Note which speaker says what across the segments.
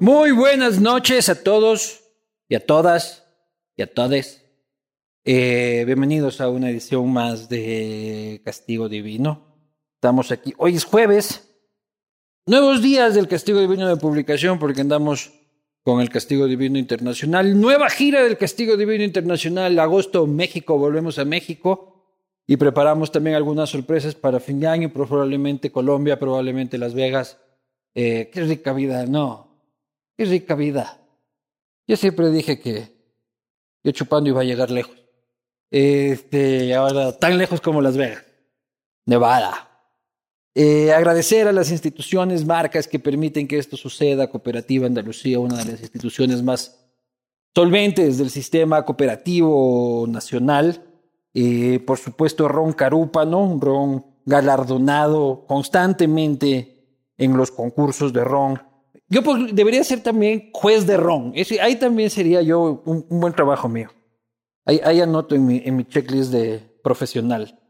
Speaker 1: Muy buenas noches a todos y a todas y a todes. Eh, bienvenidos a una edición más de Castigo Divino. Estamos aquí. Hoy es jueves. Nuevos días del Castigo Divino de publicación porque andamos con el Castigo Divino Internacional. Nueva gira del Castigo Divino Internacional. Agosto, México. Volvemos a México. Y preparamos también algunas sorpresas para fin de año. Probablemente Colombia, probablemente Las Vegas. Eh, qué rica vida, ¿no? Qué rica vida. Yo siempre dije que yo chupando iba a llegar lejos. Este, ahora tan lejos como Las Vegas, Nevada. Eh, agradecer a las instituciones, marcas que permiten que esto suceda. Cooperativa Andalucía, una de las instituciones más solventes del sistema cooperativo nacional. Eh, por supuesto, Ron Carúpano, un Ron galardonado constantemente en los concursos de Ron yo pues, debería ser también juez de ron. Eso, ahí también sería yo un, un buen trabajo mío. Ahí, ahí, anoto en mi, en mi checklist de profesional.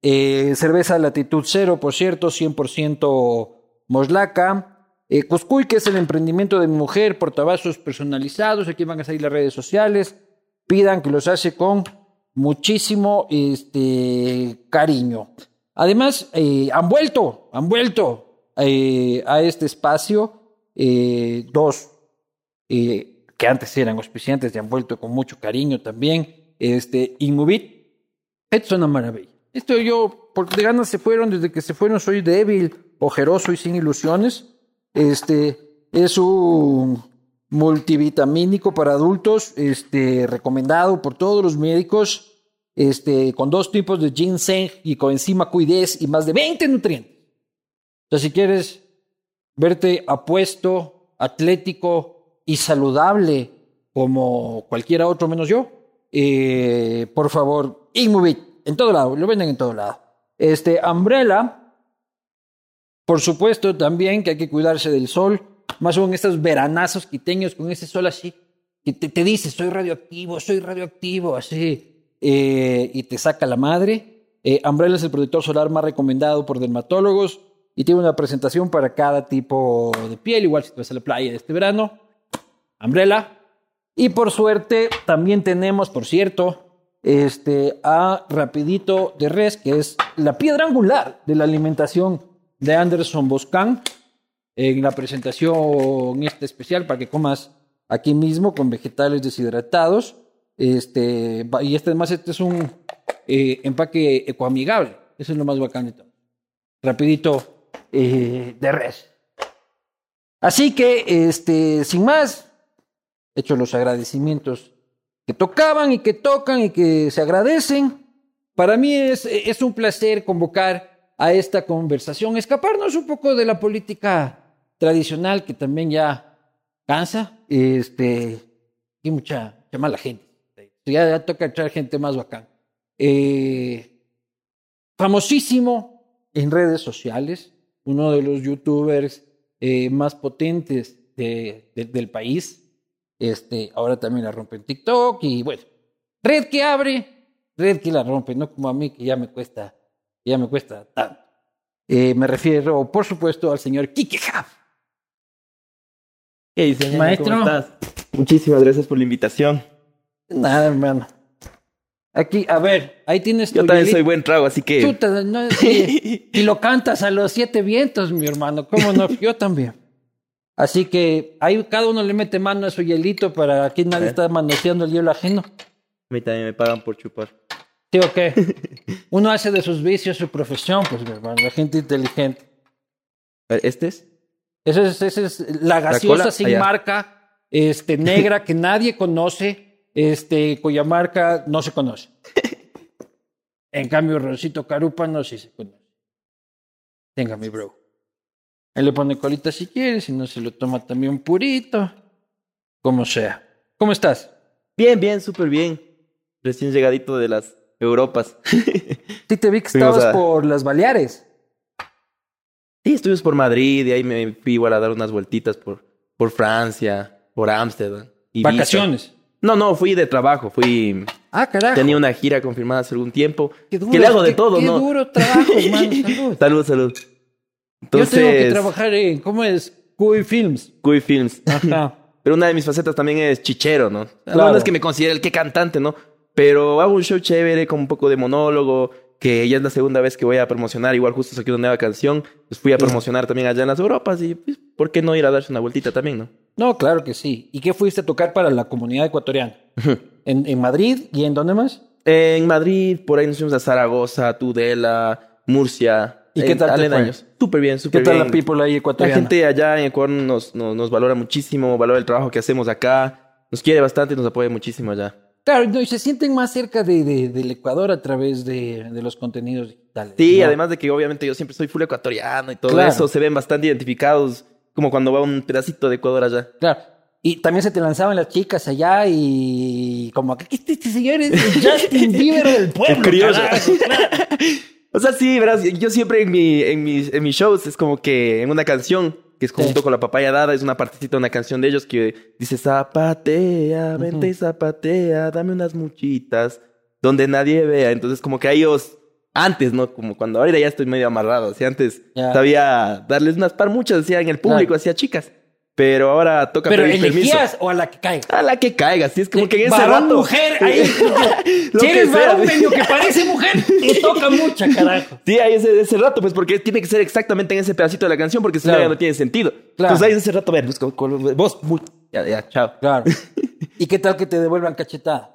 Speaker 1: Eh, cerveza latitud cero, por cierto, 100% moslaca. Eh, Cuscuy, que es el emprendimiento de mi mujer, portavasos personalizados. Aquí van a salir las redes sociales. Pidan que los hace con muchísimo este, cariño. Además, eh, han vuelto, han vuelto a este espacio. Eh, dos eh, que antes eran auspiciantes y han vuelto con mucho cariño también, este, Inmovit, esto es una maravilla. Esto yo, porque de ganas se fueron, desde que se fueron soy débil, ojeroso y sin ilusiones. Este, es un multivitamínico para adultos, este, recomendado por todos los médicos, este, con dos tipos de ginseng y coenzima Q10 y más de 20 nutrientes. O sea, si quieres verte apuesto, atlético y saludable como cualquiera otro menos yo, eh, por favor, Inmovit, en todo lado, lo venden en todo lado. Este, Umbrella, por supuesto también que hay que cuidarse del sol, más aún estos veranazos quiteños con ese sol así, que te, te dice, soy radioactivo, soy radioactivo, así, eh, y te saca la madre. Eh, Umbrella es el protector solar más recomendado por dermatólogos y tiene una presentación para cada tipo de piel, igual si te vas a la playa este verano, umbrella. Y por suerte también tenemos, por cierto, este a Rapidito de Res, que es la piedra angular de la alimentación de Anderson Boscan, en la presentación este especial para que comas aquí mismo con vegetales deshidratados. Este, y este además este es un eh, empaque ecoamigable. Eso es lo más bacán de todo. Rapidito eh, de res. Así que, este, sin más, he hecho los agradecimientos que tocaban y que tocan y que se agradecen. Para mí es, es un placer convocar a esta conversación, escaparnos un poco de la política tradicional que también ya cansa. Este, y mucha, mucha mala gente. Ya, ya toca echar gente más bacán. Eh, famosísimo en redes sociales, uno de los youtubers eh, más potentes de, de, del país. Este, ahora también la rompe en TikTok y bueno, red que abre, red que la rompe, no como a mí que ya me cuesta, ya me cuesta tanto. Eh, me refiero, por supuesto, al señor Kike Hub.
Speaker 2: ¿Qué dices,
Speaker 1: Maestro.
Speaker 2: ¿Cómo estás? Muchísimas gracias por la invitación.
Speaker 1: Nada, hermano. Aquí, a ver, ahí tienes
Speaker 2: Yo
Speaker 1: tu
Speaker 2: también
Speaker 1: hielito.
Speaker 2: soy buen trago, así que
Speaker 1: Chuta, no, sí. y lo cantas a los siete vientos, mi hermano. ¿Cómo no? Yo también. Así que ahí cada uno le mete mano a su hielito para aquí nadie
Speaker 2: ver.
Speaker 1: está manoseando el hielo ajeno.
Speaker 2: a mí también me pagan por chupar.
Speaker 1: ¿Sí o qué? Uno hace de sus vicios su profesión, pues, mi hermano. La gente inteligente.
Speaker 2: A ver, ¿Este es?
Speaker 1: Esa es, esa es la gaseosa
Speaker 2: cola?
Speaker 1: sin
Speaker 2: Allá.
Speaker 1: marca, este, negra, que nadie conoce, este, cuya marca no se conoce. En cambio, Roncito Carúpano sí se conoce. Tenga mi bro. Él le pone colita si quiere, si no se lo toma también purito. Como sea. ¿Cómo estás?
Speaker 2: Bien, bien, súper bien. Recién llegadito de las Europas.
Speaker 1: Sí, te vi que
Speaker 2: Fuimos
Speaker 1: estabas
Speaker 2: a-
Speaker 1: por las Baleares.
Speaker 2: Sí, estuvimos por Madrid y ahí me fui igual a dar unas vueltitas por, por Francia, por Ámsterdam. Ibiza.
Speaker 1: Vacaciones.
Speaker 2: No, no, fui de trabajo, fui
Speaker 1: Ah, carajo.
Speaker 2: Tenía una gira confirmada hace algún tiempo.
Speaker 1: Qué duro,
Speaker 2: que le hago de
Speaker 1: qué-
Speaker 2: todo,
Speaker 1: qué
Speaker 2: ¿no?
Speaker 1: duro trabajo, hermano. Salud.
Speaker 2: Salud, salud.
Speaker 1: Yo tengo que
Speaker 2: Entonces,
Speaker 1: trabajar en, ¿cómo es? Cuy Films.
Speaker 2: Cuy Films.
Speaker 1: Ajá.
Speaker 2: Pero una de mis facetas también es chichero, ¿no?
Speaker 1: Claro.
Speaker 2: No, no es que me considere el que cantante, ¿no? Pero hago un show chévere con un poco de monólogo, que ya es la segunda vez que voy a promocionar. Igual justo saqué una nueva canción. Pues fui a promocionar también allá en las Europas y pues, ¿por qué no ir a darse una vueltita también, no?
Speaker 1: No, claro que sí. ¿Y qué fuiste a tocar para la comunidad ecuatoriana? ¿En, en Madrid y en dónde más?
Speaker 2: En Madrid, por ahí nos fuimos a Zaragoza, Tudela, Murcia.
Speaker 1: ¿Y qué
Speaker 2: en
Speaker 1: tal te fue?
Speaker 2: aledaños. Súper bien,
Speaker 1: ¿Qué
Speaker 2: súper bien.
Speaker 1: tal la people ahí
Speaker 2: La
Speaker 1: ecuatoriana?
Speaker 2: gente allá en Ecuador nos, nos, nos valora muchísimo, valora el trabajo que hacemos acá, nos quiere bastante y nos apoya muchísimo allá.
Speaker 1: Claro, no, y se sienten más cerca de, de- del Ecuador a través de, de los contenidos digitales.
Speaker 2: Sí,
Speaker 1: ¿no?
Speaker 2: además de que obviamente yo siempre soy full ecuatoriano y todo
Speaker 1: Claro.
Speaker 2: eso, se ven bastante identificados, como cuando va un pedacito de Ecuador allá.
Speaker 1: Claro. Y también se te lanzaban las chicas allá y como que este, este señor es el Justin Bieber del pueblo.
Speaker 2: criollo.
Speaker 1: carajo".
Speaker 2: O sea, sí, verás, yo siempre en, mi, en, mis, en mis shows es como que en una canción que es junto
Speaker 1: Sí.
Speaker 2: con la papaya dada, es una partecita de una canción de ellos que dice zapatea, vente y zapatea, dame unas muchitas donde nadie vea. Entonces, como que a ellos, antes, ¿no? Como cuando ahora ya estoy medio amarrado, así antes
Speaker 1: Ya.
Speaker 2: sabía darles unas par muchas, decía en el público,
Speaker 1: Claro.
Speaker 2: hacía chicas. Pero ahora toca
Speaker 1: Pero
Speaker 2: pedir permiso.
Speaker 1: elegías o a la que caiga.
Speaker 2: A la que caiga, sí, es como que en ese
Speaker 1: Varón,
Speaker 2: rato.
Speaker 1: mujer, ahí.
Speaker 2: Lo
Speaker 1: si
Speaker 2: que
Speaker 1: eres
Speaker 2: sea,
Speaker 1: varón
Speaker 2: sí.
Speaker 1: medio que parece mujer, te toca mucha, carajo.
Speaker 2: Sí, ahí ese, ese rato, pues porque tiene que ser exactamente en ese pedacito de la canción, porque si no
Speaker 1: Claro.
Speaker 2: ya no tiene sentido.
Speaker 1: Claro.
Speaker 2: Entonces ahí ese rato, a ver, busco- col- vos, mu- ya, ya, chao.
Speaker 1: Claro. ¿Y qué tal que te devuelvan cachetada?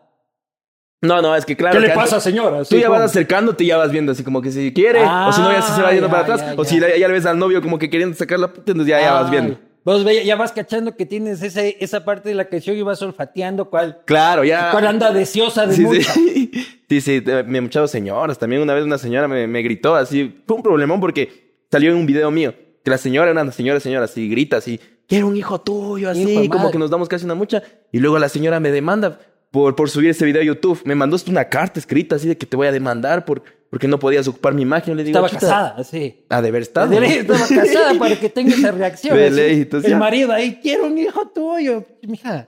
Speaker 2: No, no, es que claro.
Speaker 1: ¿Qué le
Speaker 2: que
Speaker 1: pasa,
Speaker 2: antes-
Speaker 1: señora?
Speaker 2: Tú
Speaker 1: Soy
Speaker 2: ya
Speaker 1: joven.
Speaker 2: vas acercándote y ya vas viendo así como que si quiere, o si no ya se, se va yendo
Speaker 1: Ah,
Speaker 2: para
Speaker 1: ya,
Speaker 2: atrás,
Speaker 1: ya,
Speaker 2: o si
Speaker 1: ya.
Speaker 2: ya, ya le ves al novio como que queriendo sacar la puta, entonces ya, ya vas viendo.
Speaker 1: Ay, Vos ve- ya vas cachando que tienes ese, esa parte de la canción y vas olfateando cuál,
Speaker 2: Claro, ya.
Speaker 1: cuál anda deseosa de
Speaker 2: Ah. Sí,
Speaker 1: mucha.
Speaker 2: sí. Sí, sí, te- me han muchado señoras. También una vez una señora me, me gritó así. Fue un problemón porque salió en un video mío. Que la señora era una señora, señora, así grita así. Quiero un hijo tuyo, así.
Speaker 1: Hijo de
Speaker 2: como
Speaker 1: madre.
Speaker 2: que nos damos casi una mucha. Y luego la señora me demanda por, por subir ese video a YouTube. Me mandó hasta una carta escrita así de que te voy a demandar por, porque no podías ocupar mi imagen. Yo le digo,
Speaker 1: Estaba
Speaker 2: "Chuta,
Speaker 1: casada, sí.
Speaker 2: Ha de haber estado.
Speaker 1: De ley Estaba casada para que tenga esa reacción.
Speaker 2: De
Speaker 1: así.
Speaker 2: ley, entonces
Speaker 1: El
Speaker 2: ya.
Speaker 1: marido ahí, quiero un hijo tuyo. Mija,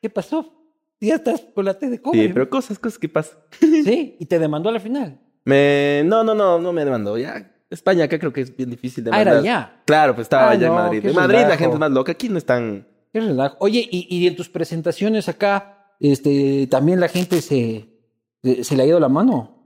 Speaker 1: ¿qué pasó? Ya estás por la T de cobre.
Speaker 2: Sí, pero cosas, cosas que pasan.
Speaker 1: Sí, y te demandó a la final.
Speaker 2: Me, no, no, no, no me demandó. Ya, España acá creo que es bien difícil
Speaker 1: Ah,
Speaker 2: demandar.
Speaker 1: era allá.
Speaker 2: Claro, pues estaba
Speaker 1: Ah,
Speaker 2: allá
Speaker 1: no,
Speaker 2: en Madrid.
Speaker 1: qué
Speaker 2: En Madrid la
Speaker 1: relajo.
Speaker 2: gente es más loca. Aquí no están.
Speaker 1: Qué relajo. Oye, y, y en tus presentaciones acá, este, también la gente se, se, se le ha ido la mano.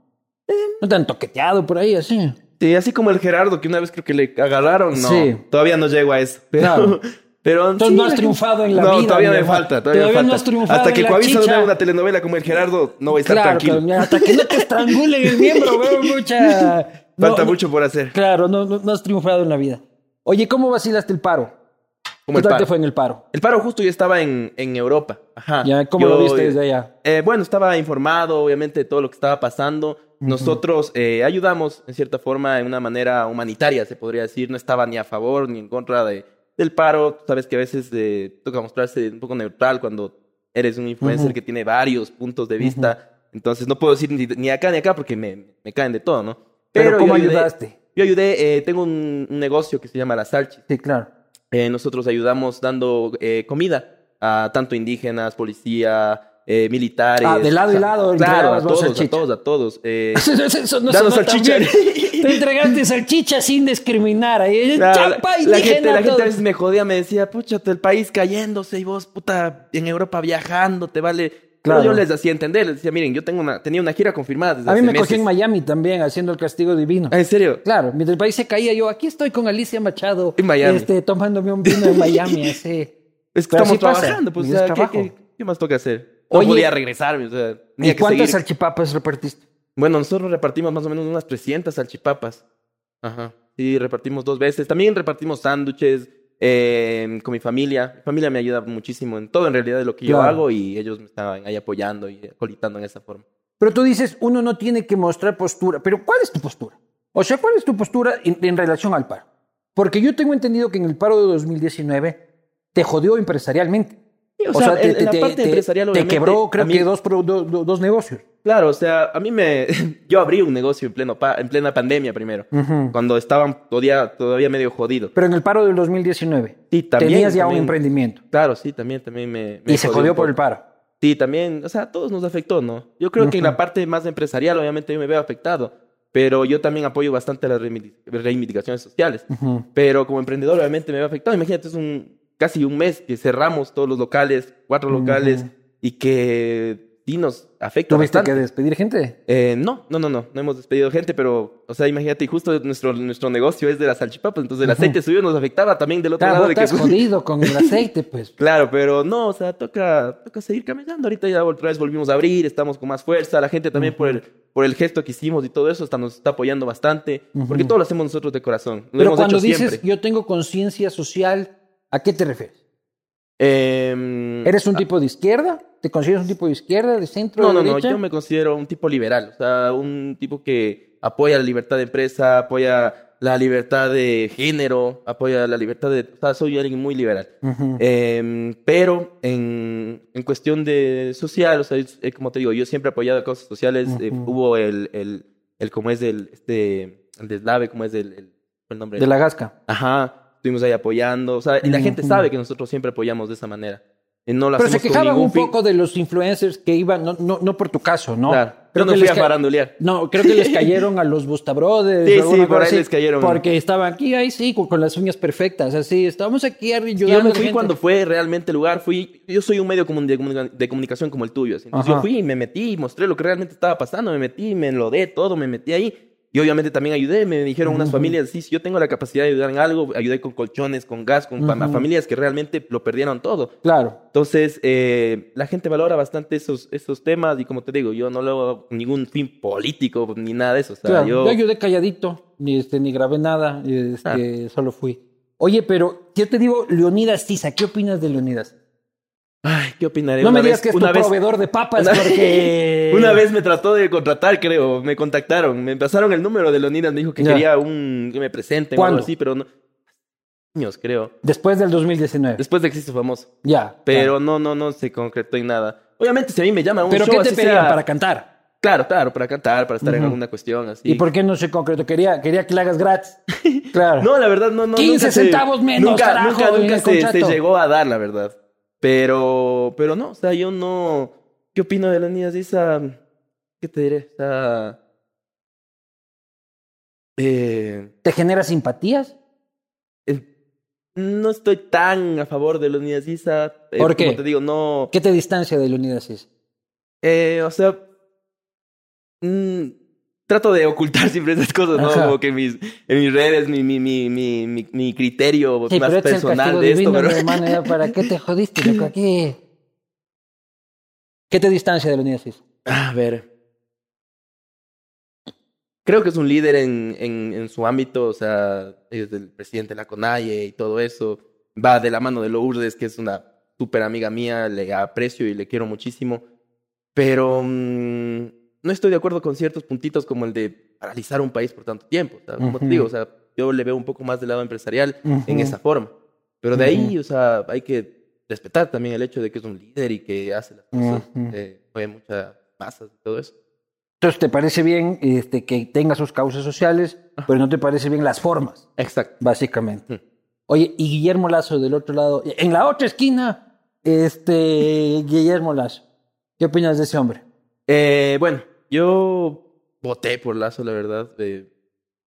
Speaker 1: No te han toqueteado por ahí, así.
Speaker 2: Sí, así como el Gerardo, que una vez creo que le agarraron. No,
Speaker 1: Sí.
Speaker 2: todavía no llego a eso. Pero,
Speaker 1: Claro.
Speaker 2: pero
Speaker 1: Entonces
Speaker 2: sí,
Speaker 1: no has
Speaker 2: la-
Speaker 1: triunfado en la
Speaker 2: no,
Speaker 1: vida.
Speaker 2: todavía
Speaker 1: mi
Speaker 2: me
Speaker 1: hermano.
Speaker 2: falta. Todavía, me
Speaker 1: no
Speaker 2: falta.
Speaker 1: has triunfado
Speaker 2: Hasta que
Speaker 1: en la
Speaker 2: Coavisa no
Speaker 1: chicha.
Speaker 2: vea una telenovela como el Gerardo, no voy a estar
Speaker 1: Claro,
Speaker 2: tranquilo.
Speaker 1: cabrón, hasta que no te estrangulen el miembro, veo mucha... no,
Speaker 2: Falta
Speaker 1: no-
Speaker 2: mucho por hacer.
Speaker 1: Claro, no, no, no has triunfado en la vida. Oye, ¿cómo vacilaste el paro?
Speaker 2: Como
Speaker 1: ¿Qué
Speaker 2: el
Speaker 1: tal
Speaker 2: paro.
Speaker 1: te fue en el paro?
Speaker 2: El paro justo yo estaba en, en Europa. Ajá.
Speaker 1: Ya, ¿Cómo lo
Speaker 2: Ah, Yo-
Speaker 1: viste desde allá?
Speaker 2: Eh, bueno, estaba informado, obviamente, de todo lo que estaba pasando. Nosotros eh, ayudamos, en cierta forma, en una manera humanitaria, se podría decir. No estaba ni a favor ni en contra de, del paro. Tú sabes que a veces eh, toca mostrarse un poco neutral cuando eres un influencer
Speaker 1: Ujú.
Speaker 2: que tiene varios puntos de vista. Entonces, no puedo decir ni, ni acá ni acá porque me, me caen de todo, ¿no?
Speaker 1: Pero,
Speaker 2: yo
Speaker 1: ¿cómo
Speaker 2: ayudé-
Speaker 1: ayudaste?
Speaker 2: Yo ayudé, eh, tengo un, un negocio que se llama La Salchi.
Speaker 1: Sí, claro.
Speaker 2: Eh, nosotros ayudamos dando eh, comida a tanto indígenas, policía, eh, militares.
Speaker 1: Ah, de lado y
Speaker 2: O sea,
Speaker 1: lado
Speaker 2: Claro,
Speaker 1: entregabas vos
Speaker 2: a todos, a
Speaker 1: salchicha.
Speaker 2: todos, a todos. Eh,
Speaker 1: Eso, eso- eso no
Speaker 2: Danos
Speaker 1: sonó tan
Speaker 2: salchicha.
Speaker 1: bien. Te entregaste salchicha sin discriminar. ahí,
Speaker 2: claro,
Speaker 1: chapa
Speaker 2: la- la,
Speaker 1: indígena,
Speaker 2: gente, la gente
Speaker 1: todo.
Speaker 2: a veces me jodía, me decía, pucha, el país cayéndose y vos, puta, en Europa viajando, te vale. Claro.
Speaker 1: Claro.
Speaker 2: Yo les hacía entender, les decía, miren, yo tengo una, tenía una gira confirmada desde
Speaker 1: A mí
Speaker 2: hace
Speaker 1: me cogió en
Speaker 2: meses".
Speaker 1: Miami también haciendo el castigo divino.
Speaker 2: Ah, ¿En serio?
Speaker 1: Claro, mientras el país se caía, yo aquí estoy con Alicia Machado.
Speaker 2: En Miami.
Speaker 1: Este, tomándome un vino en Miami, así.
Speaker 2: Es que
Speaker 1: Pero
Speaker 2: estamos
Speaker 1: así pasa,
Speaker 2: trabajando, pues,
Speaker 1: es
Speaker 2: o sea, ¿qué,
Speaker 1: trabajo.
Speaker 2: qué, qué más toca hacer? No
Speaker 1: Oye,
Speaker 2: podía regresarme, o sea, tenía
Speaker 1: ¿Y
Speaker 2: que
Speaker 1: cuántas
Speaker 2: seguir.
Speaker 1: salchipapas repartiste?
Speaker 2: Bueno, nosotros repartimos más o menos unas 300 salchipapas. Ajá. Sí, repartimos dos veces. También repartimos sándwiches eh, con mi familia. Mi familia me ayuda muchísimo en todo, en realidad, de lo que yo
Speaker 1: Claro.
Speaker 2: hago y ellos me estaban ahí apoyando y colitando en esa forma.
Speaker 1: Pero tú dices, uno no tiene que mostrar postura. Pero ¿cuál es tu postura? O sea, ¿cuál es tu postura en, en relación al paro? Porque yo tengo entendido que en el paro de 2019 te jodió empresarialmente.
Speaker 2: Sí, o sea, en- en la parte empresarial,
Speaker 1: te
Speaker 2: obviamente,
Speaker 1: quebró, creo
Speaker 2: a mí-
Speaker 1: que dos, pro- do- do- dos negocios.
Speaker 2: Claro, o sea, a mí me... yo abrí un negocio en, pleno pa- en plena pandemia primero.
Speaker 1: Mm.
Speaker 2: Cuando estaban todavía, todavía medio jodido.
Speaker 1: Pero en el paro del 2019
Speaker 2: Sí, también,
Speaker 1: tenías ya un
Speaker 2: también.
Speaker 1: emprendimiento
Speaker 2: Claro, sí, también, también me... me
Speaker 1: y se
Speaker 2: jodió un
Speaker 1: jodió por
Speaker 2: poco.
Speaker 1: el paro.
Speaker 2: Sí, también, o sea, a todos nos afectó, ¿no? Yo creo que en la parte más empresarial, obviamente, yo me veo afectado, pero yo también apoyo bastante las reivindi- reivindicaciones sociales.
Speaker 1: Ujú.
Speaker 2: Pero como emprendedor, obviamente, me veo afectado. Imagínate, es un casi un mes que cerramos todos los locales, cuatro
Speaker 1: Ujú.
Speaker 2: locales, y que sí nos afecta
Speaker 1: ¿Tuviste
Speaker 2: bastante.
Speaker 1: que despedir gente?
Speaker 2: Eh, no, no, no, no, no hemos despedido gente, pero, o sea, imagínate, y justo nuestro, nuestro negocio es de las salchipapas, entonces el
Speaker 1: Ujú.
Speaker 2: aceite subió nos afectaba también del otro
Speaker 1: Ah,
Speaker 2: lado
Speaker 1: vos
Speaker 2: de que...
Speaker 1: estás jodido con el aceite, pues.
Speaker 2: Claro, pero no, o sea, toca, toca seguir caminando. Ahorita ya otra vez volvimos a abrir, estamos con más fuerza. La gente también por el, por el gesto que hicimos y todo eso está, nos está apoyando bastante. Porque
Speaker 1: Ujú.
Speaker 2: todo lo hacemos nosotros de corazón. Lo
Speaker 1: Pero
Speaker 2: hemos
Speaker 1: cuando
Speaker 2: hecho
Speaker 1: dices
Speaker 2: siempre.
Speaker 1: yo tengo conciencia social, ¿a qué te refieres?
Speaker 2: Em,
Speaker 1: ¿Eres un tipo de izquierda? ¿Te consideras un tipo de izquierda, de centro,
Speaker 2: No,
Speaker 1: de
Speaker 2: no, no,
Speaker 1: derecha?
Speaker 2: yo me considero un tipo liberal, o sea, un tipo que apoya la libertad de empresa, apoya la libertad de género, apoya la libertad de... O sea, soy alguien muy liberal.
Speaker 1: Ujú.
Speaker 2: Em, pero en, en cuestión de social, o sea, es- eh, como te digo, yo siempre he apoyado cosas sociales. eh,
Speaker 1: Ujú.
Speaker 2: hubo el, el, el, ¿cómo es? El, este, el deslave, ¿cómo es? El, el, el nombre.
Speaker 1: De la gasca.
Speaker 2: Ajá, estuvimos ahí apoyando, o sea, y la gente
Speaker 1: Ujú.
Speaker 2: sabe que nosotros siempre apoyamos de esa manera. Eh, No lo
Speaker 1: Pero se
Speaker 2: hacemos con
Speaker 1: quejaban
Speaker 2: ningún
Speaker 1: un
Speaker 2: fin.
Speaker 1: poco de los influencers que iban, no, no, no por tu caso, ¿no?
Speaker 2: Claro,
Speaker 1: Creo
Speaker 2: yo no
Speaker 1: que
Speaker 2: fui
Speaker 1: les
Speaker 2: a
Speaker 1: ca-
Speaker 2: farandulear.
Speaker 1: No, creo que les cayeron a los Busta Brothers.
Speaker 2: Sí,
Speaker 1: o alguna
Speaker 2: sí, por
Speaker 1: cosa
Speaker 2: ahí
Speaker 1: así,
Speaker 2: les cayeron.
Speaker 1: Porque estaban aquí, ahí sí, con, con las uñas perfectas, así. Estamos aquí ayudando
Speaker 2: Yo
Speaker 1: a
Speaker 2: me
Speaker 1: la
Speaker 2: fui
Speaker 1: gente.
Speaker 2: cuando fue realmente el lugar. Fui, yo soy un medio comuni- de, comunica- de comunicación como el tuyo. así. Entonces
Speaker 1: Ajá.
Speaker 2: yo fui y me metí y mostré lo que realmente estaba pasando. Me metí, me enlodé todo, me metí ahí. Y obviamente también ayudé. Me dijeron unas familias, sí, si yo tengo la capacidad de ayudar en algo, ayudé con colchones, con gas, con fam- a familias que realmente lo perdieron todo.
Speaker 1: Claro.
Speaker 2: Entonces, eh, la gente valora bastante esos, esos temas y como te digo, yo no lo hago con ningún fin político pues, ni nada de eso. O sea,
Speaker 1: claro. Yo...
Speaker 2: yo...
Speaker 1: ayudé calladito, ni, este, ni grabé nada, este,
Speaker 2: Ah.
Speaker 1: solo fui. Oye, pero yo te digo, Leonidas Tiza, ¿qué opinas de Leonidas?
Speaker 2: Ay, ¿qué opinaré?
Speaker 1: No
Speaker 2: Una
Speaker 1: me digas
Speaker 2: vez-
Speaker 1: que es tu
Speaker 2: una vez-
Speaker 1: proveedor de papas,
Speaker 2: Una-
Speaker 1: Pues porque.
Speaker 2: Una vez me trató de contratar, creo. Me contactaron. Me pasaron el número de Leonidas. Me dijo que
Speaker 1: Ya.
Speaker 2: quería un que me presenten o
Speaker 1: ¿Cuándo?
Speaker 2: algo así, pero no. Años, creo.
Speaker 1: Después del 2019.
Speaker 2: Después de que se hizo famoso.
Speaker 1: Ya.
Speaker 2: Pero
Speaker 1: claro.
Speaker 2: no, no, no se concretó en nada. Obviamente, si a mí me llaman a un
Speaker 1: ¿Pero
Speaker 2: show,
Speaker 1: qué te
Speaker 2: así
Speaker 1: pedían
Speaker 2: sea-
Speaker 1: para cantar?
Speaker 2: Claro, claro, para cantar, para estar en
Speaker 1: Ujú.
Speaker 2: alguna cuestión así.
Speaker 1: ¿Y por qué no se concretó? Quería, quería que la hagas gratis. Claro.
Speaker 2: No, la verdad, no, no.
Speaker 1: 15
Speaker 2: nunca se-
Speaker 1: centavos menos,
Speaker 2: Nunca,
Speaker 1: carajo, eh,
Speaker 2: nunca,
Speaker 1: en
Speaker 2: nunca
Speaker 1: el
Speaker 2: se,
Speaker 1: contrato.
Speaker 2: se llegó a dar, la verdad. Pero, pero no, o sea, yo no. ¿Qué opino de Leonidas Esa. ¿Qué te diré? O sea. eh,
Speaker 1: ¿Te genera simpatías?
Speaker 2: eh, no estoy tan a favor de Leonidas Issa. eh,
Speaker 1: ¿Por qué?
Speaker 2: Como te digo, no.
Speaker 1: ¿Qué te distancia de Leonidas
Speaker 2: Pues
Speaker 1: Cis?
Speaker 2: eh, o sea. mm, trato de ocultar siempre esas cosas, ¿no?
Speaker 1: Ajá.
Speaker 2: Como que mis, en mis redes, mi, mi, mi, mi, mi, mi criterio
Speaker 1: Sí,
Speaker 2: más
Speaker 1: pero este es el
Speaker 2: personal
Speaker 1: castigo
Speaker 2: de esto,
Speaker 1: divino,
Speaker 2: pero.
Speaker 1: mi hermano. ya, ¿Para qué te jodiste, loco? Aquí. ¿Qué te distancia de Leonidas Cis?
Speaker 2: A ver. Creo que es un líder en, en, en su ámbito, o sea, es el presidente de la CONAIE y todo eso. Va de la mano de Lourdes, que es una súper amiga mía, le aprecio y le quiero muchísimo. Pero mm, no estoy de acuerdo con ciertos puntitos como el de paralizar un país por tanto tiempo. O sea, como te
Speaker 1: Ujú.
Speaker 2: digo, o sea, yo le veo un poco más del lado empresarial en
Speaker 1: Ujú.
Speaker 2: esa forma. Pero de ahí, o sea, hay que respetar también el hecho de que es un líder y que hace las cosas,
Speaker 1: Ujú.
Speaker 2: eh, mueve muchas masas y todo eso.
Speaker 1: Entonces, ¿te parece bien este, que tenga sus causas sociales, pero no te parece bien las formas,
Speaker 2: Exacto.
Speaker 1: básicamente?
Speaker 2: Ujú.
Speaker 1: Oye, y Guillermo Lazo del otro lado, en la otra esquina, este, Guillermo Lazo. ¿Qué opinas de ese hombre?
Speaker 2: Eh, bueno, yo voté por Lazo, la verdad. eh,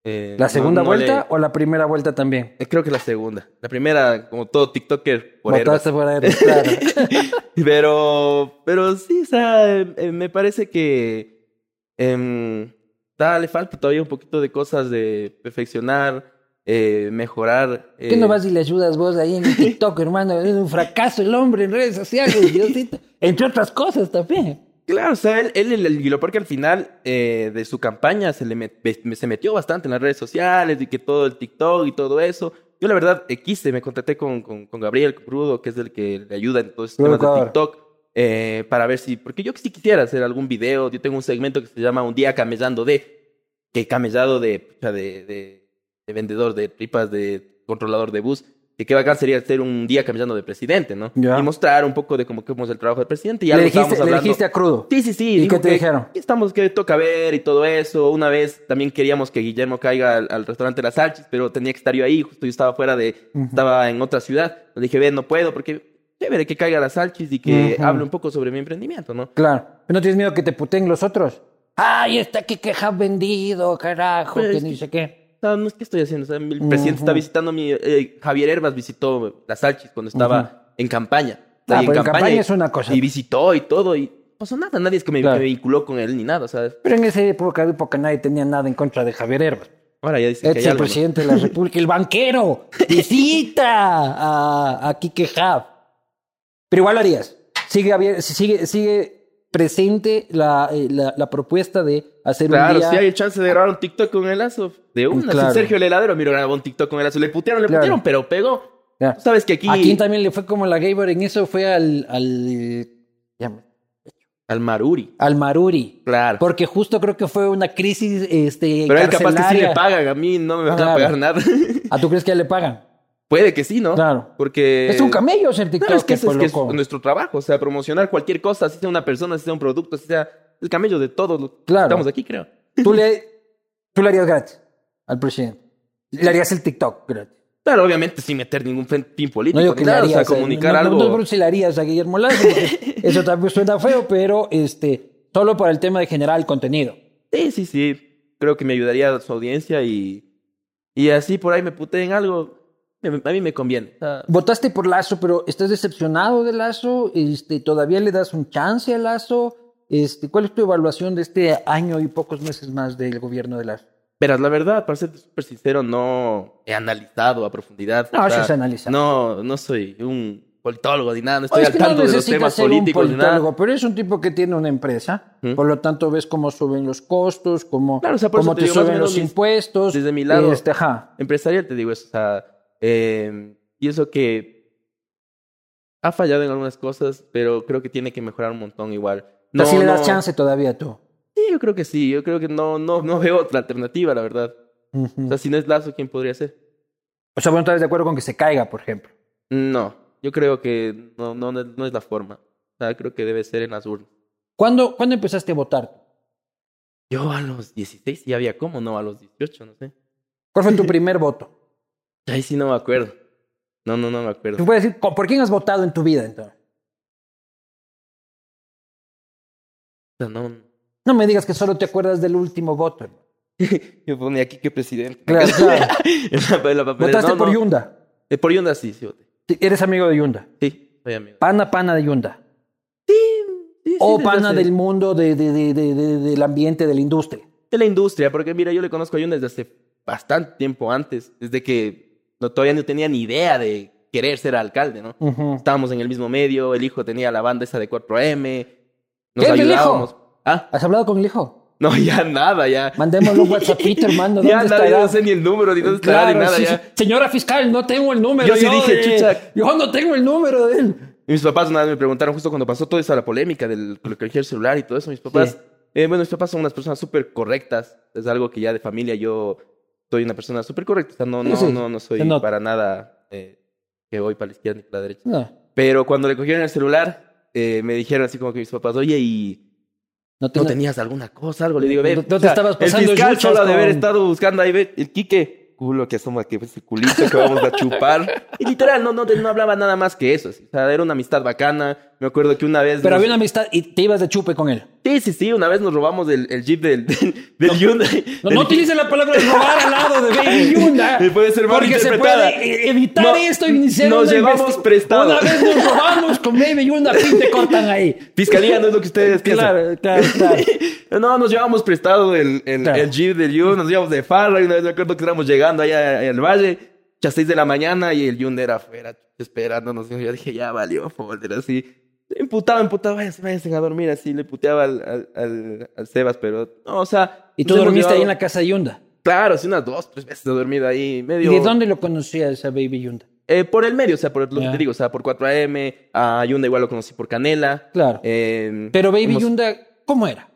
Speaker 2: eh,
Speaker 1: ¿La
Speaker 2: no-
Speaker 1: segunda
Speaker 2: no
Speaker 1: vuelta
Speaker 2: le-
Speaker 1: o la primera vuelta también?
Speaker 2: eh, Creo que la segunda. La primera, como todo TikToker, por herbas.
Speaker 1: Votaste por Herbas, claro.
Speaker 2: Pero, pero sí, o sea, eh, eh, me parece que em, ta- le falta todavía un poquito de cosas de perfeccionar, eh, mejorar.
Speaker 1: ¿Qué
Speaker 2: eh,
Speaker 1: no vas y le ayudas vos ahí en el TikTok, hermano? Es un fracaso el hombre en redes sociales, Diosito. Entre otras cosas también.
Speaker 2: Claro, o sea, él, él, el- el- y lo peor que al final eh, de su campaña se, le met- ve- se metió bastante en las redes sociales y que todo el TikTok y todo eso. Yo la verdad eh, quise, me contacté con, con, con Gabriel Crudo, que es el que le ayuda en todos estos
Speaker 1: Crudo
Speaker 2: temas
Speaker 1: Ecuador.
Speaker 2: de TikTok, eh, para ver si, porque yo sí quisiera hacer algún video, yo tengo un segmento que se llama Un día camellando de, que he camellado de, pucha, de, de, de vendedor de tripas, de controlador de bus, que qué bacán sería hacer un día camellando de presidente, ¿no?
Speaker 1: Ya.
Speaker 2: Y mostrar un poco de cómo, cómo es el trabajo del presidente. Y
Speaker 1: Le
Speaker 2: algo estábamos
Speaker 1: dijiste, le
Speaker 2: hablando.
Speaker 1: dijiste a crudo.
Speaker 2: Sí, sí, sí.
Speaker 1: ¿Y
Speaker 2: dijo
Speaker 1: qué te
Speaker 2: que
Speaker 1: dijeron?
Speaker 2: aquí Estamos que toca ver y todo eso. Una vez también queríamos que Guillermo caiga al, al restaurante Las Salchis, pero tenía que estar yo ahí. Justo yo estaba fuera de... Estaba en otra ciudad. Le dije, ve, no puedo porque chévere que caiga la salchis y que hable un poco sobre mi emprendimiento, ¿no?
Speaker 1: Claro. Pero no tienes miedo que te puteen los otros. Ay, está aquí quejas vendido, carajo,
Speaker 2: Pero
Speaker 1: que
Speaker 2: es
Speaker 1: ni
Speaker 2: que-
Speaker 1: sé qué.
Speaker 2: No, no es que estoy haciendo. O sea, el presidente está visitando mi. eh, Javier Herbas visitó las Salchis cuando estaba en campaña. O sea,
Speaker 1: Ah,
Speaker 2: y
Speaker 1: pero en campaña es una cosa.
Speaker 2: Y visitó y todo. Y pasó nada. Nadie es que me,
Speaker 1: Claro.
Speaker 2: que me vinculó con él ni nada. ¿sabes?
Speaker 1: Pero en esa época, época nadie tenía nada en contra de Javier Herbas.
Speaker 2: Ahora ya dicen
Speaker 1: Es
Speaker 2: que hay
Speaker 1: el
Speaker 2: algo, ¿no?
Speaker 1: presidente de la República, el banquero. Visita a, a Quique Hub. Pero igual lo harías. Sigue, habi- sigue, sigue presente la, eh, la, la propuesta de hacer un
Speaker 2: Claro,
Speaker 1: día... Mm,
Speaker 2: si hay chance de grabar un TikTok con el Aso. De una.
Speaker 1: Claro.
Speaker 2: Si Sergio el heladero, miro, grabó un TikTok con el Aso. Le putearon, le
Speaker 1: Claro.
Speaker 2: putearon, pero pegó.
Speaker 1: Ya.
Speaker 2: Tú sabes que aquí.
Speaker 1: ¿A quién también le fue como la Gabor en eso? Fue al... al llama?
Speaker 2: Al Maruri.
Speaker 1: al Maruri.
Speaker 2: Claro.
Speaker 1: Porque justo creo que fue una crisis este,
Speaker 2: Pero él capaz que sí
Speaker 1: carcelaria.
Speaker 2: le pagan. A mí no me van
Speaker 1: Claro.
Speaker 2: a pagar nada.
Speaker 1: ¿A tú crees que ya le pagan?
Speaker 2: Puede que sí, ¿no?
Speaker 1: Claro.
Speaker 2: Porque.
Speaker 1: es un camello ser
Speaker 2: Eh, No,
Speaker 1: TikToker,
Speaker 2: es que ese
Speaker 1: pues,
Speaker 2: es, que es
Speaker 1: loco.
Speaker 2: nuestro trabajo, o sea, promocionar cualquier cosa, si sea una persona, si sea un producto, si sea el camello de todos los que
Speaker 1: Claro.
Speaker 2: estamos aquí, creo.
Speaker 1: Tú le, tú le harías gratis al presidente. Le harías el TikTok gratis.
Speaker 2: Claro, obviamente sin meter ningún fen- fin político,
Speaker 1: No digo
Speaker 2: ni
Speaker 1: que le
Speaker 2: nada,
Speaker 1: harías.
Speaker 2: o sea, comunicar
Speaker 1: no- no-
Speaker 2: algo.
Speaker 1: No, creo que se le harías a Guillermo Lazo. porque eso también suena feo, pero este, solo para el tema de generar el contenido.
Speaker 2: Sí, sí, sí, creo que me ayudaría a su audiencia y, y así por ahí me puteen algo, me- a mí me conviene. O sea,
Speaker 1: Votaste por Lazo, pero estás decepcionado de Lazo. Este, ¿Todavía le das un chance a Lazo? Este, ¿Cuál es tu evaluación de este año y pocos meses más del gobierno de Lazo?
Speaker 2: Verás, la verdad, para ser súper sincero, no he analizado a profundidad.
Speaker 1: No,
Speaker 2: o sea,
Speaker 1: sí se analiza.
Speaker 2: No, no soy un politólogo ni nada, no estoy
Speaker 1: Oye,
Speaker 2: al tanto de los
Speaker 1: necesitas
Speaker 2: temas
Speaker 1: ser un
Speaker 2: políticos ni nada.
Speaker 1: politólogo, pero es un tipo que tiene una empresa,
Speaker 2: ¿Mm?
Speaker 1: por lo tanto ves cómo suben los costos, cómo,
Speaker 2: Claro, o sea, por
Speaker 1: cómo
Speaker 2: eso
Speaker 1: te,
Speaker 2: te digo, más o
Speaker 1: suben
Speaker 2: menos
Speaker 1: los
Speaker 2: mis-
Speaker 1: impuestos.
Speaker 2: desde mi lado.
Speaker 1: Este, ajá.
Speaker 2: empresarial, te digo eso. O sea, eh, pienso que ha fallado en algunas cosas, pero creo que tiene que mejorar un montón igual.
Speaker 1: No, Así le das
Speaker 2: no-
Speaker 1: chance todavía tú.
Speaker 2: Sí, yo creo que sí. Yo creo que no, no, no veo otra alternativa, la verdad.
Speaker 1: Ujú.
Speaker 2: O sea, si no es Lazo, ¿quién podría ser?
Speaker 1: O sea, bueno, estás de acuerdo con que se caiga, por ejemplo.
Speaker 2: No, yo creo que no, no, no es- no es la forma. O sea, creo que debe ser en las urnas.
Speaker 1: ¿Cuándo, ¿cuándo empezaste a votar?
Speaker 2: Yo a los 16 ya había cómo, no, a los 18, no sé.
Speaker 1: ¿Cuál fue tu primer voto?
Speaker 2: Ahí sí no me acuerdo. No, no, no me acuerdo.
Speaker 1: Te voy a decir, ¿con- ¿por quién has votado en tu vida entonces?
Speaker 2: O sea, no.
Speaker 1: No me digas que solo te acuerdas del último voto. hermano.
Speaker 2: Yo ponía aquí que presidente.
Speaker 1: Claro, claro.
Speaker 2: En la- en la papelera.
Speaker 1: Votaste
Speaker 2: No,
Speaker 1: por
Speaker 2: no.
Speaker 1: Yunda.
Speaker 2: Eh, por Yunda sí, sí voté.
Speaker 1: Sí, Eres amigo de Yunda.
Speaker 2: Sí, soy amigo.
Speaker 1: Pana, pana de Yunda. o Oh, pana del mundo, de- de- de- de- de- del ambiente, de la industria.
Speaker 2: De la industria, porque mira, yo le conozco a Yun desde hace bastante tiempo antes, desde que no, todavía no tenía ni idea de querer ser alcalde, ¿no?
Speaker 1: Ujú.
Speaker 2: Estábamos en el mismo medio, el hijo tenía la banda esa de 4M, nos
Speaker 1: ¿Qué es el
Speaker 2: ayudábamos. Ah,
Speaker 1: ¿Has hablado con el hijo?
Speaker 2: no, ya nada, ya.
Speaker 1: Mandémosle un WhatsAppito, hermano. ¿Dónde
Speaker 2: ya nada, ya
Speaker 1: estará?
Speaker 2: no sé ni el número, ni dónde estará,
Speaker 1: Claro,
Speaker 2: ni nada,
Speaker 1: sí,
Speaker 2: ya.
Speaker 1: sí. Señora fiscal, no tengo el número. eh,
Speaker 2: Yo sí dije, chucha.
Speaker 1: Yo no tengo el número de él.
Speaker 2: Y mis papás una vez me preguntaron justo cuando pasó toda esa la polémica del lo que dije el celular y todo eso. Mis papás,
Speaker 1: Sí.
Speaker 2: eh, bueno, mis papás son unas personas súper correctas. Es algo que ya de familia yo soy una persona súper correcta. O sea, no,
Speaker 1: Sí,
Speaker 2: no,
Speaker 1: sí,
Speaker 2: no, no soy
Speaker 1: se nota.
Speaker 2: para nada eh, que voy para la izquierda ni para la derecha.
Speaker 1: No,
Speaker 2: Pero cuando le cogieron el celular, eh, me dijeron así como que mis papás, oye, y
Speaker 1: no
Speaker 2: ¿No
Speaker 1: tengo-
Speaker 2: tenías alguna cosa? Algo le digo, ve.
Speaker 1: No- no te estabas pasando
Speaker 2: El fiscal
Speaker 1: yuchas
Speaker 2: solo ha de haber
Speaker 1: con-
Speaker 2: estado buscando ahí, ve, el Quique. Culo que asoma, que es el culito que vamos a chupar. Y literal, no, no, no hablaba nada más que eso. así. O sea, era una amistad bacana. Me acuerdo que una vez.
Speaker 1: Pero
Speaker 2: nos-
Speaker 1: había una amistad y te ibas de chupe con él.
Speaker 2: Sí, sí, sí, una vez nos robamos el, el jeep del, del, del Hyundai.
Speaker 1: No,
Speaker 2: Del-
Speaker 1: no utilicen la palabra robar al lado de Baby Yunda.
Speaker 2: Me puede ser mal
Speaker 1: Porque se
Speaker 2: interpretada.
Speaker 1: puede eh, evitar
Speaker 2: No,
Speaker 1: esto y iniciar
Speaker 2: nos
Speaker 1: una
Speaker 2: llevamos
Speaker 1: investi-
Speaker 2: prestado.
Speaker 1: Una vez nos robamos con Baby Yunda, pin te cortan ahí.
Speaker 2: Fiscalía no es lo que ustedes piensan.
Speaker 1: Claro, claro, claro.
Speaker 2: No, nos llevábamos prestado el, el,
Speaker 1: Claro.
Speaker 2: el jeep del Hyundai, nos llevamos de farra y una vez me acuerdo que estábamos llegando allá al valle, ya 6 de la mañana y el Hyundai era afuera esperándonos. Y Yo dije, ya valió, folder, así. Emputado, emputado, váyanse, váyanse a dormir, así le puteaba al, al, al, al Sebas, pero no, o sea.
Speaker 1: Y tú
Speaker 2: nos hemos
Speaker 1: dormiste ahí en la
Speaker 2: llevado-
Speaker 1: casa de Yunda.
Speaker 2: Claro, sí, unas dos, tres veces he dormido ahí,
Speaker 1: ¿Y
Speaker 2: medio.
Speaker 1: de dónde lo conocías a Baby Yunda?
Speaker 2: Eh, por el medio, o sea, por lo
Speaker 1: Ya.
Speaker 2: que te digo, o sea, por 4AM, a Hyundai igual lo conocí por Canela.
Speaker 1: Claro.
Speaker 2: Eh,
Speaker 1: Pero Baby
Speaker 2: hemos-
Speaker 1: Yunda, ¿cómo era?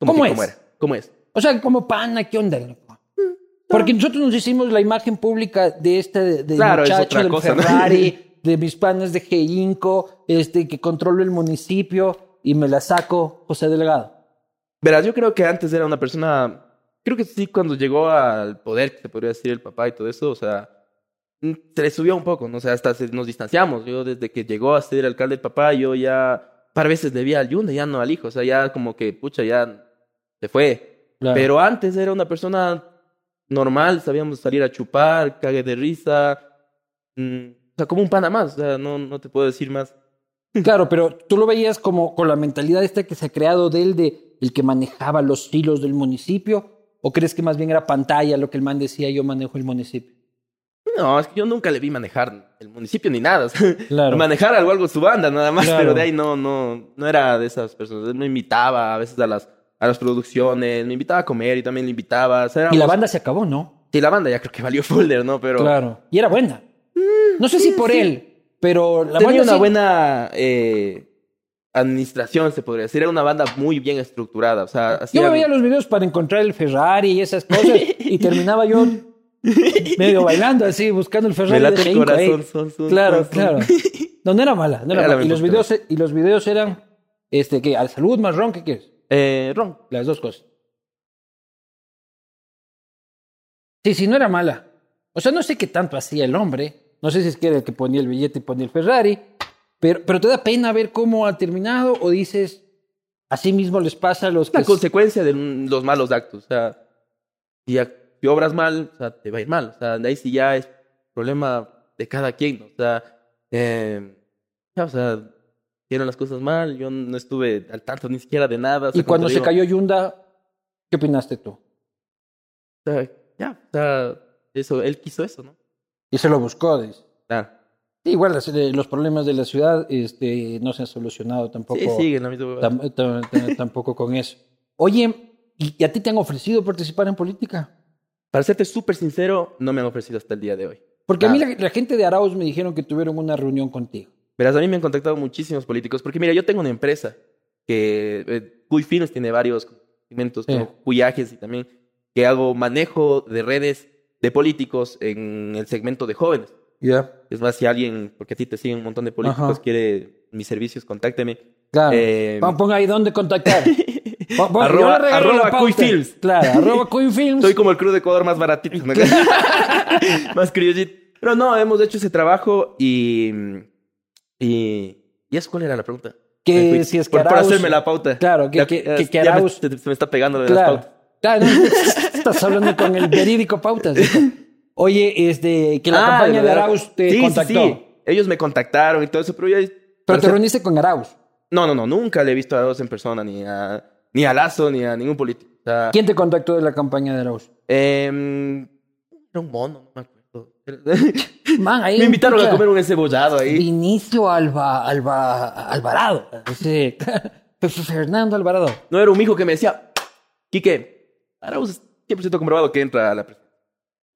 Speaker 2: ¿cómo,
Speaker 1: ¿cómo
Speaker 2: que
Speaker 1: es?
Speaker 2: ¿Cómo era? ¿Cómo es?
Speaker 1: O sea, como pana, ¿qué onda? loco? Porque nosotros nos hicimos la imagen pública de este de- del
Speaker 2: Claro, es
Speaker 1: muchacho
Speaker 2: otra
Speaker 1: del
Speaker 2: cosa, ¿no?
Speaker 1: Ferrari, de mis panas de Geinco, este que controlo el municipio y me la saco José Delgado.
Speaker 2: Verás, yo creo que antes era una persona. Creo que sí, cuando llegó al poder, que se podría decir el papá y todo eso, o sea, mm, se le subió un poco, ¿no? O sea, hasta se- nos distanciamos. Yo desde que llegó a ser alcalde el papá, yo ya un par veces debía al Yunda, ya no al hijo. O sea, ya como que, pucha, ya se fue.
Speaker 1: Claro.
Speaker 2: Pero antes era una persona normal, sabíamos salir a chupar, cague de risa. mm, o sea, como un pana más. O sea, no, no te puedo decir más.
Speaker 1: Claro, pero tú lo veías como con la mentalidad esta que se ha creado de él, de el que manejaba los hilos del municipio, o crees que más bien era pantalla lo que el man decía, yo manejo el municipio.
Speaker 2: No, es que yo nunca le vi manejar el municipio ni nada. o sea,
Speaker 1: Claro.
Speaker 2: Manejar algo, algo su banda, nada más.
Speaker 1: Claro.
Speaker 2: Pero de ahí no, no, no era de esas personas. Él me invitaba a veces a las, a las producciones, me invitaba a comer y también le invitaba. O sea,
Speaker 1: Y la
Speaker 2: éramos-
Speaker 1: banda se acabó, ¿no?
Speaker 2: Sí, la banda ya creo que valió folder, ¿no? Pero Mm,
Speaker 1: Claro. Y era buena. No sé si por él, pero la
Speaker 2: tenía
Speaker 1: banda
Speaker 2: una
Speaker 1: sí-
Speaker 2: buena eh, administración, se podría decir. Era una banda muy bien estructurada. O sea,
Speaker 1: Yo me
Speaker 2: hacían-
Speaker 1: veía los videos para encontrar el Ferrari y esas cosas, y terminaba yo medio bailando así, buscando el Ferrari.
Speaker 2: me late
Speaker 1: de
Speaker 2: el
Speaker 1: Heinco, ey.
Speaker 2: corazón. son, son, son,
Speaker 1: Claro,
Speaker 2: son.
Speaker 1: claro. No, no era mala. No era
Speaker 2: Era la
Speaker 1: mala. Y, los
Speaker 2: misma
Speaker 1: videos, y los videos eran, este, ¿qué? ¿Al salud, más ron? ¿Qué quieres?
Speaker 2: Eh, Ron.
Speaker 1: Las dos cosas. Sí, sí, no era mala. O sea, no sé qué tanto hacía el hombre. No sé si es que era el que ponía el billete y ponía el Ferrari. Pero, pero te da pena ver cómo ha terminado o dices, así mismo les pasa a los
Speaker 2: Es la
Speaker 1: que...
Speaker 2: consecuencia de un- los malos actos. O sea, si, ac- si obras mal, o sea, te va a ir mal. O sea, de ahí sí ya es problema de cada quien. ¿no? O sea, eh, ya, o sea, hicieron las cosas mal. Yo no estuve al tanto ni siquiera de nada. o sea,
Speaker 1: Y cuando
Speaker 2: te
Speaker 1: se
Speaker 2: digo,
Speaker 1: cayó Yunda, ¿qué opinaste tú?
Speaker 2: o sea, ya, o sea, eso, él quiso eso, ¿no?
Speaker 1: Y se lo buscó, dice.
Speaker 2: Claro.
Speaker 1: Sí, igual las- eh, los problemas de la ciudad este, no se han solucionado tampoco.
Speaker 2: Sí, sigue en la misma huevada.
Speaker 1: tam- tam- tam- tampoco con eso. Oye, ¿y y a ti te han ofrecido participar en política?
Speaker 2: Para serte súper sincero, no me han ofrecido hasta el día de hoy.
Speaker 1: Porque a mí
Speaker 2: Nada.
Speaker 1: la, la gente de Arauz me dijeron que tuvieron una reunión contigo.
Speaker 2: Verás, a mí me han contactado muchísimos políticos, porque mira, yo tengo una empresa que eh, Cuy Films tiene varios segmentos,
Speaker 1: Sí.
Speaker 2: como Cuyajes y también que hago manejo de redes de políticos en el segmento de jóvenes.
Speaker 1: Ya.
Speaker 2: Es más, si alguien, porque a ti te siguen un montón de políticos,
Speaker 1: Ajá.
Speaker 2: quiere mis servicios, contácteme.
Speaker 1: Claro.
Speaker 2: Eh,
Speaker 1: Pon- Ponga ahí dónde contactar. Pon- pon- yo
Speaker 2: Arroba-
Speaker 1: le regalo la
Speaker 2: arroba
Speaker 1: pauta.
Speaker 2: Cuifilms.
Speaker 1: Claro, arroba Cuifilms.
Speaker 2: Soy como el crew de Ecuador más baratito. ¿no? más criollito. Pero no, hemos hecho ese trabajo y... ¿Y, ¿y eso cuál era la pregunta? Me fui.
Speaker 1: Que si es que
Speaker 2: por, por
Speaker 1: Arauz-
Speaker 2: hacerme la pauta.
Speaker 1: Claro, que,
Speaker 2: Ya-
Speaker 1: que,
Speaker 2: ya-
Speaker 1: que, que
Speaker 2: ya me-
Speaker 1: Arauz-
Speaker 2: se, se me está pegando lo de las
Speaker 1: Claro.
Speaker 2: pautas.
Speaker 1: Claro, no, estás hablando con el verídico Pautas. hijo. Oye, este, que la
Speaker 2: Ah,
Speaker 1: campaña de
Speaker 2: verdad.
Speaker 1: Arauz te
Speaker 2: Sí, sí,
Speaker 1: contactó.
Speaker 2: sí. Ellos me contactaron y todo eso, pero yo...
Speaker 1: Pero te reuniste con Arauz.
Speaker 2: No, no, no. Nunca le he visto a Arauz en persona, ni a, ni a Lazo, ni a ningún político. O sea,
Speaker 1: ¿Quién te contactó de la campaña de Arauz?
Speaker 2: em, era un mono, no me acuerdo.
Speaker 1: Man, ahí
Speaker 2: me invitaron a
Speaker 1: pucha,
Speaker 2: comer un encebollado ahí.
Speaker 1: Vinicio Alba, Alba, Alvarado. Sí. Fernando Alvarado.
Speaker 2: No era un hijo que me decía, Quique, Arauz es 100% comprobado que entra a la presidencia.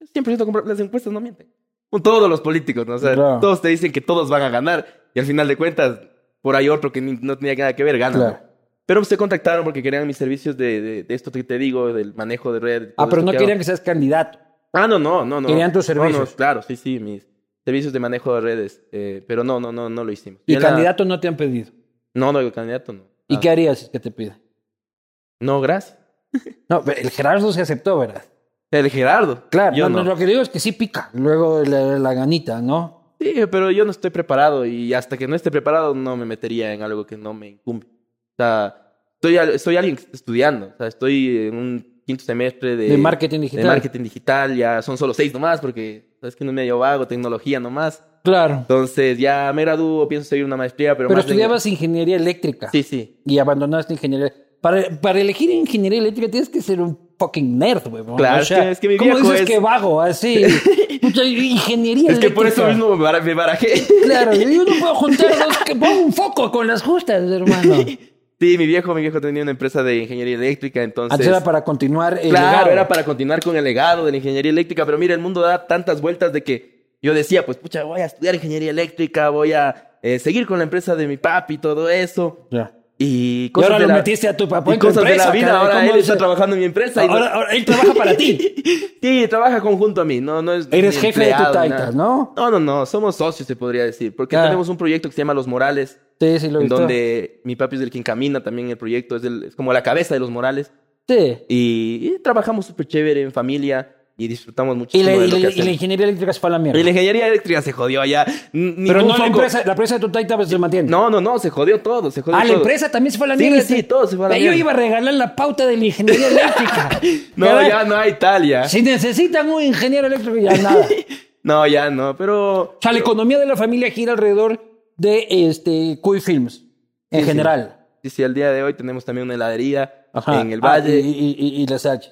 Speaker 2: Es 100% comprobado. Las encuestas no mienten. Con todos los políticos, ¿no? O sea,
Speaker 1: Claro.
Speaker 2: todos te dicen que todos van a ganar. Y al final de cuentas, por ahí otro que ni- no tenía nada que ver, gana. ¿no?
Speaker 1: Claro.
Speaker 2: Pero se contactaron porque querían mis servicios de, de- de esto que te digo, del manejo de red. todo
Speaker 1: Ah, pero
Speaker 2: esto
Speaker 1: no
Speaker 2: que
Speaker 1: querían
Speaker 2: hago.
Speaker 1: que seas candidato.
Speaker 2: Ah, no, no, no, no.
Speaker 1: querían tus
Speaker 2: No, no,
Speaker 1: servicios.
Speaker 2: claro, sí, sí, mis servicios de manejo de redes. eh, pero no, no, no, no lo hicimos.
Speaker 1: Y
Speaker 2: Ya la-
Speaker 1: candidato no te han pedido.
Speaker 2: No, no, candidato no.
Speaker 1: ¿Y
Speaker 2: Ah,
Speaker 1: qué harías si es que te piden?
Speaker 2: No, gracias.
Speaker 1: No, pero el Gerardo se aceptó, ¿verdad?
Speaker 2: El Gerardo.
Speaker 1: Claro,
Speaker 2: Yo
Speaker 1: no,
Speaker 2: no.
Speaker 1: no, lo que digo es que sí pica. Luego la, la ganita, ¿no?
Speaker 2: Sí, pero yo no estoy preparado y hasta que no esté preparado no me metería en algo que no me incumbe. O sea, estoy, al- soy alguien que está estudiando. O sea, estoy en un quinto semestre de...
Speaker 1: De marketing digital.
Speaker 2: De marketing digital. Ya son solo seis nomás porque, sabes que no es medio vago, tecnología nomás.
Speaker 1: Claro.
Speaker 2: Entonces ya me gradúo, pienso seguir una maestría, pero,
Speaker 1: Pero
Speaker 2: más de-
Speaker 1: estudiabas ingeniería eléctrica
Speaker 2: Sí, sí,
Speaker 1: y abandonaste ingeniería. Para, para elegir ingeniería eléctrica tienes que ser un fucking nerd, güey.
Speaker 2: Claro, es que- es que mi
Speaker 1: ¿Cómo
Speaker 2: viejo
Speaker 1: dices
Speaker 2: es-
Speaker 1: que vago? Así. Puta, ingeniería
Speaker 2: Es que por eso
Speaker 1: eléctrica.
Speaker 2: mismo me bara- me barajé.
Speaker 1: Claro, yo no puedo juntar dos que pongo un foco con las justas, hermano.
Speaker 2: Sí, mi viejo, mi viejo tenía una empresa de ingeniería eléctrica, entonces...
Speaker 1: Antes Ah, era para continuar eh, el
Speaker 2: Claro,
Speaker 1: legado.
Speaker 2: era para continuar con el legado de la ingeniería eléctrica, pero mira, el mundo da tantas vueltas de que yo decía, pues pucha, voy a estudiar ingeniería eléctrica, voy a eh, seguir con la empresa de mi papi y todo eso.
Speaker 1: Ya.
Speaker 2: Y
Speaker 1: Y
Speaker 2: cosas
Speaker 1: ahora
Speaker 2: de
Speaker 1: lo
Speaker 2: la,
Speaker 1: metiste a tu papá
Speaker 2: y
Speaker 1: en tu
Speaker 2: cosas de
Speaker 1: empresa,
Speaker 2: la vida,
Speaker 1: cara,
Speaker 2: ahora
Speaker 1: ¿cómo
Speaker 2: él
Speaker 1: se-
Speaker 2: está trabajando en mi empresa. y no-
Speaker 1: Ahora, ahora él trabaja para ti.
Speaker 2: sí, trabaja conjunto a mí, no, no es
Speaker 1: Eres
Speaker 2: mi
Speaker 1: jefe de tu
Speaker 2: empleado ni
Speaker 1: Taitas,
Speaker 2: nada.
Speaker 1: ¿no?
Speaker 2: No, no, no, somos socios, se podría decir, porque
Speaker 1: Claro.
Speaker 2: tenemos un proyecto que se llama Los Morales,
Speaker 1: Sí, sí, lo he
Speaker 2: en
Speaker 1: visto.
Speaker 2: donde mi papi es el quien camina también el proyecto, es, el- es como la cabeza de Los Morales.
Speaker 1: Sí.
Speaker 2: Y, y trabajamos súper chévere en familia. y disfrutamos
Speaker 1: Y,
Speaker 2: muchísimo
Speaker 1: la,
Speaker 2: de
Speaker 1: y la-
Speaker 2: lo
Speaker 1: y
Speaker 2: que
Speaker 1: la
Speaker 2: hacemos.
Speaker 1: ingeniería eléctrica se fue a la mierda.
Speaker 2: Y la ingeniería eléctrica se jodió allá.
Speaker 1: Pero no la empresa, la empresa de Tutaita pues, se mantiene.
Speaker 2: No, no, no, se jodió todo, se jodió
Speaker 1: Ah, la
Speaker 2: todo.
Speaker 1: empresa también se fue a la
Speaker 2: Sí,
Speaker 1: mierda.
Speaker 2: sí, todo se fue a la
Speaker 1: Yo
Speaker 2: mierda.
Speaker 1: iba a regalar la pauta de la ingeniería eléctrica.
Speaker 2: No,
Speaker 1: Cada-
Speaker 2: ya no hay tal, ya.
Speaker 1: Si necesitan un ingeniero eléctrico, ya nada.
Speaker 2: No, ya no, pero...
Speaker 1: O sea, la economía de la familia gira alrededor de este Cuy Films, en
Speaker 2: Sí, sí.
Speaker 1: general.
Speaker 2: Sí, sí, al día de hoy tenemos también una heladería
Speaker 1: Ajá.
Speaker 2: en el
Speaker 1: Ah,
Speaker 2: valle.
Speaker 1: y, y- y- y la Salle.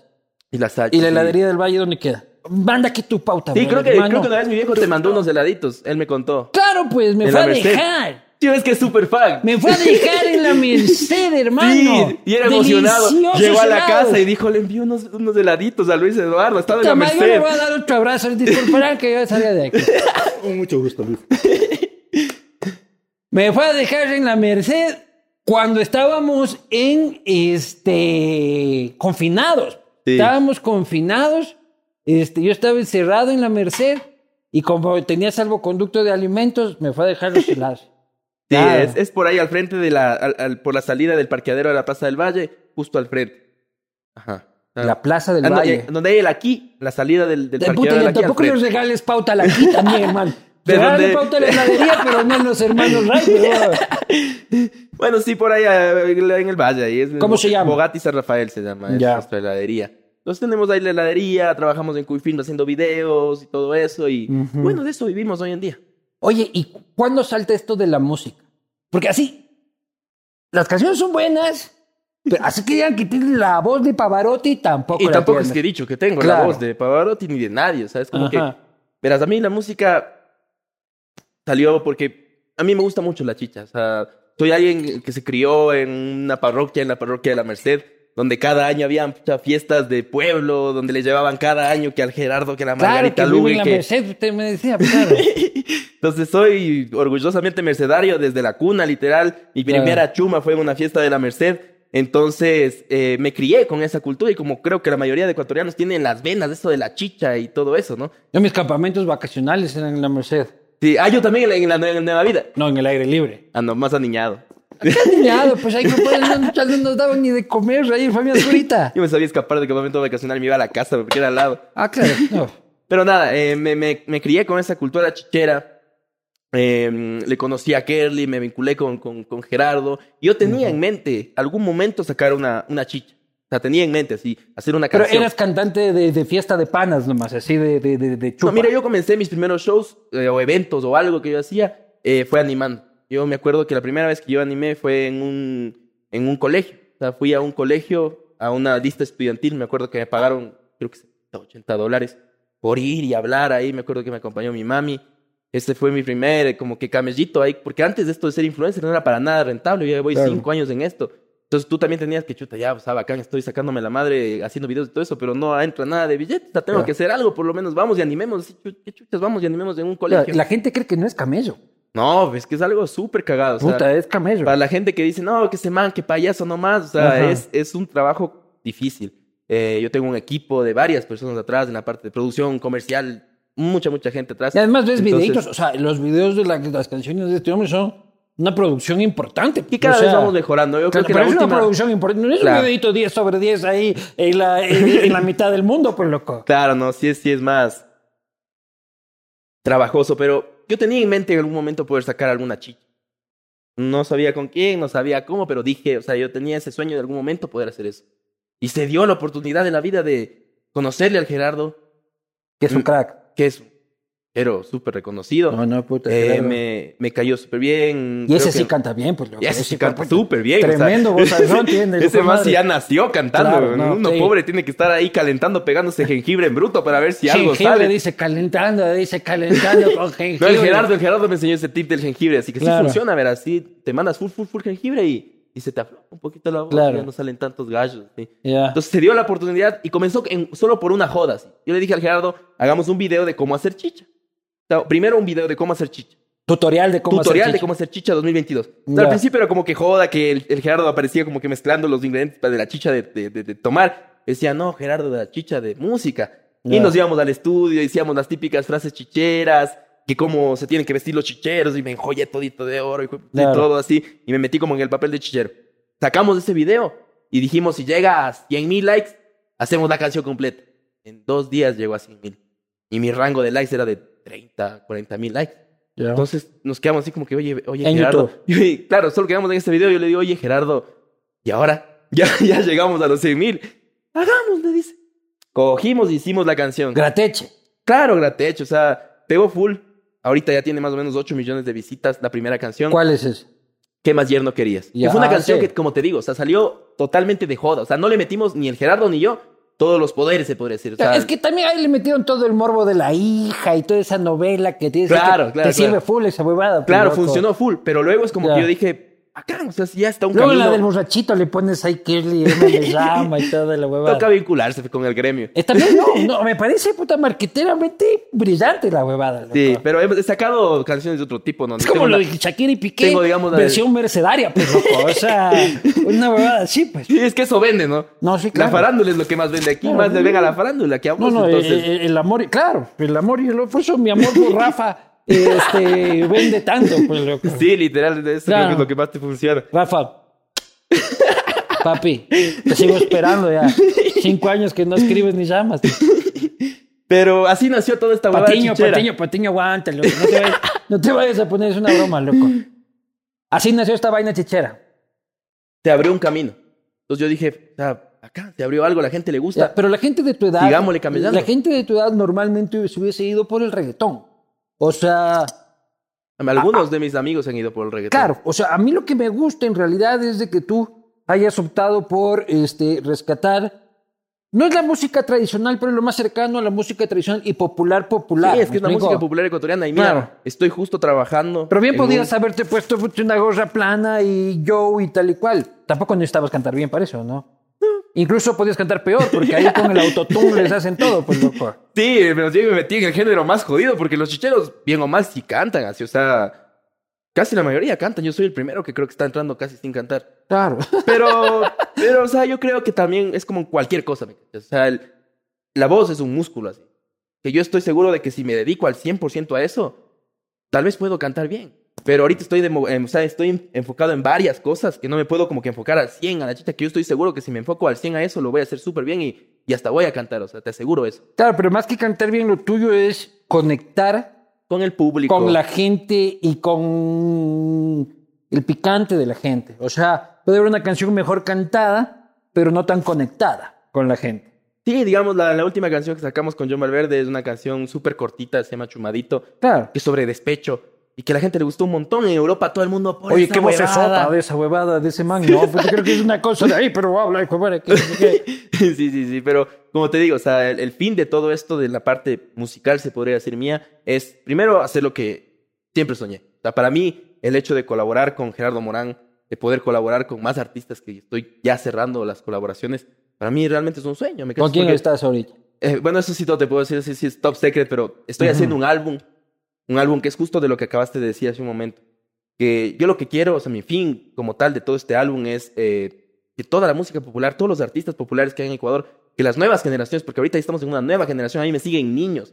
Speaker 2: Y la salsa.
Speaker 1: ¿Y la
Speaker 2: sí.
Speaker 1: heladería del Valle dónde queda? Manda aquí tu pauta.
Speaker 2: Sí,
Speaker 1: bro,
Speaker 2: creo que,
Speaker 1: hermano.
Speaker 2: creo que una vez mi viejo te mandó unos heladitos. Él me contó.
Speaker 1: Claro, pues me
Speaker 2: En
Speaker 1: fue
Speaker 2: la
Speaker 1: a
Speaker 2: Merced.
Speaker 1: dejar.
Speaker 2: Sí, es que es súper fan.
Speaker 1: Me fue a dejar en la Merced, hermano.
Speaker 2: Sí, y era emocionado.
Speaker 1: Deliciosos
Speaker 2: Llegó a la
Speaker 1: helados.
Speaker 2: casa y dijo, le envió unos, unos heladitos a Luis Eduardo. Estaba en la
Speaker 1: Tamayo, yo le
Speaker 2: merced.
Speaker 1: voy a dar otro abrazo. Disculparán que yo salía de aquí.
Speaker 3: Con mucho gusto, Luis.
Speaker 1: Me fue a dejar en la Merced cuando estábamos en este confinados.
Speaker 2: Sí.
Speaker 1: Estábamos confinados. Este, yo estaba encerrado en la Merced y como tenía salvoconducto de alimentos, me fue a dejar los helados.
Speaker 2: Sí,
Speaker 1: Claro.
Speaker 2: es, es por ahí al frente de la... al- al- por la salida del parqueadero de la Plaza del Valle, justo al frente. Ajá. Ah.
Speaker 1: La plaza del
Speaker 2: Ah, no,
Speaker 1: Valle.
Speaker 2: eh, donde hay el aquí, la salida del, del
Speaker 1: De puta,
Speaker 2: parqueadero del
Speaker 1: ya
Speaker 2: aquí al
Speaker 1: tampoco
Speaker 2: frente.
Speaker 1: les regales pauta a la aquí también, hermano.
Speaker 2: De
Speaker 1: Regales
Speaker 2: donde-
Speaker 1: pauta a la heladería, pero no a los hermanos Ray, pero-
Speaker 2: Bueno, sí, por ahí eh, en el valle. Ahí es,
Speaker 1: ¿Cómo se llama?
Speaker 2: Bogatti San Rafael se llama. Es
Speaker 1: Ya.
Speaker 2: nuestra heladería. Entonces tenemos ahí la heladería, trabajamos en Cuyfilm haciendo videos y todo eso. Y
Speaker 1: Ujú.
Speaker 2: bueno, de eso vivimos hoy en día.
Speaker 1: Oye, ¿y cuándo salta esto de la música? Porque así, las canciones son buenas, pero así que digan que tiene la voz de Pavarotti tampoco.
Speaker 2: Y
Speaker 1: la
Speaker 2: tampoco es
Speaker 1: tiene.
Speaker 2: que he dicho que tengo
Speaker 1: Claro.
Speaker 2: la voz de Pavarotti ni de nadie. O sea, es como
Speaker 1: Ajá.
Speaker 2: que. Verás, a mí la música salió porque a mí me gusta mucho la chicha. O sea, soy alguien que se crió en una parroquia, en la parroquia de la Merced, donde cada año había fiestas de pueblo, donde le llevaban cada año que al Gerardo, que a la
Speaker 1: Claro, que
Speaker 2: Margarita
Speaker 1: vive en
Speaker 2: Lugue,
Speaker 1: la
Speaker 2: que.
Speaker 1: Merced, usted me decía, claro.
Speaker 2: Entonces soy orgullosamente mercedario desde la cuna, literal. Mi
Speaker 1: Claro.
Speaker 2: primera chuma fue en una fiesta de la Merced. Entonces eh, me crié con esa cultura y como creo que la mayoría de ecuatorianos tienen las venas, eso de la chicha y todo eso, ¿no?
Speaker 1: Yo mis campamentos vacacionales eran en la Merced,
Speaker 2: Sí, ah, yo también en la, en la Nueva Vida.
Speaker 1: no en el aire libre.
Speaker 2: Ah, no, más aniñado.
Speaker 1: Niñado, pues ahí no, pueden- no, ya no nos daban ni de comer, ahí fue mi azurita.
Speaker 2: Yo me sabía escapar del campamento vacacional y me iba a la casa porque era al lado.
Speaker 1: Ah, claro, no.
Speaker 2: Pero nada, eh, me, me, me crié con esa cultura chichera. Eh, le conocí a Kerly, me vinculé con, con, con Gerardo. Yo tenía en mente algún momento sacar una, una chicha. O sea, tenía en mente así, hacer una
Speaker 1: Pero
Speaker 2: canción.
Speaker 1: eras cantante de, de fiesta de panas nomás, así de, de, de, de chupa.
Speaker 2: No, mira, yo comencé mis primeros shows eh, o eventos o algo que yo hacía, eh, fue animando. Yo me acuerdo que la primera vez que yo animé fue en un, en un colegio. O sea, fui a un colegio, a una lista estudiantil. Me acuerdo que me pagaron, creo que 70, 80 dólares por ir y hablar ahí. Me acuerdo que me acompañó mi mami. Ese fue mi primer, eh, como que camellito ahí. Porque antes de esto de ser influencer no era para nada rentable. Yo ya voy
Speaker 1: Claro.
Speaker 2: cinco años en esto. Entonces tú también tenías que, chuta, ya, o sea, bacán, estoy sacándome la madre eh, haciendo videos y todo eso, pero no entra nada de billetes. O sea, tengo
Speaker 1: Claro.
Speaker 2: que hacer algo, por lo menos vamos y animemos. así, chu- ¿Qué chuchas vamos y animemos en un
Speaker 1: la,
Speaker 2: colegio?
Speaker 1: la gente cree que no es camello.
Speaker 2: No, pues, es que es algo súper cagado. o sea,
Speaker 1: Puta, es camello.
Speaker 2: para la gente que dice, no, que se man, que payaso nomás. O sea,
Speaker 1: Ajá.
Speaker 2: es, es un trabajo difícil. Eh, yo tengo un equipo de varias personas atrás en la parte de producción, comercial, mucha, mucha gente atrás.
Speaker 1: Y además ves
Speaker 2: Entonces-
Speaker 1: videitos, o sea, los videos de la- las canciones de este hombre son una producción importante.
Speaker 2: Y cada
Speaker 1: o sea,
Speaker 2: vez vamos mejorando. Yo creo
Speaker 1: claro,
Speaker 2: que
Speaker 1: pero
Speaker 2: la
Speaker 1: es
Speaker 2: última...
Speaker 1: una producción importante, no es
Speaker 2: Claro.
Speaker 1: un videito 10 sobre 10 ahí en la, en, en la mitad del mundo, pues loco.
Speaker 2: Claro, no, sí es, sí es más trabajoso, pero yo tenía en mente en algún momento poder sacar alguna chicha. No sabía con quién, no sabía cómo, pero dije, o sea, yo tenía ese sueño de algún momento poder hacer eso. Y se dio la oportunidad en la vida de conocerle al Gerardo,
Speaker 1: Que es un
Speaker 2: Mm.
Speaker 1: crack.
Speaker 2: que es pero súper reconocido.
Speaker 1: No, no, puta.
Speaker 2: Eh,
Speaker 1: claro.
Speaker 2: me, me cayó súper bien.
Speaker 1: y ese
Speaker 2: creo
Speaker 1: sí
Speaker 2: que-
Speaker 1: canta bien, pues loco.
Speaker 2: y ese
Speaker 1: ese
Speaker 2: sí canta
Speaker 1: puta,
Speaker 2: súper bien. o sea,
Speaker 1: Tremendo vozarrón tiene.
Speaker 2: Ese
Speaker 1: loco,
Speaker 2: más
Speaker 1: madre.
Speaker 2: ya nació cantando.
Speaker 1: Claro,
Speaker 2: güey.
Speaker 1: no,
Speaker 2: Uno
Speaker 1: sí.
Speaker 2: pobre tiene que estar ahí calentando, pegándose jengibre en bruto para ver si algo
Speaker 1: Jengibre
Speaker 2: sale.
Speaker 1: dice calentando, dice calentando con
Speaker 2: No,
Speaker 1: jengibre.
Speaker 2: el Gerardo, el Gerardo me enseñó ese tip del jengibre, así que sí
Speaker 1: Claro.
Speaker 2: funciona, verás, sí, te mandas full, full, full jengibre y, y se te afloja un poquito la voz,
Speaker 1: Claro.
Speaker 2: ya no salen tantos gallos. ¿sí?
Speaker 1: Ya.
Speaker 2: Entonces se dio la oportunidad y comenzó en- solo por una joda. así. Yo le dije al Gerardo, hagamos un video de cómo hacer chicha. O sea, primero un video de cómo hacer chicha.
Speaker 1: Tutorial de cómo
Speaker 2: Tutorial
Speaker 1: hacer
Speaker 2: de
Speaker 1: chicha.
Speaker 2: cómo hacer chicha 2022. O sea,
Speaker 1: Ya.
Speaker 2: Al principio era como que joda, que el, el Gerardo aparecía como que mezclando los ingredientes para- de la chicha de, de- de- de tomar. Decía, no, Gerardo, de la chicha de música. Y
Speaker 1: Ya.
Speaker 2: nos íbamos al estudio, hacíamos las típicas frases chicheras, que cómo se tienen que vestir los chicheros, y me enjollé todito de oro y, fue- y
Speaker 1: Claro.
Speaker 2: todo así. Y me metí como en el papel de chichero. Sacamos ese video y dijimos, si llega a 100 mil likes, hacemos la canción completa. En dos días llegó a 100 mil. Y mi rango de likes era de 30, 40 mil likes. Entonces nos quedamos así como que, oye, oye,
Speaker 1: En
Speaker 2: Gerardo. Y, claro, solo quedamos en este video. Yo le digo, oye, Gerardo, ¿y ahora? Ya, ya llegamos a los 100 mil. Hagamos, le dice. Cogimos y hicimos la canción.
Speaker 1: Grateche.
Speaker 2: claro, Gratech, o sea, pegó full. Ahorita ya tiene más o menos 8 millones de visitas la primera canción.
Speaker 1: ¿Cuál es ese?
Speaker 2: ¿Qué más yerno querías?
Speaker 1: Ya,
Speaker 2: Y fue una
Speaker 1: ah,
Speaker 2: canción
Speaker 1: sí.
Speaker 2: que, como te digo, o sea, salió totalmente de joda. O sea, no le metimos ni el Gerardo ni yo todos los poderes, se podría decir. O sea,
Speaker 1: es que también ahí le metieron todo el morbo de la hija y toda esa novela que tienes.
Speaker 2: Claro,
Speaker 1: que
Speaker 2: claro,
Speaker 1: Te
Speaker 2: claro.
Speaker 1: sirve full esa huevada. pues,
Speaker 2: claro,
Speaker 1: loco.
Speaker 2: funcionó full, pero luego es como
Speaker 1: Ya.
Speaker 2: que yo dije, acá, o sea, si ya está un
Speaker 1: Luego en la del
Speaker 2: camino.
Speaker 1: borrachito le pones ahí Kirly, una de rama y toda la huevada.
Speaker 2: Toca vincularse con el gremio.
Speaker 1: Eh, también no, no, me parece puta marqueteramente brillante la huevada. loco.
Speaker 2: Sí, pero he he sacado canciones de otro tipo, ¿no?
Speaker 1: Es como
Speaker 2: Tengo
Speaker 1: lo de
Speaker 2: una-
Speaker 1: Shakira y Piqué,
Speaker 2: tengo, digamos, la de-
Speaker 1: versión mercedaria, pues, loco. O sea, una huevada así, pues.
Speaker 2: Sí, es que eso vende, ¿no?
Speaker 1: No, sí,
Speaker 2: La
Speaker 1: claro.
Speaker 2: farándula es lo que más vende aquí,
Speaker 1: Claro.
Speaker 2: más le ven a la farándula que a
Speaker 1: No,
Speaker 2: vos,
Speaker 1: no,
Speaker 2: pues, entonces.
Speaker 1: eh, eh, el amor, y- claro, el amor y el por eso mi amor por Rafa este, vende tanto, pues, loco.
Speaker 2: Sí, literal, eso
Speaker 1: Claro.
Speaker 2: creo que es lo que más te funciona.
Speaker 1: Rafa, papi, te sigo esperando ya. Cinco años que no escribes ni llamas.
Speaker 2: Pero así nació toda esta huevada
Speaker 1: Patiño,
Speaker 2: chichera.
Speaker 1: patiño, patiño, aguántalo. No te, vayas, no te vayas a poner, es una broma, loco. Así nació esta vaina chichera.
Speaker 2: Te abrió un camino. Entonces yo dije, o sea, acá se abrió algo, la gente le gusta.
Speaker 1: Ya, pero la gente de tu edad.
Speaker 2: Sigámosle camellando.
Speaker 1: La gente de tu edad normalmente se hubiese ido por el reggaetón. O sea,
Speaker 2: Algunos de mis amigos han ido por el reggaetón.
Speaker 1: ah, claro, o sea, a mí lo que me gusta en realidad es de que tú hayas optado por este rescatar. No es la música tradicional, pero es lo más cercano a la música tradicional y popular popular.
Speaker 2: Sí, es que
Speaker 1: ¿me
Speaker 2: es una
Speaker 1: explico?
Speaker 2: música popular ecuatoriana y mira,
Speaker 1: Claro.
Speaker 2: estoy justo trabajando.
Speaker 1: Pero bien
Speaker 2: en un-
Speaker 1: podías haberte puesto una gorra plana y yo y tal y cual. Tampoco necesitabas cantar bien para eso, ¿no? Incluso podías cantar peor, porque ahí con el autotune les hacen todo, pues loco.
Speaker 2: Sí, pero yo me metí en el género más jodido porque los chicheros, bien o mal, sí cantan así, o sea, casi la mayoría cantan. Yo soy el primero que creo que está entrando casi sin cantar.
Speaker 1: Claro.
Speaker 2: Pero, pero, o sea, yo creo que también es como cualquier cosa. ¿me cachas? O sea, el- la voz es un músculo así. Que yo estoy seguro de que si me dedico al 100% a eso, tal vez puedo cantar bien. Pero ahorita estoy, de mo- em, o sea, estoy en- enfocado en varias cosas que no me puedo como que enfocar al 100 a la chicha. Que yo estoy seguro que si me enfoco al 100 a eso, lo voy a hacer súper bien y, y hasta voy a cantar. O sea, te aseguro eso.
Speaker 1: Claro, pero más que cantar bien, lo tuyo es conectar
Speaker 2: Con el público.
Speaker 1: con la gente y con el picante de la gente. O sea, puede haber una canción mejor cantada, pero no tan conectada con la gente.
Speaker 2: Sí, digamos, la, la última canción que sacamos con John Valverde es una canción súper cortita, se llama Chumadito.
Speaker 1: Claro.
Speaker 2: que es sobre despecho y que a la gente le gustó un montón en Europa todo el mundo por
Speaker 1: Oye,
Speaker 2: esa
Speaker 1: qué vocesota
Speaker 2: huevada.
Speaker 1: de esa huevada de ese man. No, pues yo creo que es una cosa de ahí, pero habla, hijo de madre, que no sé qué.
Speaker 2: sí sí sí pero como te digo o sea el, el fin de todo esto de la parte musical se podría decir mía es primero hacer lo que siempre soñé o sea para mí el hecho de colaborar con Gerardo Morán de poder colaborar con más artistas que estoy ya cerrando las colaboraciones para mí realmente es un sueño me
Speaker 1: ¿Con
Speaker 2: cachas?
Speaker 1: quién
Speaker 2: Porque-
Speaker 1: estás ahorita?
Speaker 2: Eh, bueno, eso sí todo te puedo decir, sí, sí, es top secret, pero estoy
Speaker 1: Ujú.
Speaker 2: haciendo un álbum. Un álbum que es justo de lo que acabaste de decir hace un momento. Que yo lo que quiero, o sea, mi fin como tal de todo este álbum es eh, que toda la música popular, todos los artistas populares que hay en Ecuador, que las nuevas generaciones, porque ahorita estamos en una nueva generación, a mí me siguen niños,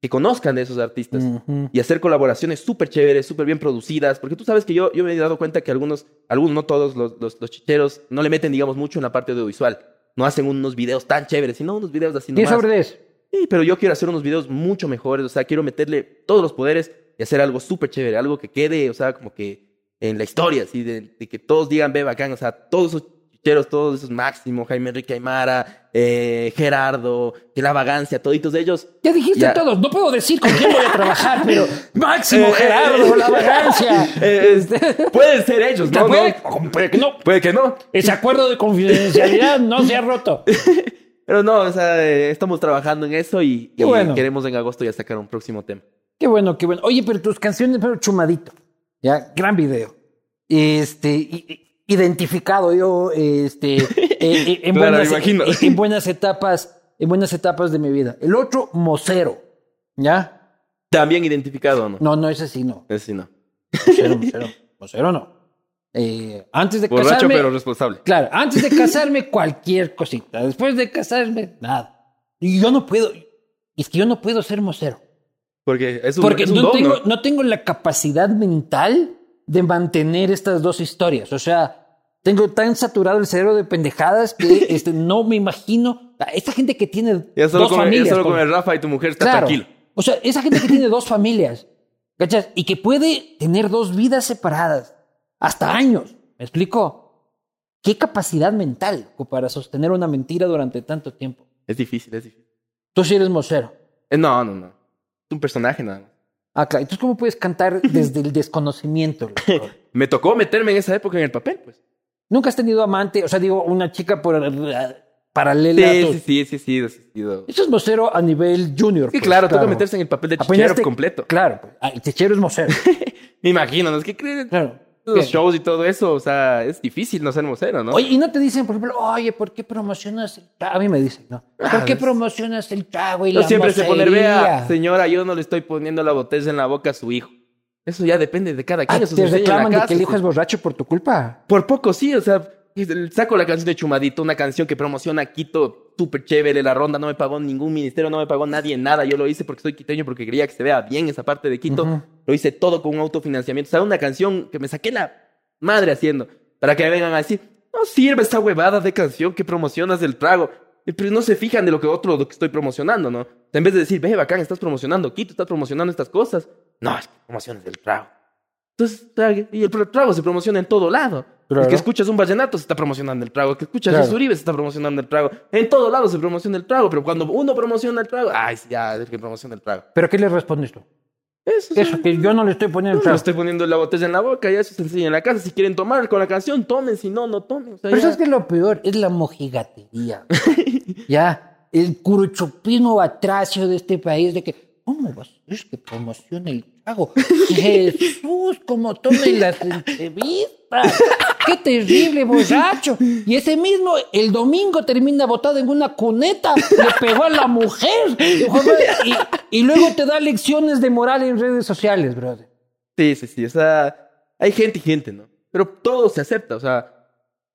Speaker 2: que conozcan de esos artistas
Speaker 1: Ujú.
Speaker 2: y hacer colaboraciones súper chéveres, súper bien producidas, porque tú sabes que yo, yo me he dado cuenta que algunos, algunos, no todos los, los, los chicheros, no le meten, digamos, mucho en la parte audiovisual. No hacen unos videos tan chéveres, sino unos videos así
Speaker 1: ¿Qué
Speaker 2: nomás.
Speaker 1: sobre de eso?
Speaker 2: Sí, pero yo quiero hacer unos videos mucho mejores, o sea, quiero meterle todos los poderes y hacer algo súper chévere, algo que quede, o sea, como que en la historia, así, de, de que todos digan, ve bacán, o sea, todos esos chicheros, todos esos Máximo, Jaime Enrique Aymara, eh, Gerardo, que la vagancia, toditos ellos.
Speaker 1: Ya dijiste
Speaker 2: Ya.
Speaker 1: todos, no puedo decir con quién voy a trabajar, pero Máximo
Speaker 2: Eh, eh,
Speaker 1: Gerardo,
Speaker 2: eh,
Speaker 1: la vagancia.
Speaker 2: Eh, este, pueden ser ellos,
Speaker 1: Ya
Speaker 2: ¿no?
Speaker 1: puede-
Speaker 2: No,
Speaker 1: o puede que no.
Speaker 2: Puede que no.
Speaker 1: Ese acuerdo de confidencialidad no se ha roto.
Speaker 2: Pero no, o sea, eh, estamos trabajando en eso y,
Speaker 1: Qué
Speaker 2: y
Speaker 1: bueno.
Speaker 2: queremos en agosto ya sacar un próximo tema.
Speaker 1: Qué bueno, qué bueno. Oye, pero tus canciones, pero chumadito. Ya, gran video. Este, i- i- identificado yo, este, eh, eh, en,
Speaker 2: Claro, me
Speaker 1: buenas,
Speaker 2: imagino.
Speaker 1: eh, en buenas etapas, en buenas etapas de mi vida. El otro, mocero. ¿Ya?
Speaker 2: También identificado, ¿no?
Speaker 1: No, no es así, no.
Speaker 2: Ese sí, no.
Speaker 1: Mocero, mocero. Mocero no. Eh, antes de
Speaker 2: Borracho,
Speaker 1: casarme.
Speaker 2: pero responsable.
Speaker 1: Claro, antes de casarme, cualquier cosita. Después de casarme, nada. Y yo no puedo. Es que yo no puedo ser mocero.
Speaker 2: Porque es un,
Speaker 1: Porque
Speaker 2: es un
Speaker 1: no,
Speaker 2: don,
Speaker 1: tengo,
Speaker 2: ¿no?
Speaker 1: no tengo la capacidad mental de mantener estas dos historias. O sea, tengo tan saturado el cerebro de pendejadas que este, no me imagino Esta gente que tiene
Speaker 2: Ya solo,
Speaker 1: dos
Speaker 2: con, ya
Speaker 1: familias.
Speaker 2: solo
Speaker 1: con-
Speaker 2: con el Rafa y tu mujer está
Speaker 1: Claro.
Speaker 2: tranquilo.
Speaker 1: O sea, esa gente que tiene dos familias, ¿cachas? Y que puede tener dos vidas separadas, hasta años. ¿Me explico? ¿Qué capacidad mental para sostener una mentira durante tanto tiempo?
Speaker 2: Es difícil, es difícil.
Speaker 1: Tú sí eres mocero.
Speaker 2: Eh, no, no, no. Es un personaje nada más.
Speaker 1: Ah, claro. Entonces, ¿cómo puedes cantar desde el desconocimiento? loco?
Speaker 2: Me tocó meterme en esa época en el papel, pues.
Speaker 1: Nunca has tenido amante, o sea, digo, una chica por, eh, paralela a
Speaker 2: Sí,
Speaker 1: tus-
Speaker 2: sí, sí, sí, sí, sí, sí, sí.
Speaker 1: Eso es mocero a nivel junior.
Speaker 2: Sí,
Speaker 1: pues,
Speaker 2: claro, toca meterse en el papel de
Speaker 1: Apenas
Speaker 2: chichero
Speaker 1: te-
Speaker 2: completo.
Speaker 1: Claro, pues, ah, el chichero es mocero.
Speaker 2: Me imagino, ¿no? Es que creen
Speaker 1: Claro.
Speaker 2: los
Speaker 1: Bien.
Speaker 2: shows y todo eso, o sea, es difícil no ser mocero, ¿no?
Speaker 1: Oye, y no te dicen, por ejemplo, oye, ¿por qué promocionas el trago? A mí me dicen, ¿no? ¿Por qué promocionas el trago y
Speaker 2: no
Speaker 1: la
Speaker 2: Ah, siempre se pone,
Speaker 1: mocería?
Speaker 2: vea, señora, yo no le estoy poniendo la botella en la boca a su hijo. Eso ya depende de cada
Speaker 1: Ah,
Speaker 2: quien. eso se
Speaker 1: te
Speaker 2: enseña en la
Speaker 1: reclaman de
Speaker 2: casa,
Speaker 1: que el hijo
Speaker 2: sí.
Speaker 1: es borracho por tu culpa.
Speaker 2: Por poco, sí, o sea, saco la canción de Chumadito, una canción que promociona Quito, súper chévere, la ronda no me pagó ningún ministerio, no me pagó nadie nada, yo lo hice porque soy quiteño, porque quería que se vea bien esa parte de Quito,
Speaker 1: Ujú.
Speaker 2: lo hice todo con un autofinanciamiento, o sea, una canción que me saqué la madre haciendo, para que me vengan a decir, no sirve esa huevada de canción que promocionas del trago, Y pero no se fijan de lo que otro, lo que estoy promocionando, ¿no? O sea, en vez de decir, ve, bacán, estás promocionando Quito, estás promocionando estas cosas, no, es que promocionas del trago. Entonces, tra- y el pro- trago se promociona en todo lado.
Speaker 1: Claro.
Speaker 2: El que escuchas un vallenato se está promocionando el trago. El que escuchas
Speaker 1: Claro.
Speaker 2: a Uribe se está promocionando el trago. En todo lado se promociona el trago, pero cuando uno promociona el trago, ay, sí, ya, el que promociona el trago.
Speaker 1: ¿Pero qué le respondes tú?
Speaker 2: Eso, sí.
Speaker 1: Eso, que yo no le estoy poniendo el
Speaker 2: Yo no
Speaker 1: trago.
Speaker 2: estoy poniendo la botella en la boca, ya eso se enseña en la casa. Si quieren tomar con la canción, tomen, si no, no tomen. O sea,
Speaker 1: Pero
Speaker 2: ya-
Speaker 1: ¿sabes qué es lo peor? Es la mojigatería. ya, el curuchupismo batracio de este país de que, ¿cómo vas a hacer que promocione el trago? Jesús, cómo tomen las entrevistas. Qué terrible borracho. Y ese mismo, el domingo termina botado en una cuneta, le pegó a la mujer. Y, y luego te da lecciones de moral en redes sociales, brother.
Speaker 2: Sí, sí, sí. O sea, hay gente y gente, ¿no? Pero todo se acepta. O sea,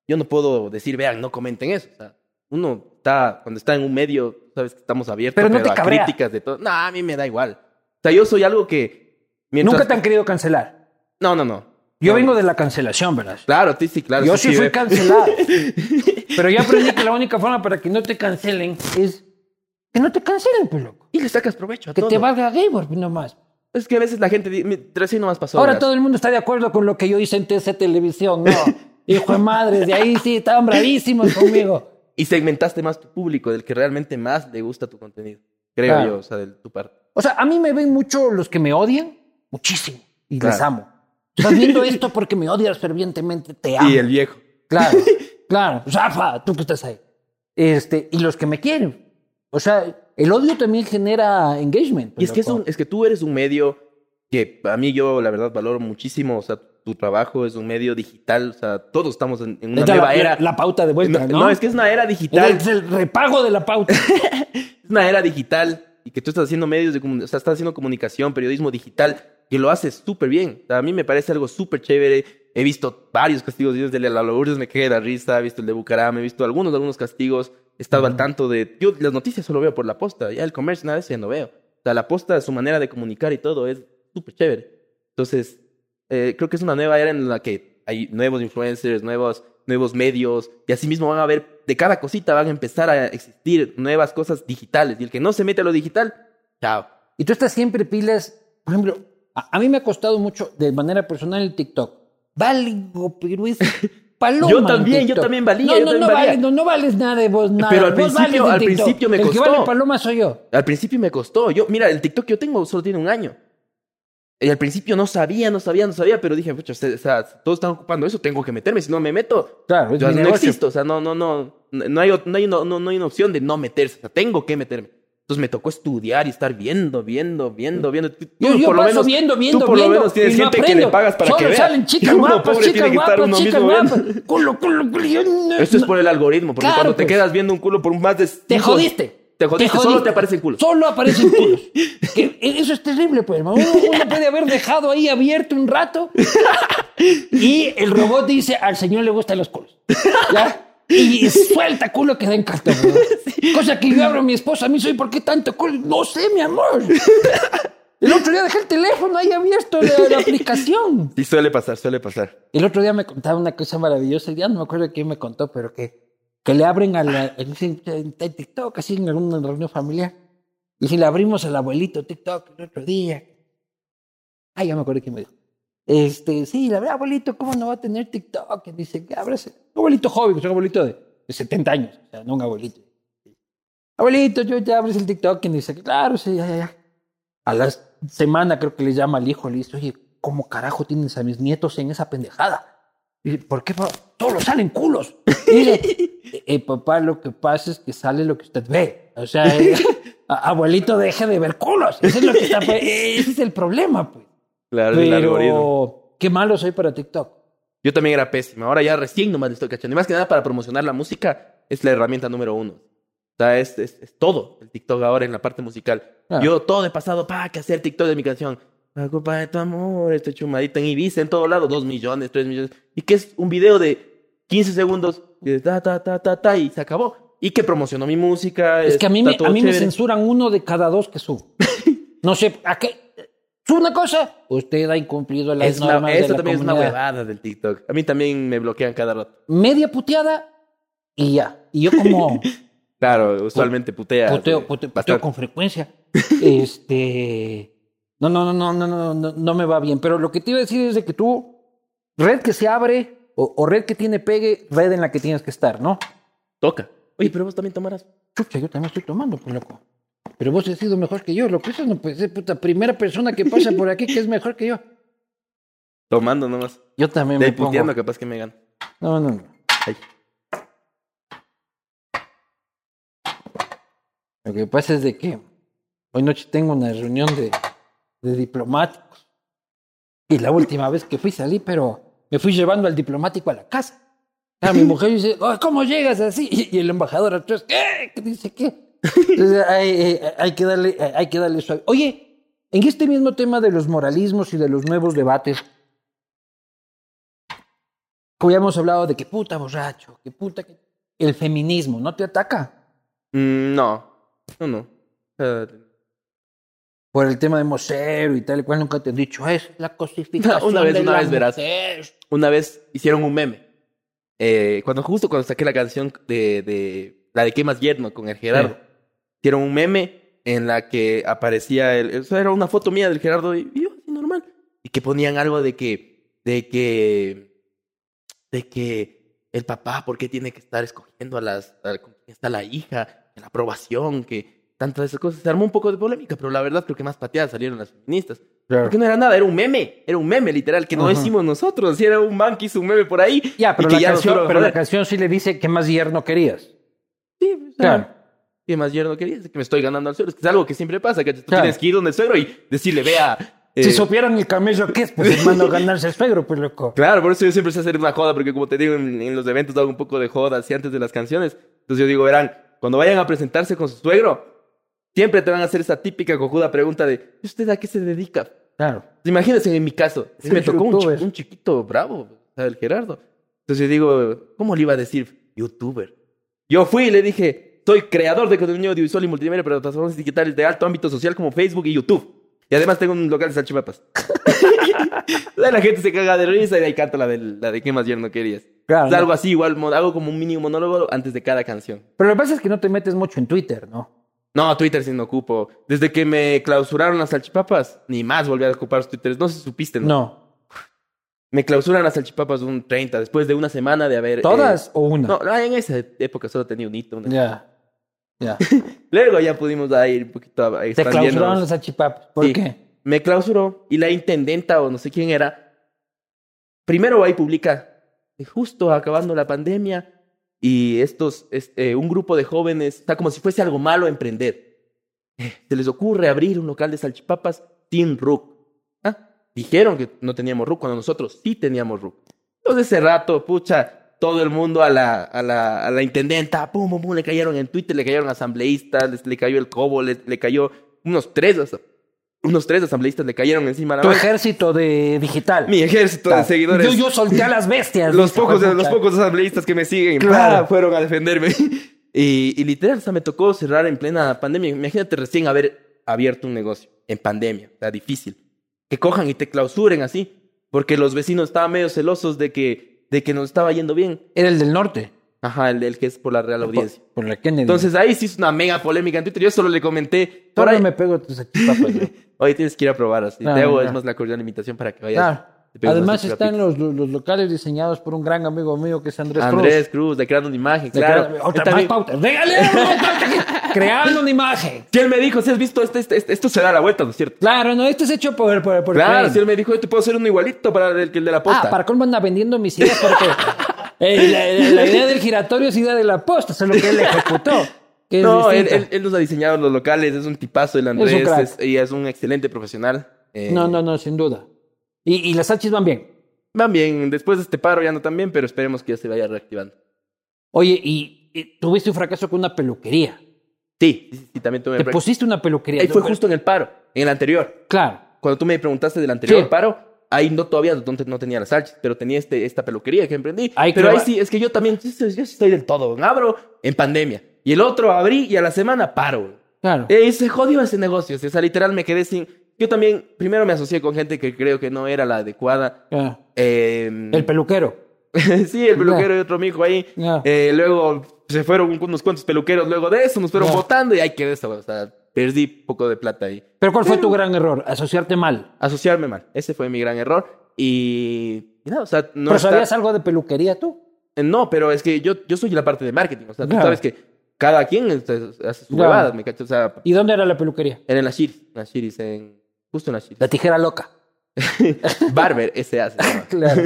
Speaker 2: yo no puedo decir, vean, no comenten eso. O sea, uno está, cuando está en un medio, sabes que estamos abiertos
Speaker 1: Pero no te
Speaker 2: a
Speaker 1: cabrea.
Speaker 2: críticas de todo. No, a mí me da igual. O sea, yo soy algo que. mientras-
Speaker 1: Nunca te han querido cancelar.
Speaker 2: No, no, no.
Speaker 1: Yo
Speaker 2: No,
Speaker 1: vengo de la cancelación, ¿verdad?
Speaker 2: Claro, sí, sí, claro.
Speaker 1: Yo
Speaker 2: sí,
Speaker 1: sí
Speaker 2: sí,
Speaker 1: fui
Speaker 2: ve.
Speaker 1: cancelado. Pero ya aprendí que la única forma para que no te cancelen es que no te cancelen, pues loco.
Speaker 2: Y le sacas provecho a
Speaker 1: Que
Speaker 2: todo.
Speaker 1: te valga Gaybor nomás.
Speaker 2: Es que a veces la gente. di- mi- Recién nomás pasó.
Speaker 1: Ahora
Speaker 2: verás.
Speaker 1: todo el mundo está de acuerdo con lo que yo hice en TC Televisión, ¿no? Hijo de madre, de ahí sí, estaban bravísimos conmigo.
Speaker 2: Y segmentaste más tu público, del que realmente más le gusta tu contenido. Creo
Speaker 1: Claro.
Speaker 2: yo, o sea, de tu parte.
Speaker 1: O sea, a mí me ven mucho los que me odian, muchísimo, y les
Speaker 2: Claro.
Speaker 1: amo. Estás viendo esto porque me odias fervientemente, te amo.
Speaker 2: Y el viejo.
Speaker 1: Claro, claro. Rafa, tú que estás ahí. Este, y los que me quieren. O sea, el odio también genera engagement.
Speaker 2: Y es que, es,
Speaker 1: loco.
Speaker 2: un- es que tú eres un medio que a mí yo, la verdad, valoro muchísimo. O sea, tu trabajo es un medio digital. O sea, todos estamos en, en una
Speaker 1: Es la,
Speaker 2: nueva
Speaker 1: la-
Speaker 2: era. Pues,
Speaker 1: la pauta de vuelta,
Speaker 2: no,
Speaker 1: ¿no?
Speaker 2: no, es que es una era
Speaker 1: Es
Speaker 2: digital.
Speaker 1: el, es el repago de la pauta.
Speaker 2: Es una era digital y que tú estás haciendo medios de comunicación, o sea, estás haciendo comunicación, periodismo digital, que lo haces súper bien. O sea, a mí me parece algo súper chévere. He visto varios castigos de Dios, de la Lourdes me cagué de la risa, he visto el de Bucaram, he visto algunos, algunos castigos. He estado al tanto de... Yo las noticias solo veo por la posta, ya el comercio nada de eso ya no veo. O sea, la posta, su manera de comunicar y todo es súper chévere. Entonces, eh, creo que es una nueva era en la que hay nuevos influencers, nuevos, nuevos medios, y así mismo van a haber, de cada cosita van a empezar a existir nuevas cosas digitales. Y el que no se mete a lo digital, chao.
Speaker 1: y tú estás siempre pilas. Por ejemplo, a, a mí me ha costado mucho de manera personal el TikTok. Valgo, pero es paloma.
Speaker 2: Yo
Speaker 1: en
Speaker 2: también, yo
Speaker 1: TikTok.
Speaker 2: también valía,
Speaker 1: No,
Speaker 2: yo
Speaker 1: no,
Speaker 2: también
Speaker 1: no,
Speaker 2: valía.
Speaker 1: vales, no, no vales nada de vos, nada.
Speaker 2: Pero al
Speaker 1: Vos
Speaker 2: principio-
Speaker 1: vales en
Speaker 2: al
Speaker 1: TikTok.
Speaker 2: principio me
Speaker 1: el
Speaker 2: costó.
Speaker 1: que vale paloma soy yo.
Speaker 2: Al principio me costó. Yo, mira, el TikTok que yo tengo solo tiene un año. Y al principio no sabía, no sabía, no sabía, pero dije, pucha, o sea, todos están ocupando eso, tengo que meterme, si no me meto,
Speaker 1: Claro, es
Speaker 2: Yo
Speaker 1: mi
Speaker 2: no
Speaker 1: negocio.
Speaker 2: existo, o sea, no, no, no, no hay, ot- no, hay, no, no- no hay una opción de no meterse, o sea, tengo que meterme. Entonces me tocó estudiar y estar viendo, viendo, viendo, viendo. Tú,
Speaker 1: Yo, yo paso viendo, viendo,
Speaker 2: tú por
Speaker 1: viendo.
Speaker 2: lo menos tienes
Speaker 1: y no
Speaker 2: gente que
Speaker 1: aprendo.
Speaker 2: le pagas para
Speaker 1: Solo
Speaker 2: que vea.
Speaker 1: salen chicas
Speaker 2: Y uno
Speaker 1: guapas,
Speaker 2: pobre
Speaker 1: chicas
Speaker 2: tiene que estar
Speaker 1: guapas,
Speaker 2: uno
Speaker 1: chicas
Speaker 2: mismo viendo.
Speaker 1: guapas. Culo, culo, culo. yo no-
Speaker 2: Esto es
Speaker 1: no-
Speaker 2: por el algoritmo, porque
Speaker 1: Claro,
Speaker 2: cuando te
Speaker 1: pues.
Speaker 2: quedas viendo un culo por un más de...
Speaker 1: Te
Speaker 2: cinco-
Speaker 1: jodiste.
Speaker 2: Te jodiste, solo te aparecen culos.
Speaker 1: Solo aparecen culos. Que eso es terrible, pues, hermano. Uno, uno puede haber dejado ahí abierto un rato y el robot dice, al señor le gustan los culos. ¿Ya? Y suelta culo que da en cartón. ¿no? Cosa que yo abro a mi esposa, a mí soy, ¿por qué tanto culo? No sé, mi amor. El otro día dejé el teléfono ahí abierto, la- la aplicación.
Speaker 2: Sí, suele pasar, suele pasar.
Speaker 1: El otro día me contaba una cosa maravillosa, ya no me acuerdo quién me contó, pero que que le abren a la. dicen, En TikTok, así en alguna reunión familiar. Y si le abrimos al abuelito TikTok el otro día. Ay, ya me acuerdo quién me dijo. Este, sí, la verdad, abuelito, ¿cómo no va a tener TikTok? Y dice, que ábrase. Un abuelito joven, pues un abuelito de, de 70 años, o sea, no un abuelito. Abuelito, yo ya abres el TikTok. Y dice, claro, sí, ya, ya, ya. A la semana creo que le llama al hijo, le dice, oye, ¿cómo carajo tienes a mis nietos en esa pendejada? Y dice, ¿por qué? pa- Todos los salen culos. Y dice, "Eh, eh, papá, lo que pasa es que sale lo que usted ve. O sea, eh, a- abuelito, deje de ver culos. Ese es, lo que está, pues, ese es el problema, pues.
Speaker 2: Claro, el algoritmo.
Speaker 1: Pero qué malo soy para TikTok.
Speaker 2: Yo también era pésimo. Ahora ya recién nomás le estoy cachando. Y más que nada para promocionar la música es la herramienta número uno. O sea, es, es- es todo el TikTok ahora en la parte musical.
Speaker 1: Claro.
Speaker 2: Yo todo he pasado para que hacer TikTok de mi canción. La culpa de tu amor, estoy chumadito en Ibiza, en todo lado, dos millones, tres millones. Y que es un video de 15 segundos, y de ta, ta, ta, ta, ta, y se acabó. Y que promocionó mi música.
Speaker 1: Es que a mí, me,
Speaker 2: está todo
Speaker 1: a mí me
Speaker 2: chévere.
Speaker 1: censuran uno de cada dos que subo. No sé, ¿a qué? Subo una cosa, usted ha incumplido las
Speaker 2: Es
Speaker 1: normas
Speaker 2: una-
Speaker 1: de
Speaker 2: Esto
Speaker 1: la
Speaker 2: también es una
Speaker 1: comunidad.
Speaker 2: huevada del TikTok. A mí también me bloquean cada rato.
Speaker 1: Media puteada y ya. Y yo como
Speaker 2: Claro, usualmente putea.
Speaker 1: puteo, puteo, puteo
Speaker 2: bastante.
Speaker 1: con frecuencia. Este... No, no, no, no, no, no, no, no me va bien. Pero lo que te iba a decir es de que tú, red que se abre o, o red que tiene pegue, red en la que tienes que estar, ¿no?
Speaker 2: Toca. Oye, pero vos también tomarás.
Speaker 1: Chucha, yo también estoy tomando, pues loco. Pero vos has sido mejor que yo, loco. Eso no puede ser, puta. Primera persona que pasa por aquí que es mejor que yo.
Speaker 2: Tomando nomás.
Speaker 1: Yo también
Speaker 2: De ahí
Speaker 1: me pongo.
Speaker 2: puteando, capaz que me gano.
Speaker 1: No, no, no.
Speaker 2: Ay.
Speaker 1: Lo que pasa es de que hoy noche tengo una reunión de, de diplomáticos. Y la última vez que fui salí, pero me fui llevando al diplomático a la casa. A mi mujer dice, "Ay, ¿cómo llegas así? Y, y el embajador atrás, ¿qué? ¿Qué dice qué? Entonces, hay, eh, hay que darle, eh, hay que darle suave. Oye, en este mismo tema de los moralismos y de los nuevos debates, como ya hemos hablado de que puta borracho, que puta que... El feminismo no te ataca
Speaker 2: Mm, no. No, no. Eh,
Speaker 1: por el tema de Mosero y tal y cual. Nunca te han dicho, es la cosificación
Speaker 2: Una vez,
Speaker 1: de
Speaker 2: una
Speaker 1: la
Speaker 2: vez verás.
Speaker 1: mujer".
Speaker 2: una vez hicieron un meme. Eh, cuando justo cuando saqué la canción de, de la de qué más yerno con el Gerardo.
Speaker 1: Sí.
Speaker 2: Hicieron un meme en la que aparecía el, o sea, era una foto mía del Gerardo y y yo así normal. Y que ponían algo de que de que de que el papá por qué tiene que estar escogiendo a las a- con quién está la hija, la aprobación, que tantas esas cosas. Se armó un poco de polémica, pero la verdad creo que más pateadas salieron las feministas. Porque no era nada, era un meme, era un meme literal que no
Speaker 1: Ajá.
Speaker 2: hicimos nosotros, si era un man que hizo un meme por ahí.
Speaker 1: Ya, pero,
Speaker 2: y que
Speaker 1: la,
Speaker 2: ya
Speaker 1: canción,
Speaker 2: nosotros-
Speaker 1: pero la canción sí le dice que más yerno querías.
Speaker 2: Sí, o sea,
Speaker 1: Claro.
Speaker 2: ¿Qué más yerno querías? Es que me estoy ganando al suegro. Es que es algo que siempre pasa, que tú
Speaker 1: Claro.
Speaker 2: tienes que ir donde el suegro y decirle, vea. eh,
Speaker 1: Si supieran el camello que es, pues hermano, ganarse el suegro, pues loco.
Speaker 2: Claro, por eso yo siempre sé hacer una joda, porque como te digo, en, en los eventos hago un poco de joda así antes de las canciones. Entonces yo digo, verán, cuando vayan a presentarse con su suegro, siempre te van a hacer esa típica cojuda pregunta de, ¿usted a qué se dedica?
Speaker 1: Claro.
Speaker 2: Imagínense en mi caso,
Speaker 1: Sí,
Speaker 2: me tocó un, chi-
Speaker 1: youtuber.
Speaker 2: un chiquito bravo, o sea, el Gerardo. Entonces yo digo, ¿cómo le iba a decir youtuber? Yo fui y le dije, soy creador de contenido audiovisual y multimedia para plataformas digitales de alto ámbito social como Facebook y YouTube. Y además tengo un local de salchipapas. O sea, la gente se caga de risa y de ahí canto la de, la de qué más yerno querías.
Speaker 1: Claro,
Speaker 2: O sea,
Speaker 1: ¿no?
Speaker 2: algo así, igual mo- hago como un mini monólogo antes de cada canción.
Speaker 1: Pero lo que pasa es que no te metes mucho en Twitter, ¿no?
Speaker 2: No, Twitter sí no ocupo. Desde que me clausuraron las salchipapas, ni más volví a ocupar los Twitter. No sé si supiste, ¿no?
Speaker 1: No.
Speaker 2: Me clausuran las salchipapas un 30, después de una semana de haber... eh,
Speaker 1: ¿Todas o una?
Speaker 2: no, no, en esa época solo tenía un hito. una-
Speaker 1: Ya. Ya.
Speaker 2: Luego ya pudimos ahí ir un poquito a-
Speaker 1: Te
Speaker 2: expandiéndonos.
Speaker 1: clausuraron los achipapas. ¿Por
Speaker 2: Sí.
Speaker 1: qué?
Speaker 2: Me clausuró y la intendenta o no sé quién era, primero ahí publica, que justo acabando la pandemia y estos, es- eh, un grupo de jóvenes, está como si fuese algo malo emprender. Eh, Se les ocurre abrir un local de salchipapas sin RUC. Ah, Dijeron que no teníamos RUC cuando nosotros sí teníamos RUC. Entonces ese rato, pucha, todo el mundo a la, a la, a la intendenta, pum, pum, pum, le cayeron en Twitter, le cayeron asambleístas, les- le cayó el cobo, le, le cayó unos tres, asa- unos tres asambleístas le cayeron encima a la
Speaker 1: Tu
Speaker 2: mano.
Speaker 1: ejército de digital.
Speaker 2: Mi ejército de seguidores.
Speaker 1: Yo, yo solté a las bestias.
Speaker 2: los
Speaker 1: dice,
Speaker 2: pocos,
Speaker 1: "Juepucha".
Speaker 2: los pocos asambleístas que me siguen
Speaker 1: Claro.
Speaker 2: pa, fueron a defenderme. Y, y literal, o sea, me tocó cerrar en plena pandemia. Imagínate recién haber abierto un negocio en pandemia. Está difícil. Que cojan y te clausuren así. Porque los vecinos estaban medio celosos de que, de que nos estaba yendo bien.
Speaker 1: Era el del norte.
Speaker 2: Ajá, el, el que es por la Real Audiencia.
Speaker 1: Por, por la Kennedy.
Speaker 2: Entonces ahí sí es una mega polémica en Twitter. Yo solo le comenté.
Speaker 1: Tú ahora
Speaker 2: Ahora,
Speaker 1: me pego tus salchipapas, güey.
Speaker 2: hoy tienes que ir a probar así.
Speaker 1: No,
Speaker 2: te hago,
Speaker 1: no.
Speaker 2: es más, la cordial invitación para que vayas.
Speaker 1: Claro.
Speaker 2: Te pido
Speaker 1: Ah, Además
Speaker 2: unas
Speaker 1: están
Speaker 2: papitas.
Speaker 1: los, los- los locales diseñados por un gran amigo mío que es Andrés,
Speaker 2: Andrés Cruz, de creando una imagen,
Speaker 1: Cruz.
Speaker 2: claro.
Speaker 1: De-
Speaker 2: Él
Speaker 1: Otra
Speaker 2: también-
Speaker 1: más pauta. Regalemos una pauta. Creando una imagen.
Speaker 2: si él me dijo, si has visto, este, este- este- esto se da la vuelta, ¿no es cierto?
Speaker 1: Claro, no, este es hecho por... por, por
Speaker 2: Claro,
Speaker 1: Crane.
Speaker 2: si él me dijo, yo te puedo hacer uno igualito para el, que el de la posta.
Speaker 1: Ah, para colmo anda vendiendo mis ideas porque eh, la, la- la idea del giratorio es idea de la posta, eso es lo que él ejecutó. que es
Speaker 2: No, él,
Speaker 1: distinto.
Speaker 2: él- él nos ha diseñado los locales, es un tipazo el Andrés,
Speaker 1: crack.
Speaker 2: es- y es un excelente profesional. Eh,
Speaker 1: No, no, no, sin duda. Y, y las salchis van bien.
Speaker 2: Van bien, después de este paro ya no tan bien, pero esperemos que ya se vaya reactivando.
Speaker 1: Oye, y, y tuviste un fracaso con una peluquería.
Speaker 2: Sí, sí, sí, también tuve
Speaker 1: Te
Speaker 2: break.
Speaker 1: pusiste una peluquería.
Speaker 2: Ahí
Speaker 1: ¿no?
Speaker 2: fue justo en el paro, en el anterior.
Speaker 1: Claro.
Speaker 2: Cuando tú me preguntaste del anterior
Speaker 1: Sí.
Speaker 2: paro, ahí no todavía no, te- no tenía las salchis, pero tenía este, esta peluquería que emprendí.
Speaker 1: Ahí
Speaker 2: pero ahí
Speaker 1: creo-
Speaker 2: sí, es que yo también, yo, sí- yo sí estoy del todo. Abro en pandemia. Y el otro abrí y a la semana paro.
Speaker 1: Claro.
Speaker 2: Eh, se jodió ese negocio. O sea, literal me quedé sin. Yo también, primero me asocié con gente que creo que no era la adecuada.
Speaker 1: Ah,
Speaker 2: Eh,
Speaker 1: El peluquero.
Speaker 2: sí, el peluquero y otro mijo ahí.
Speaker 1: Ya.
Speaker 2: Eh, luego se fueron unos cuantos peluqueros luego de eso, nos fueron
Speaker 1: Ya.
Speaker 2: votando y ahí quedé esta, o sea, perdí poco de plata ahí.
Speaker 1: Pero ¿cuál fue tu gran error? Asociarte mal.
Speaker 2: Asociarme mal, ese fue mi gran error. Y, y nada, o sea, no
Speaker 1: ¿Pero
Speaker 2: está-
Speaker 1: sabías algo de peluquería tú?
Speaker 2: Eh, No, pero es que yo, yo soy la parte de marketing, o sea, tú
Speaker 1: Ya.
Speaker 2: sabes que cada quien este, hace su
Speaker 1: Ya.
Speaker 2: huevada, me cacho, o sea,
Speaker 1: ¿Y dónde era la peluquería?
Speaker 2: era en las Shiris, en las Shiris, en, justo en las Shiris.
Speaker 1: La tijera loca.
Speaker 2: Barber, ese hace.
Speaker 1: Claro.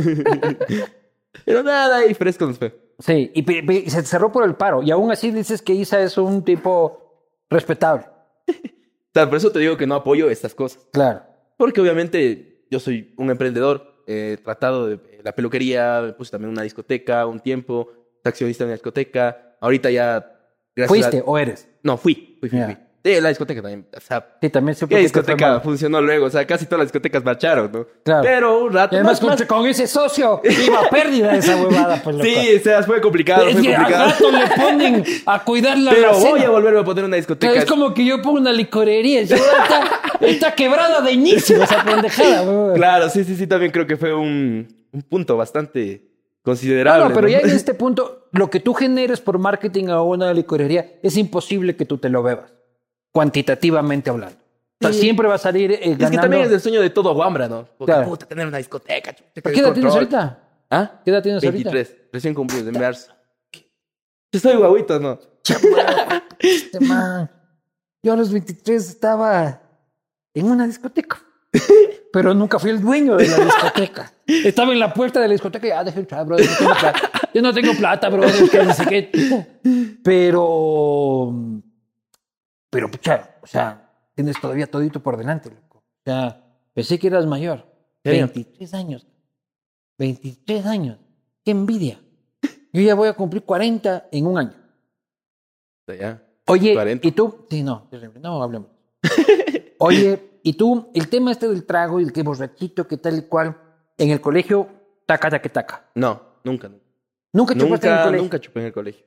Speaker 2: Pero nada, ahí fresco nos fue.
Speaker 1: Sí, y, pe- pe- y se cerró por el paro. Y aún así dices que Isa es un tipo respetable.
Speaker 2: O sea, por eso te digo que no apoyo estas cosas.
Speaker 1: Claro.
Speaker 2: Porque obviamente yo soy un emprendedor, eh, tratado de la peluquería, me puse también una discoteca un tiempo, accionista de una discoteca. Ahorita ya. gracias
Speaker 1: ¿Fuiste
Speaker 2: a-
Speaker 1: o eres?
Speaker 2: No, fui, fui, fui.
Speaker 1: Ya.
Speaker 2: fui. Sí, la discoteca también. O sea,
Speaker 1: Sí, también supe
Speaker 2: ¿qué
Speaker 1: que te fue
Speaker 2: discoteca
Speaker 1: mal.
Speaker 2: funcionó luego? O sea, casi todas las discotecas marcharon, ¿no?
Speaker 1: Claro.
Speaker 2: Pero un
Speaker 1: Y
Speaker 2: rato.
Speaker 1: además
Speaker 2: Más,
Speaker 1: con,
Speaker 2: más-
Speaker 1: con ese socio iba a pérdida esa huevada. Pues, loco.
Speaker 2: Sí, o sea, fue complicado,
Speaker 1: Es
Speaker 2: fue
Speaker 1: que al
Speaker 2: complicado.
Speaker 1: rato le ponen a cuidar la
Speaker 2: Pero
Speaker 1: alacena.
Speaker 2: voy a volver a poner una
Speaker 1: Claro,
Speaker 2: discoteca.
Speaker 1: Es como que yo pongo una licorería. Yo, está, está quebrada de inicio esa pendejada. huevón.
Speaker 2: Claro, sí, sí, sí, también creo que fue un, un punto bastante
Speaker 1: Ah, No,
Speaker 2: considerable.
Speaker 1: no, pero
Speaker 2: ¿no?
Speaker 1: ya en este punto, lo que tú generes por marketing a una licorería es imposible que tú te lo bebas, cuantitativamente hablando. O sea,
Speaker 2: Sí.
Speaker 1: siempre va a salir eh, ganando.
Speaker 2: Es que también es el sueño de todo Guambra, ¿no? Porque
Speaker 1: Claro.
Speaker 2: puta, tener una discoteca. chuta,
Speaker 1: ¿Qué edad tienes
Speaker 2: control.
Speaker 1: ahorita?
Speaker 2: ¿Ah?
Speaker 1: ¿Qué edad tienes ahorita?
Speaker 2: 23, recién cumplido, en marzo. Yo soy guaguito, ¿no?
Speaker 1: Este man, Yo a los 23 estaba en una discoteca. Pero nunca fui el dueño de la discoteca. Estaba en la puerta de la discoteca y, ah, deja entrar, brother. no tengo plata. Yo no tengo plata, brother. Que no sé qué. Pero. Pero, pucha, o sea, tienes todavía todito por delante, loco. O sea, pensé que eras mayor.
Speaker 2: Serio.
Speaker 1: 23 años. 23 años. Qué envidia. Yo ya voy a cumplir 40 en un año.
Speaker 2: Ya.
Speaker 1: Oye,
Speaker 2: 40.
Speaker 1: ¿y tú? Sí, no, terrible. No, hablemos. Oye, ¿y tú? El tema este del trago y el que borrachito, que tal y cual. En el colegio, taca, taca, taca.
Speaker 2: No, nunca.
Speaker 1: Nunca chupaste en el
Speaker 2: Nunca,
Speaker 1: colegio.
Speaker 2: nunca chupé en el colegio.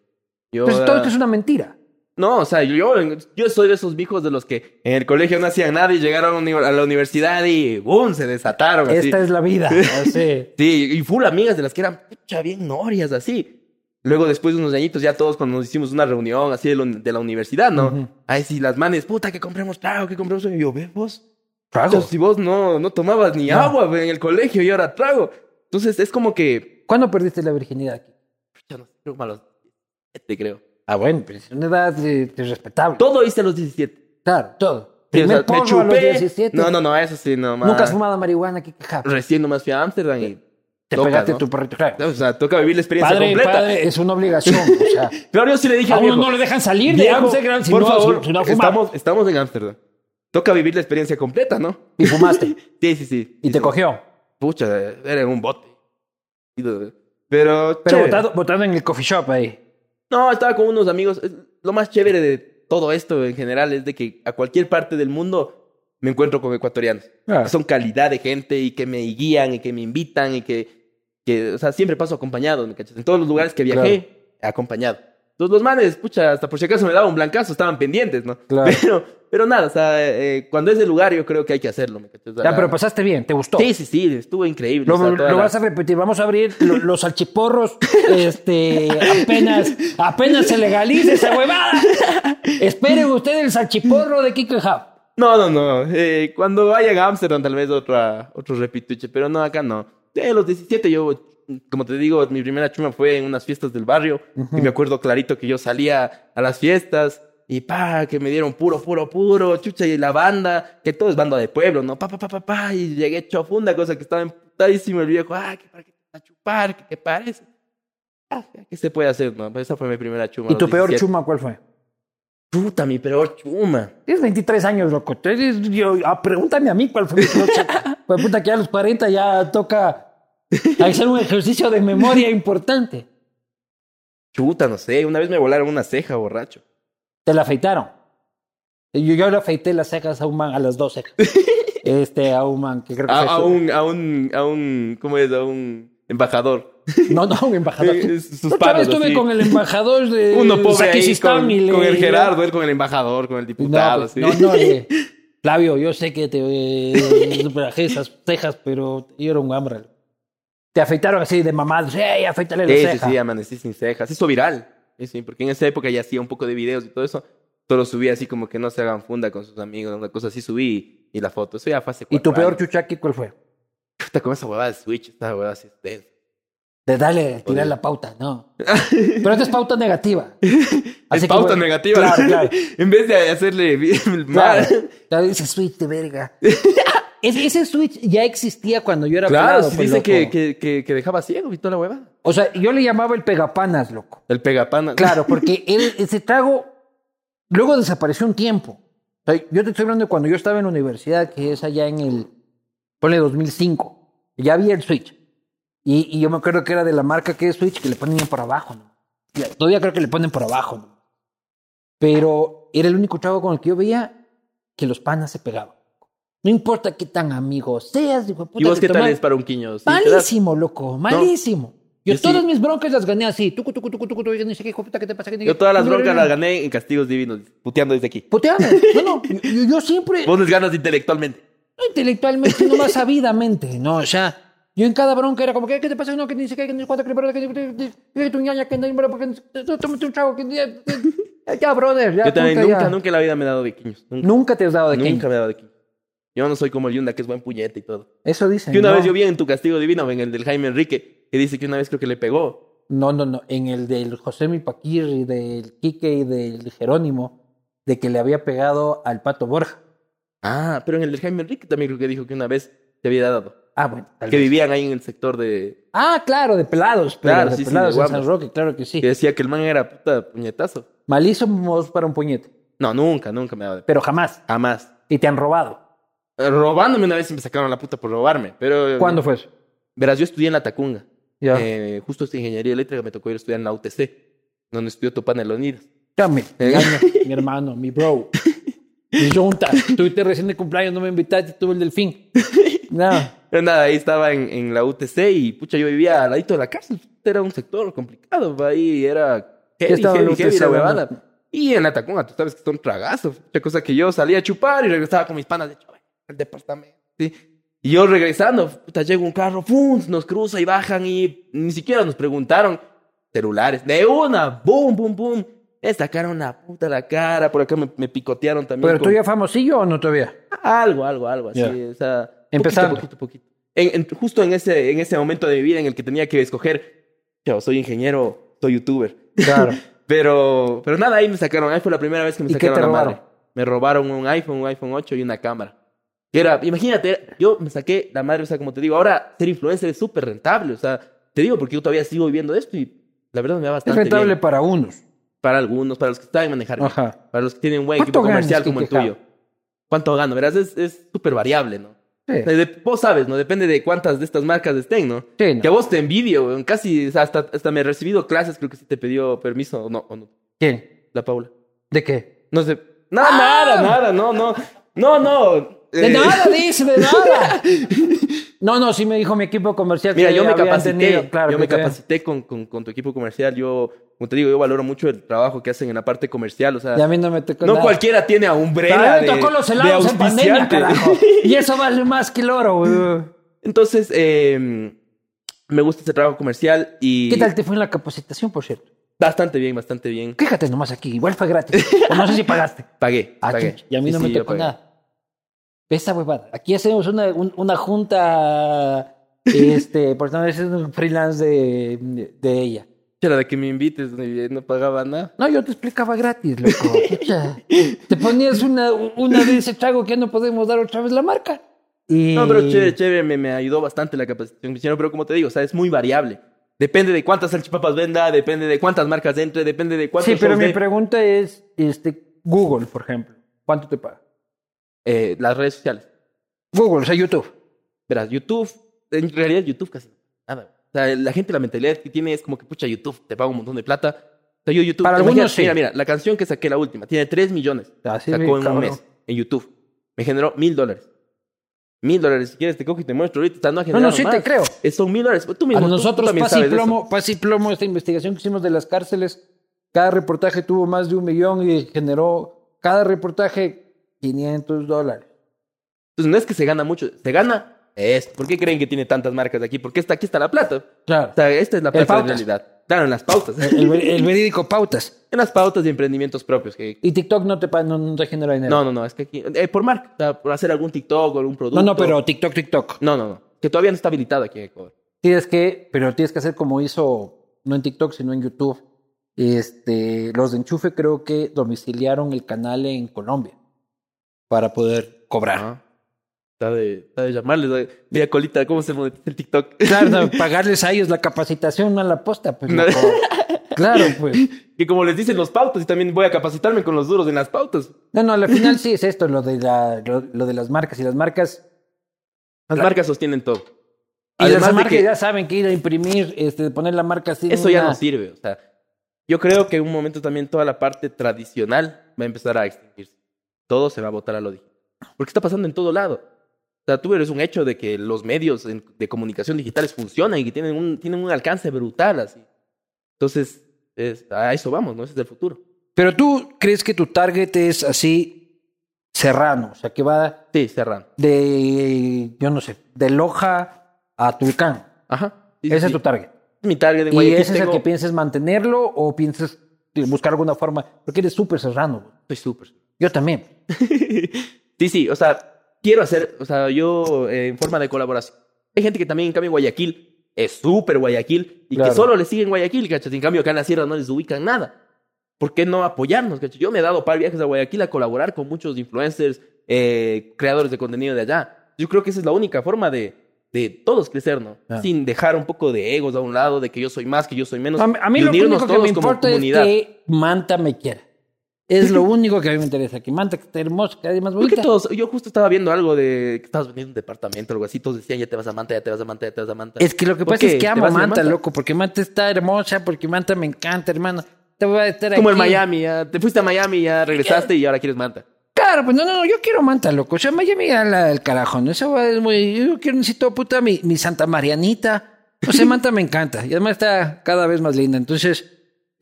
Speaker 2: Yo,
Speaker 1: Entonces, todo esto es
Speaker 2: ah,
Speaker 1: una mentira.
Speaker 2: No, o sea, yo, yo soy de esos viejos de los que en el colegio no hacían nada y llegaron a uni- a la universidad y ¡boom! se desataron. así.
Speaker 1: Esta es la vida. Ah, así.
Speaker 2: Sí, y full amigas de las que eran pucha bien norias, así. Luego, después de unos añitos, ya todos cuando nos hicimos una reunión así de, la uni- de la universidad, ¿no?
Speaker 1: Ujú.
Speaker 2: Ahí sí, las manes, puta, que compremos trago, que compremos... Y yo, ve vos,
Speaker 1: Trago.
Speaker 2: si vos no, no tomabas ni
Speaker 1: No.
Speaker 2: agua ve, en el colegio y ahora trago. Entonces, es como que...
Speaker 1: ¿Cuándo perdiste la virginidad aquí?
Speaker 2: Pucha, no sé, creo como a los 17, creo.
Speaker 1: Ah, bueno, pero es una edad eh, de respetable.
Speaker 2: Todo hice a los 17. Sí,
Speaker 1: Claro, todo.
Speaker 2: o
Speaker 1: Primer
Speaker 2: sea,
Speaker 1: porro a los 17.
Speaker 2: No, no, no, eso sí, no, más.
Speaker 1: Nunca has fumado marihuana, qué queja.
Speaker 2: Recién nomás fui a Ámsterdam y...
Speaker 1: Te
Speaker 2: toca,
Speaker 1: pegaste
Speaker 2: ¿no?
Speaker 1: tu perrito. Claro.
Speaker 2: O sea, toca vivir la experiencia
Speaker 1: Padre,
Speaker 2: completa.
Speaker 1: padre, es una obligación. O sea,
Speaker 2: Pero yo sí le dije
Speaker 1: a
Speaker 2: al
Speaker 1: uno
Speaker 2: viejo,
Speaker 1: no le dejan salir de
Speaker 2: Viejo,
Speaker 1: Amsterdam si
Speaker 2: por
Speaker 1: no-
Speaker 2: favor,
Speaker 1: si no fuma.
Speaker 2: estamos, estamos en Ámsterdam. Toca vivir la experiencia completa, ¿no?
Speaker 1: Y fumaste.
Speaker 2: Sí, sí, sí.
Speaker 1: Y te
Speaker 2: Sí,
Speaker 1: cogió.
Speaker 2: Pucha, era en un bote. ¿eh? Pero,
Speaker 1: Pero
Speaker 2: chévere.
Speaker 1: votado, votado en el coffee shop ahí.
Speaker 2: No, estaba con unos amigos. Es- Lo más chévere de todo esto en general es de que a cualquier parte del mundo me encuentro con ecuatorianos.
Speaker 1: Ah.
Speaker 2: Que Son calidad de gente y que me guían y que me invitan y que, que o sea, siempre paso acompañado, ¿me cachas? En todos los lugares que viajé, acompañado. Entonces los manes, pucha, hasta por si acaso me daba un blancazo, estaban pendientes, ¿no?
Speaker 1: Claro.
Speaker 2: Pero, pero nada, o sea, eh, cuando es el lugar yo creo que hay que hacerlo, ¿me cachas? O sea,
Speaker 1: Ya,
Speaker 2: la-
Speaker 1: pero pasaste bien, ¿te gustó?
Speaker 2: Sí, sí, sí, estuvo increíble.
Speaker 1: Lo,
Speaker 2: o sea,
Speaker 1: lo
Speaker 2: toda la-
Speaker 1: vas a repetir, vamos a abrir lo- los salchiporros, este, apenas, apenas se legalice esa huevada. Esperen ustedes el salchiporro de Kiko y Hub.
Speaker 2: No, no, no. Eh, cuando vayan a Ámsterdam tal vez otra, otro repituche, pero no, acá no. De los 17 yo, como te digo, mi primera chuma fue en unas fiestas del barrio. Y me acuerdo clarito que yo salía a las fiestas y pa, que me dieron puro, puro, puro, chucha y la banda, que todo es banda de pueblo, ¿no? Pa, pa, pa, pa, pa, y llegué hecho funda, cosa que estaba emputadísimo el viejo. Ah, que para qué te vas a chupar, que qué parece. Ah, ¿Qué se puede hacer, no? Esa fue mi primera chuma. a
Speaker 1: ¿Y
Speaker 2: los
Speaker 1: tu peor
Speaker 2: 17.
Speaker 1: chuma cuál fue?
Speaker 2: Puta, mi peor chuma.
Speaker 1: Tienes 23 años, loco. Tú eres- yo- ah, pregúntame a mí cuál fue mi peor chuma. Pues puta que ya a los 40 ya toca hacer un ejercicio de memoria importante.
Speaker 2: Chuta, no sé. Una vez me volaron una ceja, borracho.
Speaker 1: Te la afeitaron. Yo, yo le afeité las cejas a un man, a las dos cejas. Este, a un man que creo que
Speaker 2: A,
Speaker 1: fue
Speaker 2: a
Speaker 1: su-
Speaker 2: un, a un, a un, ¿cómo es? A un embajador.
Speaker 1: No, no, un embajador.
Speaker 2: Eh, sus
Speaker 1: Otra
Speaker 2: panos,
Speaker 1: vez estuve
Speaker 2: así.
Speaker 1: con el embajador de
Speaker 2: Uno pobre ahí
Speaker 1: Uzbekistán
Speaker 2: con,
Speaker 1: y le-
Speaker 2: con el Gerardo, él con el embajador, con el
Speaker 1: No,
Speaker 2: diputado,
Speaker 1: pues,
Speaker 2: así.
Speaker 1: no, no, le- Flavio, yo sé que te eh, superajé esas cejas, pero yo era un hambre. Te afeitaron así de mamá, ¡ey, afeítale la
Speaker 2: Sí, sí,
Speaker 1: ceja!
Speaker 2: sí, amanecí sin cejas. Se hizo viral. Sí, sí, porque en esa época ya hacía un poco de videos y todo eso. Solo subía así como que no se hagan funda con sus amigos, una cosa así subí y la foto. Eso ya fue hace
Speaker 1: ¿Y tu
Speaker 2: cuatro
Speaker 1: peor
Speaker 2: años.
Speaker 1: chuchaqui cuál fue?
Speaker 2: Puta, con esa huevada de Switch, esta huevada así. de-
Speaker 1: De darle, tirar la pauta, no. Pero esta es pauta negativa.
Speaker 2: Es
Speaker 1: Así que,
Speaker 2: pauta
Speaker 1: bueno,
Speaker 2: negativa.
Speaker 1: Claro, claro.
Speaker 2: en vez de hacerle mal.
Speaker 1: Claro. Claro, Ese switch de verga. Es- ese switch ya existía cuando yo era
Speaker 2: Claro,
Speaker 1: pelado,
Speaker 2: si
Speaker 1: pues,
Speaker 2: dice que,
Speaker 1: loco.
Speaker 2: que, que, que dejaba ciego y toda la hueva.
Speaker 1: O sea, yo le llamaba el pegapanas, loco.
Speaker 2: El pegapana.
Speaker 1: Claro, porque él- ese trago luego desapareció un tiempo. O sea, yo te estoy hablando de cuando yo estaba en la universidad, que es allá en el, ponle 2005. Ya había el Switch. Y, y yo me acuerdo que era de la marca que es Switch, que le ponían por abajo. ¿no? Ya, Todavía creo que le ponen por abajo. ¿no? Pero era el único trago con el que yo veía que los panas se pegaban. No importa qué tan amigo seas, hijo de puta,
Speaker 2: ¿Y
Speaker 1: te
Speaker 2: vos qué tal
Speaker 1: tomas-
Speaker 2: es para un quiño? ¿Sí te da?
Speaker 1: Malísimo, loco, malísimo. Yo,
Speaker 2: Yo sí.
Speaker 1: todas mis broncas las gané así. Tucu, tucu, tucu, tucu, tucu, y no sé qué, hijo de puta, ¿qué te pasa? ¿Qué te-
Speaker 2: Yo todas las broncas las gané en castigos divinos, puteando desde aquí.
Speaker 1: Puteame. No, no, yo, yo siempre,
Speaker 2: Vos les ganas intelectualmente.
Speaker 1: no intelectualmente, nomás sabidamente, ¿no? O sea, yo en cada bronca era como, ¿qué, qué te pasa? No, que ni sé qué, que ni sé cuánto, que ni sé qué, que ni sé qué, que tu ñaña, que no, porque no- tómate un trago, que ya, ya, ya, brother, ya.
Speaker 2: Yo también
Speaker 1: ya.
Speaker 2: nunca, nunca en la vida me he dado de quiños. Nunca,
Speaker 1: Nunca te has dado de
Speaker 2: nunca
Speaker 1: quinca.
Speaker 2: me he dado de quiños. Yo no soy como el Yunda, que es buen puñete y todo.
Speaker 1: Eso dicen.
Speaker 2: Que una
Speaker 1: ¿no?
Speaker 2: vez yo vi en tu castigo divino, en el del Jaime Enrique, que dice que una vez creo que le pegó.
Speaker 1: No, no, no. En el del José Mipaquir y del Quique y del Jerónimo, de que le había pegado al Pato Borja.
Speaker 2: Ah, pero en el del Jaime Enrique también creo que dijo que una vez te había dado.
Speaker 1: Ah, bueno, tal
Speaker 2: Que
Speaker 1: vez.
Speaker 2: vivían ahí en el sector de...
Speaker 1: Ah, claro, de pelados, pero
Speaker 2: Claro,
Speaker 1: de
Speaker 2: sí, sí,
Speaker 1: pelados
Speaker 2: de
Speaker 1: en
Speaker 2: guamos.
Speaker 1: San Roque, claro que sí.
Speaker 2: Que decía que el man era puta puñetazo.
Speaker 1: Malísimos para un puñete,
Speaker 2: No, nunca, nunca me he dado de
Speaker 1: pero jamás.
Speaker 2: Jamás.
Speaker 1: Y te han robado.
Speaker 2: Eh, Robándome una vez y me sacaron la puta por robarme. Pero...
Speaker 1: ¿Cuándo fue eso?
Speaker 2: Verás, yo estudié en la Tacunga.
Speaker 1: Ya.
Speaker 2: Eh, justo esta ingeniería eléctrica me tocó ir a estudiar en la UTC, donde estudió Topana Leonidas.
Speaker 1: Dame,
Speaker 2: Eh.
Speaker 1: dame, mi hermano, mi bro. Mi junta. Estuviste recién de cumpleaños, no me invitaste, tuve el delfín. No.
Speaker 2: Pero nada, ahí estaba en, en la UTC y pucha, yo vivía al ladito de la cárcel. Era un sector complicado, pa, ahí era heavy,
Speaker 1: estaba en la
Speaker 2: heavy, heavy
Speaker 1: UTC,
Speaker 2: la
Speaker 1: bueno.
Speaker 2: huevada. Y en la Tacunga, tú sabes que son tragazos. Mucha cosa que yo salía a chupar y regresaba con mis panas de chaval al departamento. ¿sí? Y yo regresando, puta, llega un carro, ¡fum! nos cruza y bajan y ni siquiera nos preguntaron celulares. De una, boom, boom, boom. Me sacaron la puta la cara, por acá me, me picotearon también.
Speaker 1: ¿Pero
Speaker 2: con-
Speaker 1: tú ya famosillo o no todavía?
Speaker 2: algo, algo, algo así.
Speaker 1: Ya.
Speaker 2: O sea, poquito,
Speaker 1: Empezando.
Speaker 2: Poquito, poquito, En- en- justo en ese, en ese momento de mi vida en el que tenía que escoger, yo soy ingeniero, soy youtuber.
Speaker 1: Claro.
Speaker 2: Pero, pero nada, ahí me sacaron. Ahí fue la primera vez que me
Speaker 1: ¿Y qué
Speaker 2: sacaron
Speaker 1: te
Speaker 2: la
Speaker 1: robaron?
Speaker 2: madre. Me robaron un iPhone, un iPhone 8 y una cámara. Que era, imagínate, yo me saqué la madre, o sea, como te digo, ahora ser influencer es súper rentable. O sea, te digo porque yo todavía sigo viviendo esto y la verdad me va
Speaker 1: Es
Speaker 2: bastante
Speaker 1: rentable
Speaker 2: bien.
Speaker 1: para unos.
Speaker 2: Para algunos, para los que saben manejar. bien.
Speaker 1: Ajá.
Speaker 2: Para los que tienen un buen
Speaker 1: ¿Cuánto
Speaker 2: equipo comercial
Speaker 1: ganas,
Speaker 2: como el
Speaker 1: Quique
Speaker 2: tuyo. ¿Cuánto gano? Verás, es es súper variable, ¿no?
Speaker 1: Sí.
Speaker 2: De- vos sabes, ¿no? Depende de cuántas de estas marcas estén, ¿no?
Speaker 1: Sí, ¿no?
Speaker 2: Que a vos te envidio, weón. Casi, o sea, hasta, hasta me he recibido clases, creo que sí te pidió permiso o no, o no.
Speaker 1: ¿Quién?
Speaker 2: La Paula.
Speaker 1: ¿De qué?
Speaker 2: No sé. No, nada, nada, no, no. No, no.
Speaker 1: ¡Ah! De
Speaker 2: Eh,
Speaker 1: nada, dice, de nada. No, no, sí me dijo mi equipo comercial.
Speaker 2: Mira,
Speaker 1: que
Speaker 2: yo me
Speaker 1: habían
Speaker 2: capacité.
Speaker 1: tenido- claro
Speaker 2: yo
Speaker 1: que
Speaker 2: me
Speaker 1: te-
Speaker 2: capacité con, con, con tu equipo comercial. Yo Como te digo, yo valoro mucho el trabajo que hacen en la parte comercial. O sea,
Speaker 1: Y a mí no me tocó
Speaker 2: no
Speaker 1: nada.
Speaker 2: cualquiera tiene a Umbrella
Speaker 1: Ah,
Speaker 2: de,
Speaker 1: me tocó los
Speaker 2: de
Speaker 1: helados en pandemia,
Speaker 2: auspiciante.
Speaker 1: carajo. Y eso vale más que el oro, güey.
Speaker 2: Entonces, eh, me gusta este trabajo comercial y...
Speaker 1: ¿Qué tal te fue en la capacitación, por cierto?
Speaker 2: Bastante bien, bastante bien.
Speaker 1: Quéjate nomás aquí, igual fue gratis. O no sé si pagaste.
Speaker 2: Pagué,
Speaker 1: Ah,
Speaker 2: pagué.
Speaker 1: chuch, y a mí
Speaker 2: Sí,
Speaker 1: no
Speaker 2: sí,
Speaker 1: me
Speaker 2: yo
Speaker 1: tocó
Speaker 2: pagué.
Speaker 1: nada. Ve Esta huevada. Aquí hacemos una, un- una junta, este, por no decir un freelance de, de ella.
Speaker 2: Era de que me invites, eh, no pagaba nada.
Speaker 1: No, yo te explicaba gratis, loco. Chucha. te ponías una, una de ese trago que ya no podemos dar otra vez la marca. Y...
Speaker 2: No, pero chévere, chévere, me, me ayudó bastante la capacitación que hicieron, pero como te digo, o sea, es muy variable. Depende de cuántas salchipapas venda, depende de cuántas marcas entre, depende de cuántos
Speaker 1: Sí, pero
Speaker 2: shows
Speaker 1: mi
Speaker 2: dé.
Speaker 1: pregunta es, este, Google, por ejemplo, ¿cuánto te paga?
Speaker 2: Eh, las redes sociales.
Speaker 1: Google, o sea, YouTube.
Speaker 2: Verás, YouTube, en realidad YouTube casi nada. güey. O sea, la gente, la mentalidad que tiene es como que, pucha, YouTube, te pago un montón de plata. O sea, yo YouTube...
Speaker 1: Para
Speaker 2: imagínate,
Speaker 1: algunos sí.
Speaker 2: Mira, mira, la canción que saqué, la última, tiene 3 millones.
Speaker 1: Así
Speaker 2: sacó en un mes en YouTube. Me generó mil dólares. Mil dólares, si quieres te cojo y te muestro ahorita. No,
Speaker 1: No, no,
Speaker 2: ha generado
Speaker 1: sí
Speaker 2: más.
Speaker 1: te creo.
Speaker 2: Eh, Son mil dólares. Tú
Speaker 1: A
Speaker 2: mismo, tú- tú
Speaker 1: nosotros,
Speaker 2: también
Speaker 1: Paz y,
Speaker 2: sabes de eso.
Speaker 1: plomo, Paz y Plomo, esta investigación que hicimos de las cárceles, cada reportaje tuvo más de un millón y generó cada reportaje 500 dólares.
Speaker 2: Entonces no es que se gana mucho, se gana esto. ¿Por qué creen que tiene tantas marcas aquí? Porque está, aquí está la plata.
Speaker 1: Claro.
Speaker 2: O sea, esta es la plata de
Speaker 1: pautas.
Speaker 2: realidad. Claro, en las pautas.
Speaker 1: El,
Speaker 2: en
Speaker 1: ver- el verídico pautas.
Speaker 2: las pautas de emprendimientos propios. Que...
Speaker 1: Y TikTok no te, pa- no, no te genera dinero.
Speaker 2: No, no, no, es que aquí... eh, por marca, o sea, por hacer algún TikTok o algún producto.
Speaker 1: no, no, pero TikTok, TikTok.
Speaker 2: No, no, no. Que todavía no está habilitado aquí en Ecuador.
Speaker 1: Tienes que, pero tienes que hacer como hizo, no en TikTok, sino en YouTube. Este, los de Enchufe creo que domiciliaron el canal en Colombia para poder cobrar.
Speaker 2: Ajá. Está de, está de llamarles. eh, Mira, colita, ¿cómo se monetiza el TikTok?
Speaker 1: Claro, no, pagarles a ellos la capacitación, no a la posta, pues.
Speaker 2: No.
Speaker 1: loco. Claro, pues.
Speaker 2: Que como les dicen los pautas, y también voy a capacitarme con los duros en las pautas.
Speaker 1: No, no, al final sí es esto, lo de, la, lo, lo de las marcas. Y las marcas.
Speaker 2: Las marcas sostienen todo.
Speaker 1: Y las
Speaker 2: Además de
Speaker 1: marcas
Speaker 2: que
Speaker 1: ya saben que ir a imprimir, este, poner la marca así. en
Speaker 2: eso ya
Speaker 1: una-
Speaker 2: no sirve. O sea, yo creo que en un momento también toda la parte tradicional va a empezar a extinguirse. Todo se va a botar a lo digital. Porque está pasando en todo lado. O sea, tú eres un hecho de que los medios en- de comunicación digitales funcionan y que tienen un, tienen un alcance brutal así. Entonces, es- a eso vamos, ¿no? Ese es el futuro.
Speaker 1: Pero tú crees que tu target es así serrano, o sea, que va
Speaker 2: Sí, cerrando.
Speaker 1: de, yo no sé, de Loja a Tulcán.
Speaker 2: Ajá. Sí, sí,
Speaker 1: Ese es
Speaker 2: sí.
Speaker 1: tu target.
Speaker 2: Mi target en
Speaker 1: ¿Y
Speaker 2: Guayaquil
Speaker 1: ese es el
Speaker 2: tengo-
Speaker 1: que piensas mantenerlo o piensas buscar alguna forma? Porque eres súper serrano.
Speaker 2: Estoy súper.
Speaker 1: Yo también.
Speaker 2: sí, sí, o sea, quiero hacer, o sea, yo eh, en forma de colaboración. Hay gente que también, en cambio, en Guayaquil es súper Guayaquil y
Speaker 1: Claro.
Speaker 2: que solo le siguen Guayaquil, ¿cachas? En cambio, acá en la sierra no les ubican nada. ¿Por qué no apoyarnos, cachas? Yo me he dado par viajes a Guayaquil a colaborar con muchos influencers, eh, creadores de contenido de allá. Yo creo que esa es la única forma de, de todos crecer, ¿no?
Speaker 1: Ah.
Speaker 2: Sin dejar un poco de egos a un lado, de que yo soy más, que yo soy menos.
Speaker 1: A, mí- a mí
Speaker 2: y
Speaker 1: lo
Speaker 2: unirnos
Speaker 1: único que
Speaker 2: todos
Speaker 1: me
Speaker 2: como
Speaker 1: importa es
Speaker 2: comunidad.
Speaker 1: que Manta me quiera. Es lo único que a mí me interesa. Que Manta que esté hermosa, que esté más
Speaker 2: Porque
Speaker 1: bonita.
Speaker 2: todos, yo justo estaba viendo algo de que estabas vendiendo un departamento o algo así, todos decían ya te vas a Manta, ya te vas a Manta, ya te vas a Manta.
Speaker 1: Es que lo que
Speaker 2: ¿Por
Speaker 1: pasa
Speaker 2: qué?
Speaker 1: es que
Speaker 2: ¿Te
Speaker 1: amo a
Speaker 2: vas a
Speaker 1: Manta,
Speaker 2: Manta?
Speaker 1: loco. Porque Manta está hermosa, porque Manta me encanta, hermano. Te voy a estar
Speaker 2: como
Speaker 1: aquí.
Speaker 2: en Miami, ya te fuiste a Miami, ya regresaste y ahora quieres Manta.
Speaker 1: Claro, pues no, no, no, yo quiero Manta, loco. O sea, Miami a la del carajo, ¿no? Esa hueá es muy... Yo quiero, necesito, puta, mi, mi Santa Marianita. O sea, Manta me encanta. Y además está cada vez más linda. Entonces,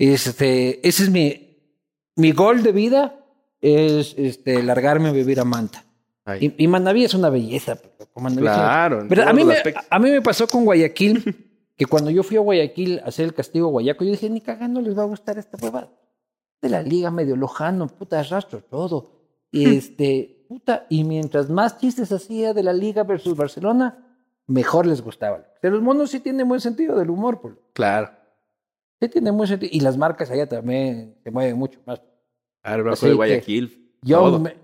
Speaker 1: este, ese es mi... Mi gol de vida es, este, largarme a vivir a Manta. Y, y Manaví es una belleza. pues, loco, Manaví es una-
Speaker 2: Claro, en
Speaker 1: Pero a
Speaker 2: todos
Speaker 1: mí,
Speaker 2: los
Speaker 1: me,
Speaker 2: aspectos.
Speaker 1: a mí me pasó con Guayaquil, que cuando yo fui a Guayaquil a hacer el castigo guayaco, yo dije, ni cagando les va a gustar esta huevada. De la liga medio lojano, puta, arrastro todo. Y este, puta, y mientras más chistes hacía de la liga versus Barcelona, mejor les gustaba. Pero los monos sí tienen buen sentido del humor, por
Speaker 2: Claro.
Speaker 1: Sí tienen buen sentido. Y las marcas allá también se mueven mucho más.
Speaker 2: Claro, Banco
Speaker 1: Así
Speaker 2: de
Speaker 1: que
Speaker 2: Guayaquil.
Speaker 1: Yo
Speaker 2: todo.
Speaker 1: me-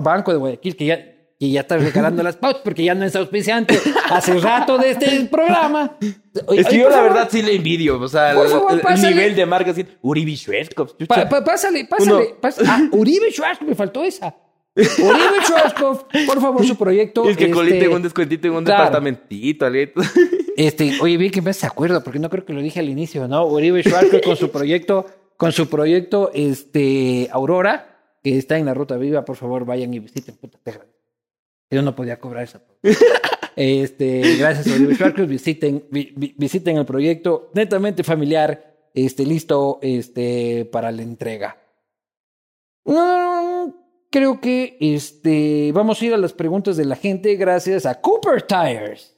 Speaker 1: Banco de Guayaquil, que ya, que ya está regalando las pautas porque ya no es auspiciante hace rato de este programa.
Speaker 2: Es que
Speaker 1: Oye,
Speaker 2: yo
Speaker 1: por
Speaker 2: la
Speaker 1: favor,
Speaker 2: verdad sí le envidio, o sea,
Speaker 1: Por
Speaker 2: el-
Speaker 1: favor,
Speaker 2: el,
Speaker 1: pásale.
Speaker 2: nivel de marca así, Uribe Schwarzkopf, chucha.
Speaker 1: pa- pa- pásale, pásale.
Speaker 2: Uno-
Speaker 1: pásale. Ah, Uribe Schwarzkopf, me faltó esa. Uribe Schwarzkopf, por favor, su proyecto.
Speaker 2: es que colite
Speaker 1: este,
Speaker 2: un descuentito en un
Speaker 1: claro.
Speaker 2: departamentito, algo.
Speaker 1: Este, oye, bien que me se acuerdo, porque no creo que lo dije al inicio, ¿no? Uribe Schwarzkopf con su proyecto, con su proyecto, este, Aurora, que está en la Ruta Viva, por favor, vayan y visiten, puta, te agradezco. Yo no podía cobrar esa. Este, gracias a Uribe Schwarzkopf, visiten, vi- vi- visiten el proyecto netamente familiar, este, listo este, para la entrega. Mm, creo que este, vamos a ir a las preguntas de la gente gracias a Cooper Tires.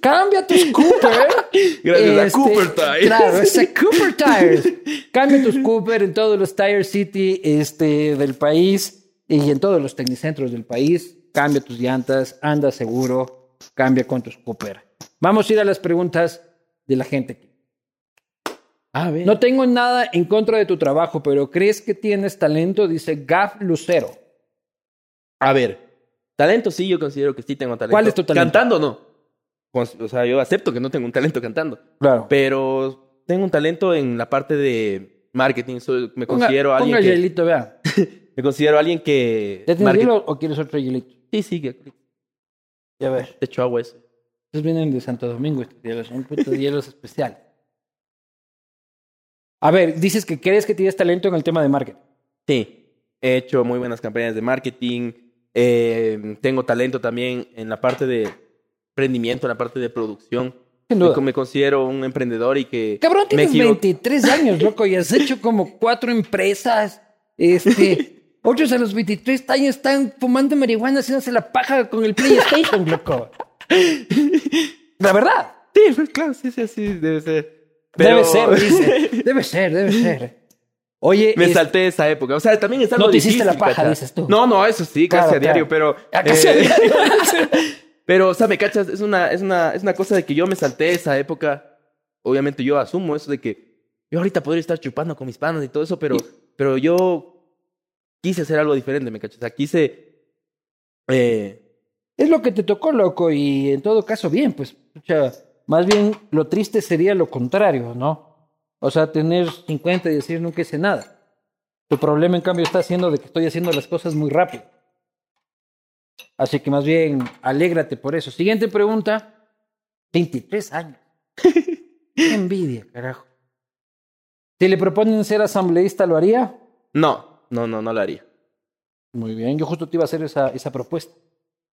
Speaker 1: Cambia tus Cooper.
Speaker 2: Gracias a
Speaker 1: Este,
Speaker 2: Cooper Tires.
Speaker 1: Claro, es a Cooper Tires. Cambia tus Cooper en todos los Tire City este, del país y en todos los tecnicentros del país. Cambia tus llantas, anda seguro, cambia con tus Cooper. Vamos a ir a las preguntas de la gente.
Speaker 2: A ver.
Speaker 1: No tengo nada en contra de tu trabajo, pero ¿crees que tienes talento? Dice Gaf Lucero.
Speaker 2: A ver. Talento sí, yo considero que sí tengo talento.
Speaker 1: ¿Cuál es tu talento?
Speaker 2: Cantando no. Cons- O sea, yo acepto que no tengo un talento cantando.
Speaker 1: Claro.
Speaker 2: Pero tengo un talento en la parte de marketing. Soy- me
Speaker 1: Ponga,
Speaker 2: considero alguien
Speaker 1: ponga
Speaker 2: que...
Speaker 1: hielito, vea.
Speaker 2: Me considero alguien que...
Speaker 1: ¿Ya tienes
Speaker 2: market-
Speaker 1: hielo o quieres otro hielito?
Speaker 2: Sí, sí, que
Speaker 1: Ya ver.
Speaker 2: te echo agua eso.
Speaker 1: Estos vienen de Santo Domingo, estos hielos. Son putos hielos especiales. A ver, dices que crees que tienes talento en el tema de marketing.
Speaker 2: Sí, he hecho muy buenas campañas de marketing. eh, tengo talento también en la parte de emprendimiento, en la parte de producción.
Speaker 1: Sin duda.
Speaker 2: Me, me considero un emprendedor y que...
Speaker 1: Cabrón,
Speaker 2: me
Speaker 1: tienes
Speaker 2: equivo-
Speaker 1: 23 años, loco, y has hecho como cuatro empresas. Este, otros a los 23 años están fumando marihuana, haciéndose la paja con el PlayStation, loco. La verdad.
Speaker 2: Sí, pues, claro, sí, sí, sí, debe ser.
Speaker 1: Debe ser, dice. Debe ser, debe ser. Oye, este,
Speaker 2: Me
Speaker 1: es-
Speaker 2: salté esa época. O sea, también está
Speaker 1: No te hiciste la paja, dices tú.
Speaker 2: No, no, eso sí, casi
Speaker 1: Claro,
Speaker 2: a diario, pero. eh,
Speaker 1: Ah, casi a
Speaker 2: pero, o sea, me cachas, es una, es una, es una cosa de que yo me salté esa época. Obviamente yo asumo eso de que yo ahorita podría estar chupando con mis panos y todo eso, pero, pero yo quise hacer algo diferente, me cachas. O sea, quise. eh,
Speaker 1: es lo que te tocó, loco, y en todo caso, bien, pues, pucha, más bien lo triste sería lo contrario, ¿no? O sea, tener 50 y decir nunca hice nada. Tu problema, en cambio, está siendo de que estoy haciendo las cosas muy rápido. Así que más bien, alégrate por eso. Siguiente pregunta. 23 años. Qué envidia, carajo. Si le proponen ser asambleísta, ¿lo haría?
Speaker 2: no, no, no, no lo haría.
Speaker 1: Muy bien, yo justo te iba a hacer esa, esa propuesta.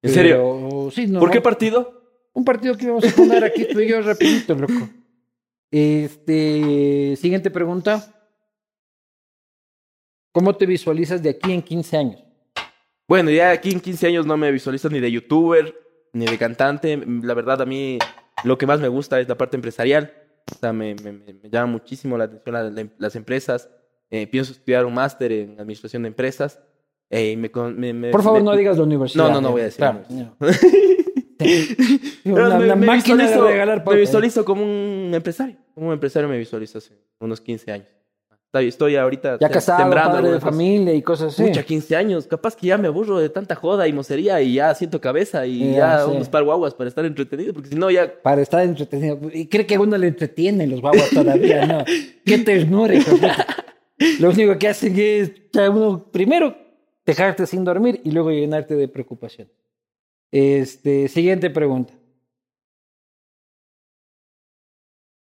Speaker 2: ¿En serio?
Speaker 1: Pero, sí, no,
Speaker 2: ¿Por qué
Speaker 1: no.
Speaker 2: partido?
Speaker 1: un partido que íbamos a poner aquí tú y yo rapidito, loco. Este, siguiente pregunta. ¿Cómo te visualizas de aquí en 15 años?
Speaker 2: Bueno, ya aquí en 15 años no me visualizo ni de youtuber, ni de cantante. La verdad, a mí lo que más me gusta es la parte empresarial. O sea, me, me- me- me llama muchísimo la atención la- la- las empresas. Eh, pienso estudiar un máster en administración de empresas. Eh, y me con- me- me-
Speaker 1: Por favor,
Speaker 2: me-
Speaker 1: no digas la universidad.
Speaker 2: No, no, no voy a decir
Speaker 1: Claro,
Speaker 2: la
Speaker 1: no. Sí.
Speaker 2: Pero
Speaker 1: Una,
Speaker 2: me-
Speaker 1: una
Speaker 2: me
Speaker 1: máquina
Speaker 2: visualizo-
Speaker 1: de regalar
Speaker 2: Me
Speaker 1: pauta.
Speaker 2: visualizo como un empresario. Como un empresario me visualizo hace unos 15 años. Estoy, estoy ahorita
Speaker 1: Ya
Speaker 2: tem-
Speaker 1: casado, padre de
Speaker 2: algunas cosas.
Speaker 1: familia y cosas así.
Speaker 2: Mucha, 15 años. Capaz que ya me aburro de tanta joda y mocería y ya siento cabeza y
Speaker 1: Ya,
Speaker 2: ya,
Speaker 1: sí.
Speaker 2: unos par guaguas para estar entretenido, porque si no ya...
Speaker 1: Para estar entretenido. Y cree que a uno le entretienen los guaguas todavía, ¿no? Qué ternura, hijo de puta. Lo único que hacen es, o sea, uno, primero, dejarte sin dormir y luego llenarte de preocupación. Este, siguiente pregunta.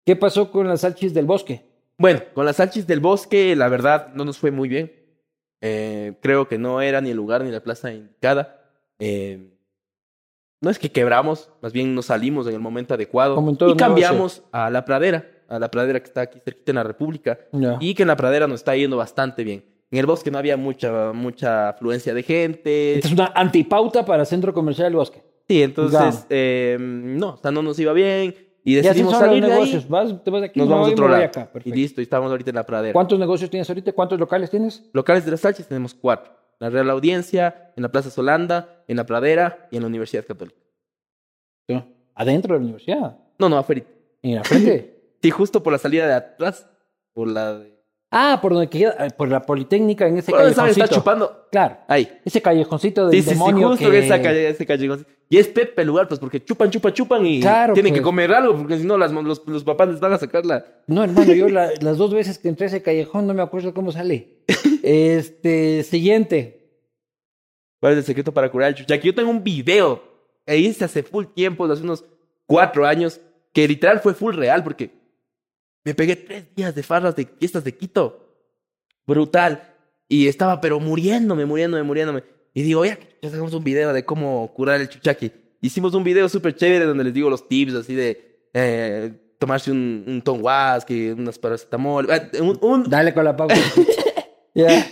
Speaker 1: ¿Qué pasó con las salchis del bosque?
Speaker 2: Bueno, con las salchis del bosque, la verdad, no nos fue muy bien. Eh, creo que no era ni el lugar ni la plaza indicada. Eh, no es que quebramos, más bien nos salimos en el momento adecuado
Speaker 1: Como en todo
Speaker 2: y cambiamos a la pradera, a la pradera que está aquí cerquita en la República.
Speaker 1: No.
Speaker 2: Y que en la pradera nos está yendo bastante bien. En el bosque no había mucha, mucha afluencia de gente.
Speaker 1: Esta es una antipauta para Centro Comercial del Bosque.
Speaker 2: Sí, entonces,
Speaker 1: Ya.
Speaker 2: eh, no, o sea, no nos iba bien y
Speaker 1: Ya se
Speaker 2: decidimos
Speaker 1: son los
Speaker 2: salir de
Speaker 1: negocios.
Speaker 2: ahí.
Speaker 1: Vas, te vas de aquí,
Speaker 2: Nos
Speaker 1: me
Speaker 2: vamos a
Speaker 1: voy,
Speaker 2: otro
Speaker 1: me voy
Speaker 2: lado.
Speaker 1: acá.
Speaker 2: y
Speaker 1: Perfecto.
Speaker 2: listo, y estamos ahorita en la pradera.
Speaker 1: ¿Cuántos negocios tienes ahorita? ¿Cuántos locales tienes?
Speaker 2: Locales de las Salchis tenemos cuatro. La Real Audiencia, en la Plaza Solanda, en la Pradera y en la Universidad Católica.
Speaker 1: Adentro de la universidad.
Speaker 2: No, no, afuera.
Speaker 1: En la frente.
Speaker 2: Sí, justo por la salida de atrás, por la de...
Speaker 1: Ah, por donde queda, eh, por la Politécnica en ese
Speaker 2: Por donde saben, está
Speaker 1: callejoncito.
Speaker 2: chupando.
Speaker 1: Claro,
Speaker 2: Ahí.
Speaker 1: ese callejoncito del
Speaker 2: Sí, sí, sí,
Speaker 1: demonio
Speaker 2: justo
Speaker 1: que-
Speaker 2: en esa calle, ese callejón. Y es Pepe el lugar, pues, porque chupan, chupan, chupan y
Speaker 1: Claro,
Speaker 2: tienen
Speaker 1: pues.
Speaker 2: que comer algo, porque si no, las- los, los papás les van a sacar la...
Speaker 1: No, hermano, yo la- las dos veces que entré a ese callejón no me acuerdo cómo salí. Este, siguiente.
Speaker 2: ¿Cuál es el secreto para curar el chuchaqui? Yo tengo un video que hice hace full tiempo, hace unos cuatro años, que literal fue full real porque me pegué tres días de farras de fiestas de Quito. Brutal. Y estaba, pero muriéndome, muriéndome, muriéndome. Y digo, ya, ya sacamos un video de cómo curar el chuchaqui. Hicimos un video súper chévere donde les digo los tips así de eh, tomarse un, un que unas paracetamol, ah, un- un,
Speaker 1: Dale con la pausa. Ya.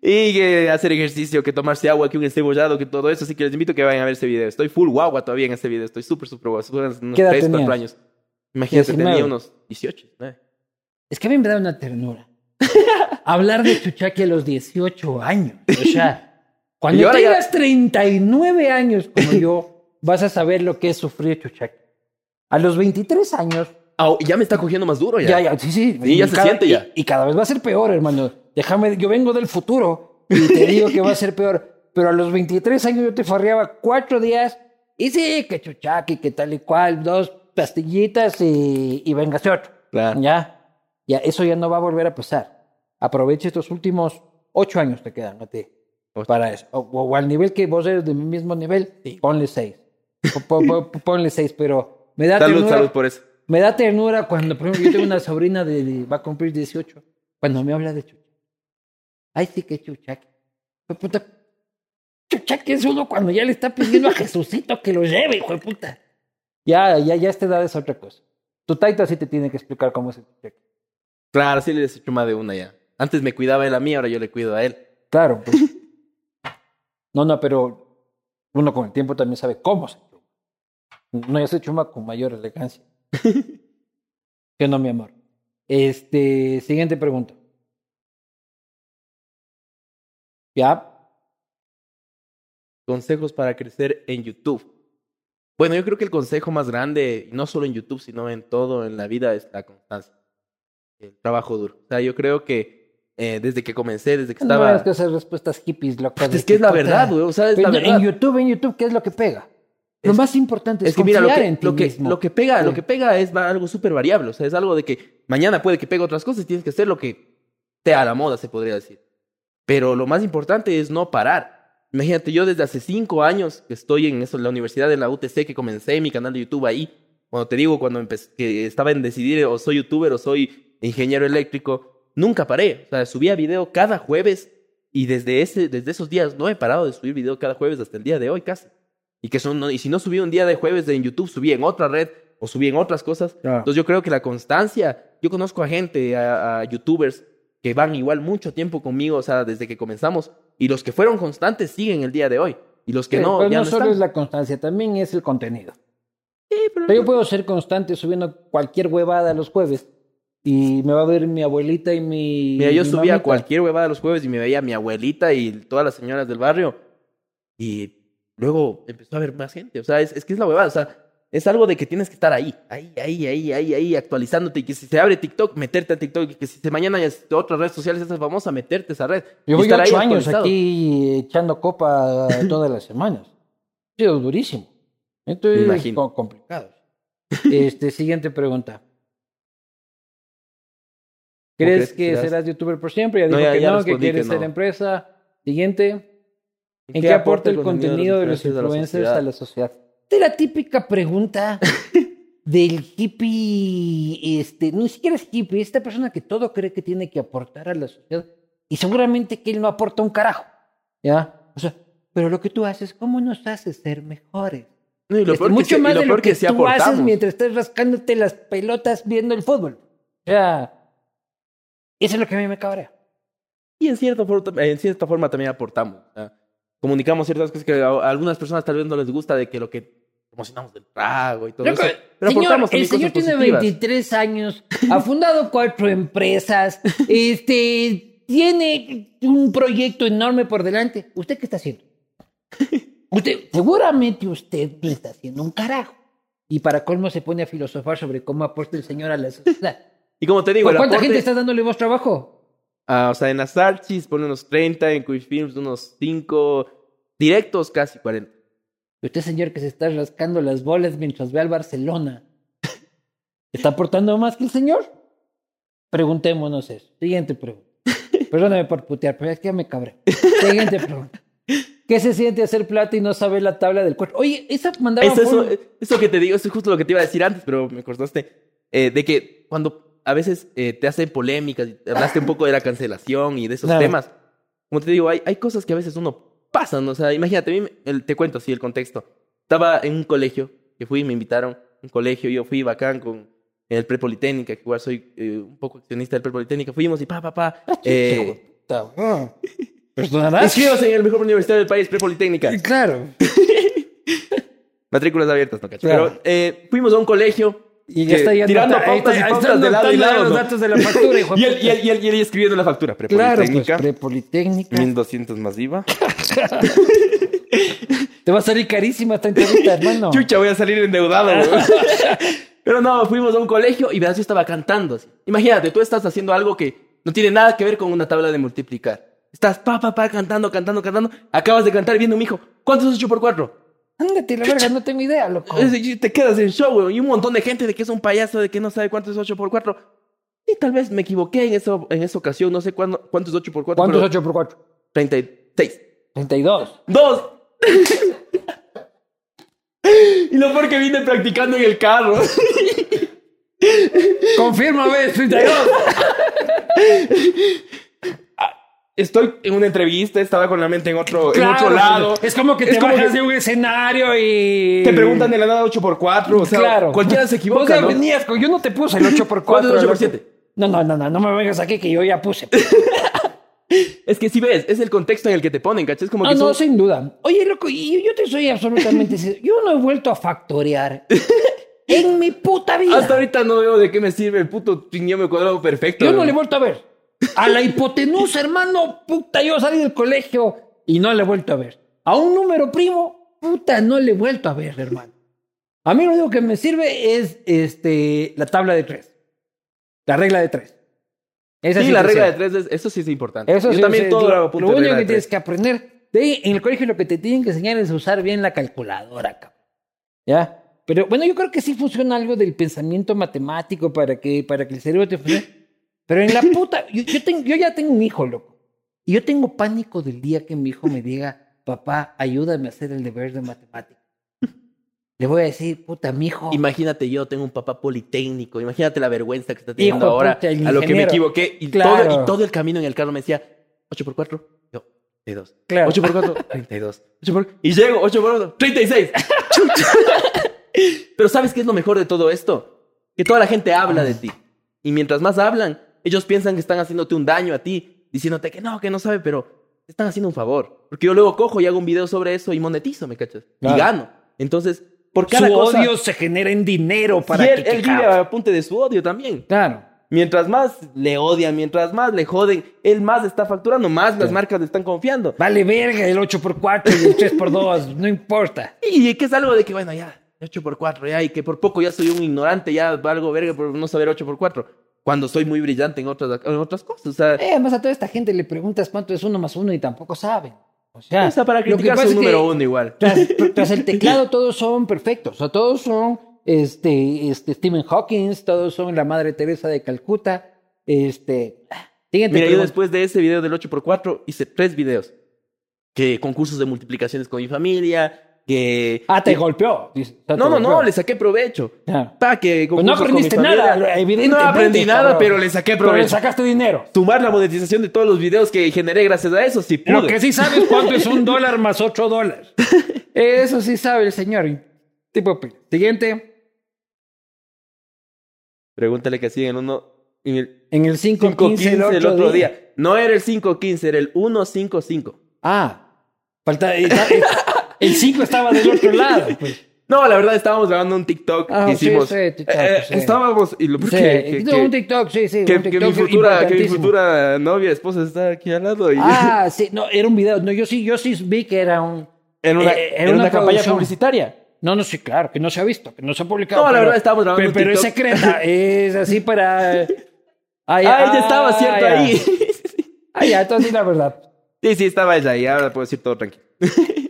Speaker 2: y que hacer ejercicio, que tomarse agua, que un encebollado, que todo eso. Así que les invito a que vayan a ver este video. Estoy full guagua todavía en este video. Estoy súper, súper guagua. Estuve unos
Speaker 1: ¿Qué edad
Speaker 2: 3, 4
Speaker 1: tenías?
Speaker 2: años. Imagínate,
Speaker 1: 19.
Speaker 2: tenía unos 18. ¿no?
Speaker 1: Es que a mí me da una ternura. Hablar de Chuchaqui a los 18 años. O sea,
Speaker 2: Y
Speaker 1: cuando
Speaker 2: ahora ya-
Speaker 1: tengas 39 años como yo, vas a saber lo que es sufrir Chuchaqui. A los 23 años,
Speaker 2: Ah, ya me está cogiendo más duro ya.
Speaker 1: ya, ya, sí, sí.
Speaker 2: Sí, ya se siente ya.
Speaker 1: Y, y cada vez va a ser peor, hermano. Déjame, yo vengo del futuro y te digo que va a ser peor. Pero a los 23 años yo te farreaba cuatro días y sí, que chuchaqui, que tal y cual, dos pastillitas y, y véngase otro.
Speaker 2: Claro.
Speaker 1: Ya, ya, eso ya no va a volver a pasar. Aprovecha estos últimos ocho años te quedan a ti
Speaker 2: Ocho.
Speaker 1: para eso. O, o al nivel que vos eres de mi mismo nivel, ponle seis. Po- po- po- ponle seis, pero me da
Speaker 2: Salud,
Speaker 1: ternura
Speaker 2: salud por eso.
Speaker 1: me da ternura cuando, por ejemplo, yo tengo una sobrina de, de- va a cumplir 18, cuando me habla de chucha. Ay, sí que chuchaque. Pues puta, chuchaque es uno cuando ya le está pidiendo a Jesucito que lo lleve, hijo de puta. Ya, ya, ya esta edad es otra cosa. Tu taita sí te tiene que explicar cómo es el chuchaque.
Speaker 2: Claro, sí les he hecho más de una ya. Antes me cuidaba él a mí, ahora yo le cuido a él.
Speaker 1: Claro, pues. No, no, pero uno con el tiempo también sabe cómo se chuma. No, ya se chuma con mayor elegancia. que no, mi amor. Este, siguiente pregunta. Ya,
Speaker 2: Consejos para crecer en YouTube. Bueno, yo creo que el consejo más grande, y no solo en YouTube, sino en todo, en la vida, es la constancia. El trabajo duro. O sea, yo creo que eh, desde que comencé, desde que
Speaker 1: no
Speaker 2: estaba...
Speaker 1: es que esas respuestas hippies, locas. de
Speaker 2: Es que es la
Speaker 1: puta.
Speaker 2: verdad, güey. O sea, es
Speaker 1: Pero
Speaker 2: la
Speaker 1: no,
Speaker 2: verdad.
Speaker 1: En YouTube, en YouTube, ¿qué es lo que pega? lo
Speaker 2: Es-
Speaker 1: más importante es,
Speaker 2: Es que mira, lo
Speaker 1: confiar
Speaker 2: que,
Speaker 1: en ti
Speaker 2: lo, que,
Speaker 1: mismo.
Speaker 2: lo que pega, lo
Speaker 1: Sí.
Speaker 2: que pega es va- algo súper variable. O sea, es algo de que mañana puede que pegue otras cosas y tienes que hacer lo que te a la moda, se podría decir. Pero lo más importante es no parar. Imagínate, yo desde hace cinco años que estoy en eso, en la universidad, en la UTC, que comencé mi canal de YouTube ahí. Cuando te digo, cuando empecé, que estaba en decidir o soy youtuber o soy ingeniero eléctrico, nunca paré. O sea, subía video cada jueves y desde, ese, desde esos días no he parado de subir video cada jueves hasta el día de hoy casi. Y, que son, no- y si no subí un día de jueves en YouTube, subí en otra red o subí en otras cosas.
Speaker 1: Claro.
Speaker 2: Entonces yo creo que la constancia, yo conozco a gente, a, a youtubers que van igual mucho tiempo conmigo, o sea, desde que comenzamos, y los que fueron constantes siguen el día de hoy. Y los que
Speaker 1: Sí,
Speaker 2: no,
Speaker 1: pues
Speaker 2: ya
Speaker 1: no
Speaker 2: no
Speaker 1: solo
Speaker 2: están.
Speaker 1: es la constancia, también es el contenido.
Speaker 2: Sí, pero-
Speaker 1: Pero yo puedo ser constante subiendo cualquier huevada los jueves y me va a ver mi abuelita y mi.
Speaker 2: Mira, yo
Speaker 1: mi
Speaker 2: subía
Speaker 1: mamita.
Speaker 2: cualquier huevada los jueves y me veía mi abuelita y todas las señoras del barrio. Y luego empezó a haber más gente. O sea, es, es que es la huevada. O sea, es algo de que tienes que estar ahí, ahí, ahí, ahí, ahí, ahí, actualizándote. Y que si se abre TikTok, meterte a TikTok. Y que si se mañana hay este, otra red social es famosa, meterte a esa red.
Speaker 1: Yo
Speaker 2: Y
Speaker 1: voy
Speaker 2: estar ahí
Speaker 1: ocho años
Speaker 2: actualizado.
Speaker 1: aquí echando copa todas las semanas. Ha sido durísimo. Esto
Speaker 2: Me
Speaker 1: es
Speaker 2: imagino.
Speaker 1: co- complicado. Este, siguiente pregunta. ¿Crees
Speaker 2: crees
Speaker 1: que
Speaker 2: que serás?
Speaker 1: serás youtuber por siempre? Ya
Speaker 2: No,
Speaker 1: dijo
Speaker 2: ya-
Speaker 1: que
Speaker 2: ya
Speaker 1: no, que
Speaker 2: respondí que
Speaker 1: quieres
Speaker 2: no.
Speaker 1: ser empresa. Siguiente. ¿En qué aporta el contenido de los influencers a la sociedad? Esta es la típica pregunta del hippie, este, no ni siquiera es hippie, esta persona que todo cree que tiene que aportar a la sociedad y seguramente que él no aporta un carajo, ¿ya? O sea, pero lo que tú haces, ¿cómo nos hace ser mejores?
Speaker 2: No, y lo
Speaker 1: Este,
Speaker 2: peor que
Speaker 1: mucho
Speaker 2: sí- y
Speaker 1: más
Speaker 2: lo
Speaker 1: de lo
Speaker 2: peor
Speaker 1: que,
Speaker 2: que sí
Speaker 1: tú haces
Speaker 2: aportamos.
Speaker 1: mientras estás rascándote las pelotas viendo el fútbol. O sea, eso es lo que a mí me cabrea.
Speaker 2: Y en cierta, for- en cierta forma también aportamos. ¿ah? Comunicamos ciertas cosas que a, a algunas personas tal vez no les gusta de que lo que promocionamos del trago y todo
Speaker 1: Loco,
Speaker 2: eso. Pero
Speaker 1: señor,
Speaker 2: aportamos
Speaker 1: el
Speaker 2: también
Speaker 1: señor
Speaker 2: cosas
Speaker 1: tiene
Speaker 2: positivas.
Speaker 1: 23 años, ha fundado cuatro empresas, este, tiene un proyecto enorme por delante. ¿Usted qué está haciendo? Usted, seguramente usted no está haciendo un carajo. Y para colmo se pone a filosofar sobre cómo aporta el señor a la sociedad.
Speaker 2: Y como te digo, el
Speaker 1: ¿Cuánta
Speaker 2: aporte-
Speaker 1: gente está dándole vos trabajo?
Speaker 2: Ah, o sea, en las Archis pone unos 30, en Quick Films unos 5, directos casi 40.
Speaker 1: Y usted, señor, que se está rascando las bolas mientras ve al Barcelona, ¿está aportando más que el señor? Preguntémonos eso. Siguiente pregunta. Perdóname por putear, pero es que ya me cabré. Siguiente pregunta. ¿Qué se siente hacer plata y no saber la tabla del cuerpo? Oye, esa mandaba
Speaker 2: Es eso, eso que te digo, eso es justo lo que te iba a decir antes, pero me cortaste. Eh, de que cuando a veces eh, te hacen polémicas, y hablaste un poco de la cancelación y de esos
Speaker 1: Claro.
Speaker 2: temas. Como te digo, hay, hay cosas que a veces uno pasa, ¿no? O sea, imagínate, a mí me- el- te cuento así el contexto. Estaba en un colegio, que fui y me invitaron, un colegio, yo fui bacán con, en el Prepolitécnica, que igual soy eh, un poco accionista del Prepolitécnica. Fuimos y pa, pa, pa.
Speaker 1: Ah,
Speaker 2: Eh,
Speaker 1: ¿Perdonarás?
Speaker 2: inscríbase en el mejor universitario del país, Prepolitécnica.
Speaker 1: Pues Claro.
Speaker 2: Matrículas abiertas, no cacho.
Speaker 1: Claro.
Speaker 2: Pero eh, fuimos a un colegio.
Speaker 1: Y
Speaker 2: que- tirando
Speaker 1: anota- ahí
Speaker 2: pautas y
Speaker 1: está- ahí
Speaker 2: pautas
Speaker 1: están
Speaker 2: de lado y
Speaker 1: anotando
Speaker 2: lado.
Speaker 1: los
Speaker 2: ¿no?
Speaker 1: datos de la factura, hijo de
Speaker 2: Y él,
Speaker 1: puta.
Speaker 2: y él, y él- y él escribiendo la factura,
Speaker 1: Claro, pues,
Speaker 2: Prepolitécnica.
Speaker 1: prepolitécnica.
Speaker 2: 1200 más IVA.
Speaker 1: Te va a salir carísima esta entrevista, hermano.
Speaker 2: Chucha, voy a salir endeudado. güey. Pero no, fuimos a un colegio y Venancio estaba cantando. así. Imagínate, tú estás haciendo algo que no tiene nada que ver con una tabla de multiplicar. Estás pa, pa, pa, cantando, cantando, cantando. Acabas de cantar viendo un hijo. ¿Cuánto es 8 por 4?
Speaker 1: Ándate, la verga, no tengo idea, loco.
Speaker 2: Te quedas en show, güey. Y un montón de gente de que es un payaso, de que no sabe cuánto es 8 por 4. Y tal vez me equivoqué en, eso, en esa ocasión. No sé cuándo, cuánto es 8 por 4.
Speaker 1: ¿Cuánto es 8 por 4?
Speaker 2: 36.
Speaker 1: 32.
Speaker 2: ¡Dos! y lo peor que vine practicando en el carro.
Speaker 1: Confirma, ves, 32.
Speaker 2: Estoy en una entrevista, estaba con la mente en otro, en
Speaker 1: Claro,
Speaker 2: otro lado.
Speaker 1: Es como que te
Speaker 2: Es como
Speaker 1: bajas
Speaker 2: que
Speaker 1: de un escenario y.
Speaker 2: Te preguntan de la nada 8x4, o sea,
Speaker 1: claro.
Speaker 2: cualquiera se
Speaker 1: O sea,
Speaker 2: equivoca, ¿no?
Speaker 1: venías con- Yo no te puse el 8 por 4.
Speaker 2: ¿Cuánto es 8 por 7?
Speaker 1: No, no, no, no, no me vengas aquí que yo ya puse.
Speaker 2: Es que si ves, es el contexto en el que te ponen, ¿cachai? Es como
Speaker 1: Ah,
Speaker 2: que
Speaker 1: no,
Speaker 2: son-
Speaker 1: sin duda. Oye, loco, y yo te soy absolutamente sincero. Yo no he vuelto a factorear en mi puta vida.
Speaker 2: hasta ahorita no veo de qué me sirve el puto trinomio cuadrado perfecto.
Speaker 1: Yo no
Speaker 2: güey.
Speaker 1: le he vuelto a ver. A la hipotenusa, hermano, puta, yo salí del colegio y no le he vuelto a ver. A un número primo, puta, no le he vuelto a ver, hermano. A mí lo único que me sirve es este, la tabla de tres. La regla de tres. Esa
Speaker 2: Sí,
Speaker 1: sí
Speaker 2: la
Speaker 1: te
Speaker 2: regla
Speaker 1: sé.
Speaker 2: de tres, es- eso sí es importante.
Speaker 1: Eso
Speaker 2: Yo
Speaker 1: sí,
Speaker 2: también
Speaker 1: sí,
Speaker 2: todo
Speaker 1: lo,
Speaker 2: lo
Speaker 1: lo
Speaker 2: apunto en
Speaker 1: único
Speaker 2: regla
Speaker 1: que
Speaker 2: de
Speaker 1: tienes
Speaker 2: tres.
Speaker 1: que aprender. De ahí, en el colegio lo que te tienen que enseñar es usar bien la calculadora, cabrón. ¿Ya? Pero bueno, yo creo que sí funciona algo del pensamiento matemático para que, para que el cerebro te funcione. Pero en la puta, yo, yo, tengo- yo ya tengo un hijo, loco. Y yo tengo pánico del día que mi hijo me diga, papá, ayúdame a hacer el deber de matemática. Le voy a decir, puta, mi hijo.
Speaker 2: Imagínate, yo tengo un papá politécnico. Imagínate la vergüenza que está teniendo
Speaker 1: Hijo de
Speaker 2: ahora
Speaker 1: puta, el
Speaker 2: a lo que me
Speaker 1: ingeniero.
Speaker 2: equivoqué. Y,
Speaker 1: Claro.
Speaker 2: todo, y todo el camino en el carro me decía 8 por 4 yo, 32.
Speaker 1: Claro.
Speaker 2: 8 por 4 32. 8 por- Y llego, 8 por 4 36. Chucha. Pero ¿sabes qué es lo mejor de todo esto? Que toda la gente habla de ti. Y mientras más hablan, ellos piensan que están haciéndote un daño a ti, diciéndote que no, que no sabe, pero te están haciendo un favor. Porque yo luego cojo y hago un video sobre eso y monetizo, ¿me cachas?
Speaker 1: Claro.
Speaker 2: Y gano. Entonces, por
Speaker 1: Su
Speaker 2: cada cosa...
Speaker 1: odio se genera en dinero para
Speaker 2: Y él,
Speaker 1: que
Speaker 2: él
Speaker 1: te
Speaker 2: vive
Speaker 1: cagas.
Speaker 2: a apunte de su odio también.
Speaker 1: Claro.
Speaker 2: Mientras más le odian, mientras más le joden, él más está facturando, más las marcas le están confiando.
Speaker 1: Vale verga el 8x4 y el 3x2, no importa.
Speaker 2: Y que es algo de que, bueno, ya, 8x4, ya, y que por poco ya soy un ignorante, ya valgo verga por no saber 8x4. Cuando soy muy brillante en otras, en otras cosas. O sea,
Speaker 1: Eh, además a toda esta gente le preguntas cuánto es uno más uno y tampoco saben. O sea,
Speaker 2: o sea, para
Speaker 1: lo que
Speaker 2: criticarse
Speaker 1: pasa
Speaker 2: un
Speaker 1: es que
Speaker 2: número uno igual.
Speaker 1: Tras, tras el teclado todos son perfectos, o sea, todos son este, este, Stephen Hawking, todos son la Madre Teresa de Calcuta, este... Siguiente
Speaker 2: Mira, yo
Speaker 1: pregunta.
Speaker 2: después de ese video del 8x4 hice tres videos. Que concursos de multiplicaciones con mi familia, que...
Speaker 1: Ah, te golpeó. dice. O sea, te
Speaker 2: No, no, no,
Speaker 1: golpeó.
Speaker 2: le saqué provecho.
Speaker 1: Claro.
Speaker 2: Pa, que
Speaker 1: Pues no
Speaker 2: concursos con
Speaker 1: aprendiste
Speaker 2: mi familia.
Speaker 1: nada, evidentemente.
Speaker 2: No aprendí nada,
Speaker 1: cabrón.
Speaker 2: pero le saqué
Speaker 1: Pero le
Speaker 2: provecho.
Speaker 1: sacaste dinero.
Speaker 2: Sumar la monetización de todos los videos que generé gracias a eso, sí pude.
Speaker 1: Lo que sí sabes cuánto es un dólar más ocho dólares. Eso sí sabe el señor. Tipo, siguiente.
Speaker 2: Pregúntale que sí en uno... En el
Speaker 1: En el 5.15
Speaker 2: 5.15 el otro día. No era el 5.15, era el 1.55.
Speaker 1: Ah, falta. eh, ta- eh, El 5 estaba del otro lado. Pues.
Speaker 2: No, la verdad, estábamos grabando un TikTok
Speaker 1: Ah,
Speaker 2: que
Speaker 1: sí,
Speaker 2: hicimos.
Speaker 1: sí, TikTok, pues,
Speaker 2: Eh,
Speaker 1: sí.
Speaker 2: Estábamos... Y lo, porque,
Speaker 1: Sí, eh,
Speaker 2: que,
Speaker 1: no, un
Speaker 2: que-
Speaker 1: TikTok, sí, sí.
Speaker 2: que-
Speaker 1: un
Speaker 2: que
Speaker 1: TikTok
Speaker 2: mi futura, que mi
Speaker 1: importantísimo.
Speaker 2: futura novia, esposa está aquí al lado. Y
Speaker 1: Ah, sí, no, era un video. No, yo sí, yo sí vi que era un.
Speaker 2: en una,
Speaker 1: eh, era
Speaker 2: en una
Speaker 1: una
Speaker 2: campaña
Speaker 1: producción.
Speaker 2: publicitaria.
Speaker 1: No, no, sí, claro, que no se ha visto, que no se ha publicado.
Speaker 2: No, la
Speaker 1: pero-
Speaker 2: verdad, estábamos grabando
Speaker 1: Pero,
Speaker 2: un
Speaker 1: pero es
Speaker 2: TikTok.
Speaker 1: secreta, es así para.
Speaker 2: Ah,
Speaker 1: Ay,
Speaker 2: ella estaba, ¿cierto?
Speaker 1: ya.
Speaker 2: Ahí.
Speaker 1: Ah, ya, entonces sí, la verdad.
Speaker 2: Sí, sí, estaba ella ahí, ahora puedo decir todo tranquilo.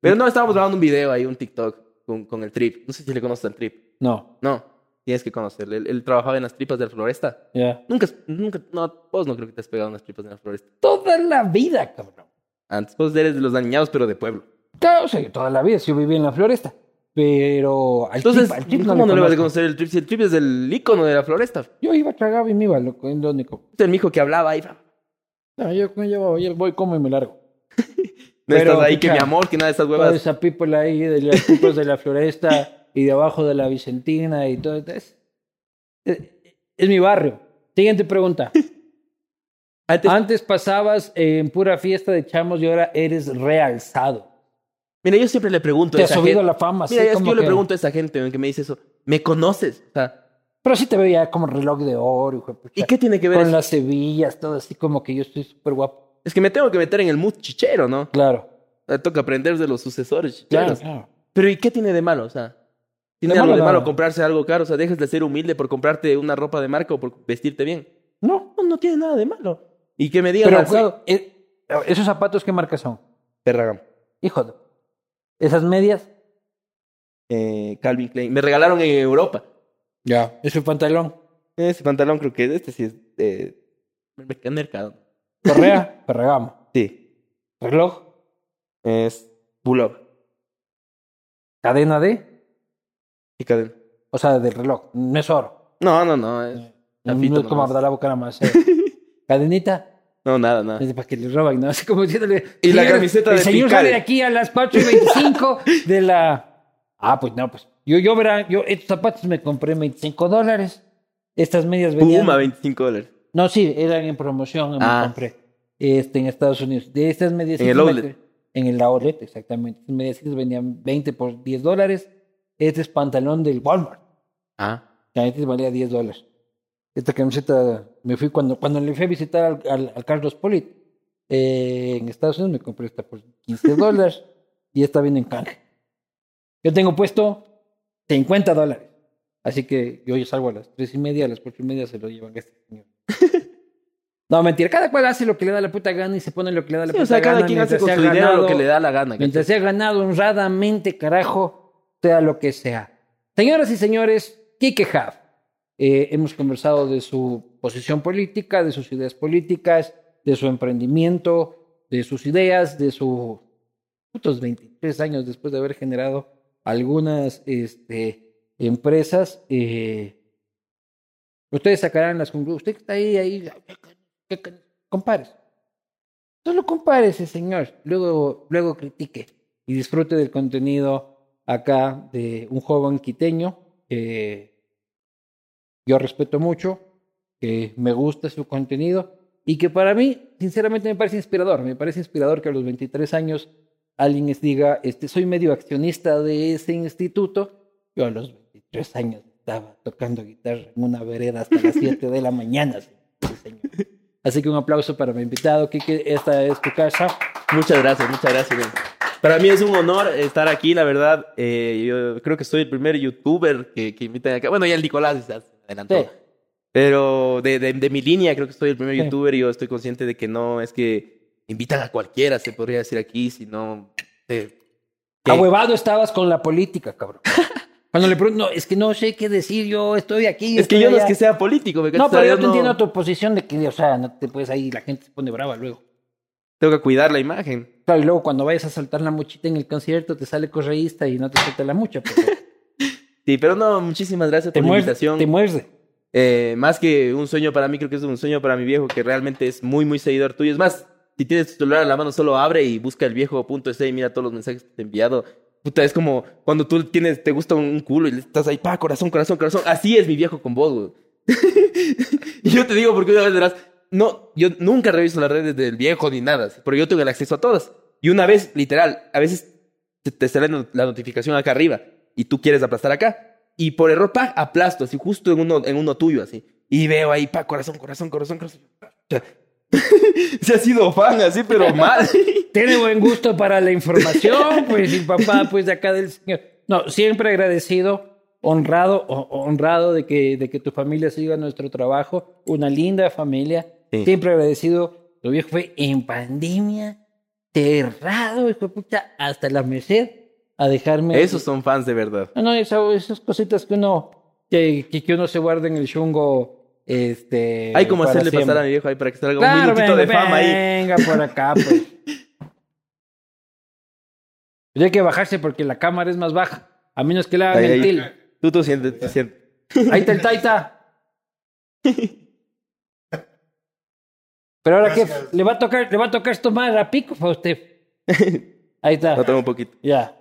Speaker 2: Pero no, estábamos grabando un video ahí, un TikTok con, con el Trip. No sé si le conoces al Trip.
Speaker 1: No,
Speaker 2: No, tienes que conocerle. Él, él trabajaba en las tripas de la floresta.
Speaker 1: ya.
Speaker 2: Nunca, nunca, no, vos no creo que te has pegado en las tripas de la floresta.
Speaker 1: Toda la vida, cabrón.
Speaker 2: Antes, vos eres de los dañados, pero de pueblo.
Speaker 1: Claro, o sea, toda la vida, si yo viví en la floresta. Pero al
Speaker 2: Entonces,
Speaker 1: tip- al tip
Speaker 2: ¿cómo no, le vas
Speaker 1: conozco.
Speaker 2: a conocer el Trip si el Trip es el ícono de la floresta?
Speaker 1: Yo iba, tragaba y me iba, loco, es lo único.
Speaker 2: Este es el mijo que hablaba ahí. No
Speaker 1: No, yo, yo, yo voy, como y me largo. Pero, pues,
Speaker 2: estás ahí, que mi
Speaker 1: pucha,
Speaker 2: amor, que nada de estas
Speaker 1: Toda
Speaker 2: huevas.
Speaker 1: esa people ahí de las pipas de la floresta y de abajo de la Vicentina y todo. Es, eh, es mi barrio. Siguiente pregunta.
Speaker 2: Antes,
Speaker 1: Antes pasabas en pura fiesta de chamos y ahora eres realzado.
Speaker 2: mira, yo siempre le pregunto
Speaker 1: Te
Speaker 2: a
Speaker 1: has
Speaker 2: esa
Speaker 1: subido
Speaker 2: gente.
Speaker 1: a la fama.
Speaker 2: Mira,
Speaker 1: así
Speaker 2: es que
Speaker 1: como
Speaker 2: yo le
Speaker 1: que-
Speaker 2: pregunto a esa gente güey, que me dice eso. ¿Me conoces? O sea,
Speaker 1: Pero sí te veo ya como reloj de oro, hijo de pucha.
Speaker 2: ¿y qué tiene que ver?
Speaker 1: Eh, Con
Speaker 2: eso?
Speaker 1: las cebillas, todo así como que yo estoy súper guapo.
Speaker 2: Es que me tengo que meter en el mood chichero, ¿no?
Speaker 1: Claro,
Speaker 2: Me toca aprender de los sucesores
Speaker 1: claro,
Speaker 2: chicheros.
Speaker 1: claro.
Speaker 2: Pero ¿y qué tiene de malo? O sea, ¿tiene
Speaker 1: De
Speaker 2: algo
Speaker 1: malo
Speaker 2: de
Speaker 1: nada.
Speaker 2: malo comprarse algo caro? O sea, dejas de ser humilde por comprarte una ropa de marca o por vestirte bien.
Speaker 1: No,
Speaker 2: No, no tiene nada de malo. Y que me digan
Speaker 1: pero
Speaker 2: alzado.
Speaker 1: güey, eh, esos zapatos, ¿qué marca son?
Speaker 2: Ferragamo.
Speaker 1: Hijo de... Esas medias.
Speaker 2: Eh, Calvin Klein. Me regalaron en Europa.
Speaker 1: Ya. Ese pantalón.
Speaker 2: Ese pantalón creo que este sí es... Eh, merc- mercado.
Speaker 1: Correa, Ferragamo.
Speaker 2: Sí.
Speaker 1: Reloj,
Speaker 2: Es pullover
Speaker 1: cadena de...
Speaker 2: y cadena.
Speaker 1: O sea, del reloj. No es oro.
Speaker 2: No, no, no. es- Chafito
Speaker 1: no es como
Speaker 2: nomás.
Speaker 1: Abdalá Bucaramanga. eh. Cadenita.
Speaker 2: No, nada, nada.
Speaker 1: Es para que le roban, ¿no? Así como diciéndole.
Speaker 2: Ah. Y la
Speaker 1: "Señor,
Speaker 2: camiseta de
Speaker 1: El señor
Speaker 2: Picard".
Speaker 1: sale de aquí a las 4 y 25 de la. Ah, pues no, pues. Yo, yo verá, yo estos zapatos me compré en 25 dólares. Estas medias venían.
Speaker 2: Puma, 25 dólares.
Speaker 1: No, sí, eran en promoción,
Speaker 2: Ah.
Speaker 1: me compré. Este, en Estados Unidos. De estas medias.
Speaker 2: En el outlet.
Speaker 1: En el outlet, exactamente. Estas medias venían 20 por 10 dólares. Este es pantalón del Walmart.
Speaker 2: Ah.
Speaker 1: Que antes valía 10 dólares. Esta camiseta me fui cuando, cuando le fui a visitar al, al- al Carlos Polit eh, en Estados Unidos, me compré esta por 15 dólares y esta viene en canje. Yo tengo puesto 50 dólares. Así que yo ya salgo a las 3 y media, a las 4 y media se lo llevan a este señor. No, mentira, cada cual hace lo que le da la puta gana y se pone lo que le da la
Speaker 2: Sí,
Speaker 1: puta
Speaker 2: o sea,
Speaker 1: gana.
Speaker 2: cada quien hace
Speaker 1: mientras
Speaker 2: con
Speaker 1: sea
Speaker 2: su dinero lo que
Speaker 1: ganado-
Speaker 2: le da la gana. ¿cachai?
Speaker 1: Mientras sea ganado honradamente, carajo, sea lo que sea. Señoras y señores, Kike Hav. Eh, hemos conversado de su posición política, de sus ideas políticas, de su emprendimiento, de sus ideas, de sus putos 23 años después de haber generado algunas este, empresas. eh, ustedes sacarán las conclusiones. Usted que está ahí, ahí, compares. Solo compárese, señor. Luego, luego critique y disfrute del contenido acá de un joven quiteño que yo respeto mucho, que me gusta su contenido y que para mí, sinceramente, me parece inspirador. Me parece inspirador que a los 23 años alguien les diga, este, soy medio accionista de ese instituto. Yo a los 23 años estaba tocando guitarra en una vereda hasta las 7 de la mañana. señor. Así que un aplauso para mi invitado, Kike. Esta es tu casa.
Speaker 2: Muchas gracias, muchas gracias. Ben. Para mí es un honor estar aquí, la verdad. Eh, yo creo que soy el primer youtuber que, que invitan acá. Bueno, ya el Nicolás se adelantó.
Speaker 1: Sí.
Speaker 2: Pero de, de- de mi línea creo que soy el primer
Speaker 1: Sí.
Speaker 2: youtuber y yo estoy consciente de que no es que invitan a cualquiera, se podría decir aquí, sino... eh, que-
Speaker 1: Ahuevado estabas con la política, cabrón. Cuando le pregunto, no, es que no sé qué decir, yo estoy aquí.
Speaker 2: es que
Speaker 1: estoy
Speaker 2: yo no es
Speaker 1: allá".
Speaker 2: que sea político. ¿me
Speaker 1: No,
Speaker 2: cachas? O
Speaker 1: pero
Speaker 2: sea,
Speaker 1: yo te
Speaker 2: no-
Speaker 1: entiendo tu posición de que, o sea, no te puedes ahí, la gente se pone brava luego.
Speaker 2: Tengo que cuidar la imagen.
Speaker 1: Claro, y luego cuando vayas a saltar la mochita en el concierto, te sale correísta y no te suelta la mucha. porque
Speaker 2: Sí, pero no, muchísimas gracias
Speaker 1: te
Speaker 2: por la
Speaker 1: muerde,
Speaker 2: invitación.
Speaker 1: te muerde.
Speaker 2: Eh, más que un sueño para mí, creo que es un sueño para mi viejo, que realmente es muy, muy seguidor tuyo. Es más, si tienes tu celular a la mano, solo abre y busca el viejo.es y mira todos los mensajes que te he enviado. Puta, es como cuando tú tienes, te gusta un, un culo y le estás ahí, pa, corazón, corazón, corazón. Así es mi viejo con vos, güey. y yo te digo, porque una vez verás, no, yo nunca reviso las redes del viejo ni nada, porque yo tengo el acceso a todas. Y una vez, literal, a veces te, te sale no- la notificación acá arriba y tú quieres aplastar acá. Y por error, pa, aplasto, así justo en uno, en uno tuyo, así. Y veo ahí, pa, corazón, corazón, corazón, corazón. Se ha sido fan, así, pero mal.
Speaker 1: Tiene buen gusto para la información, pues, y papá, pues, de acá del señor. No, siempre agradecido, honrado, ho- honrado de que, de que tu familia siga nuestro trabajo. Una linda familia.
Speaker 2: Sí.
Speaker 1: Siempre agradecido. Tu viejo fue en pandemia, cerrado, hijo de puta, hasta la merced, a dejarme... Ah,
Speaker 2: Esos son fans de verdad.
Speaker 1: No, no, esa- esas cositas que uno, que, que, que uno se guarda en el chungo, este...
Speaker 2: Hay como
Speaker 1: para
Speaker 2: hacerle pasar
Speaker 1: siempre.
Speaker 2: a mi viejo ahí para que salga un
Speaker 1: Claro, venga,
Speaker 2: minutito de fama ahí.
Speaker 1: venga por acá, pues. Pero hay que bajarse porque la cámara es más baja. A menos que la hagan
Speaker 2: Ahí,
Speaker 1: el
Speaker 2: ahí.
Speaker 1: til.
Speaker 2: Tú, tú sientes, tú sientes.
Speaker 1: Ahí está el Taita. Pero ahora que
Speaker 3: Gracias.
Speaker 1: le va a tocar, le va a tocar tomar a pico a usted. Ahí está.
Speaker 2: No, toma un poquito.
Speaker 1: Ya.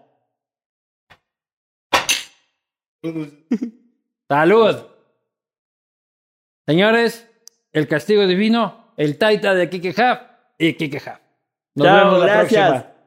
Speaker 1: Salud. Señores, el castigo divino, el Taita de Kike Hub y Kike Hub. Nos
Speaker 2: Chao,
Speaker 1: vemos la
Speaker 2: gracias.
Speaker 1: próxima.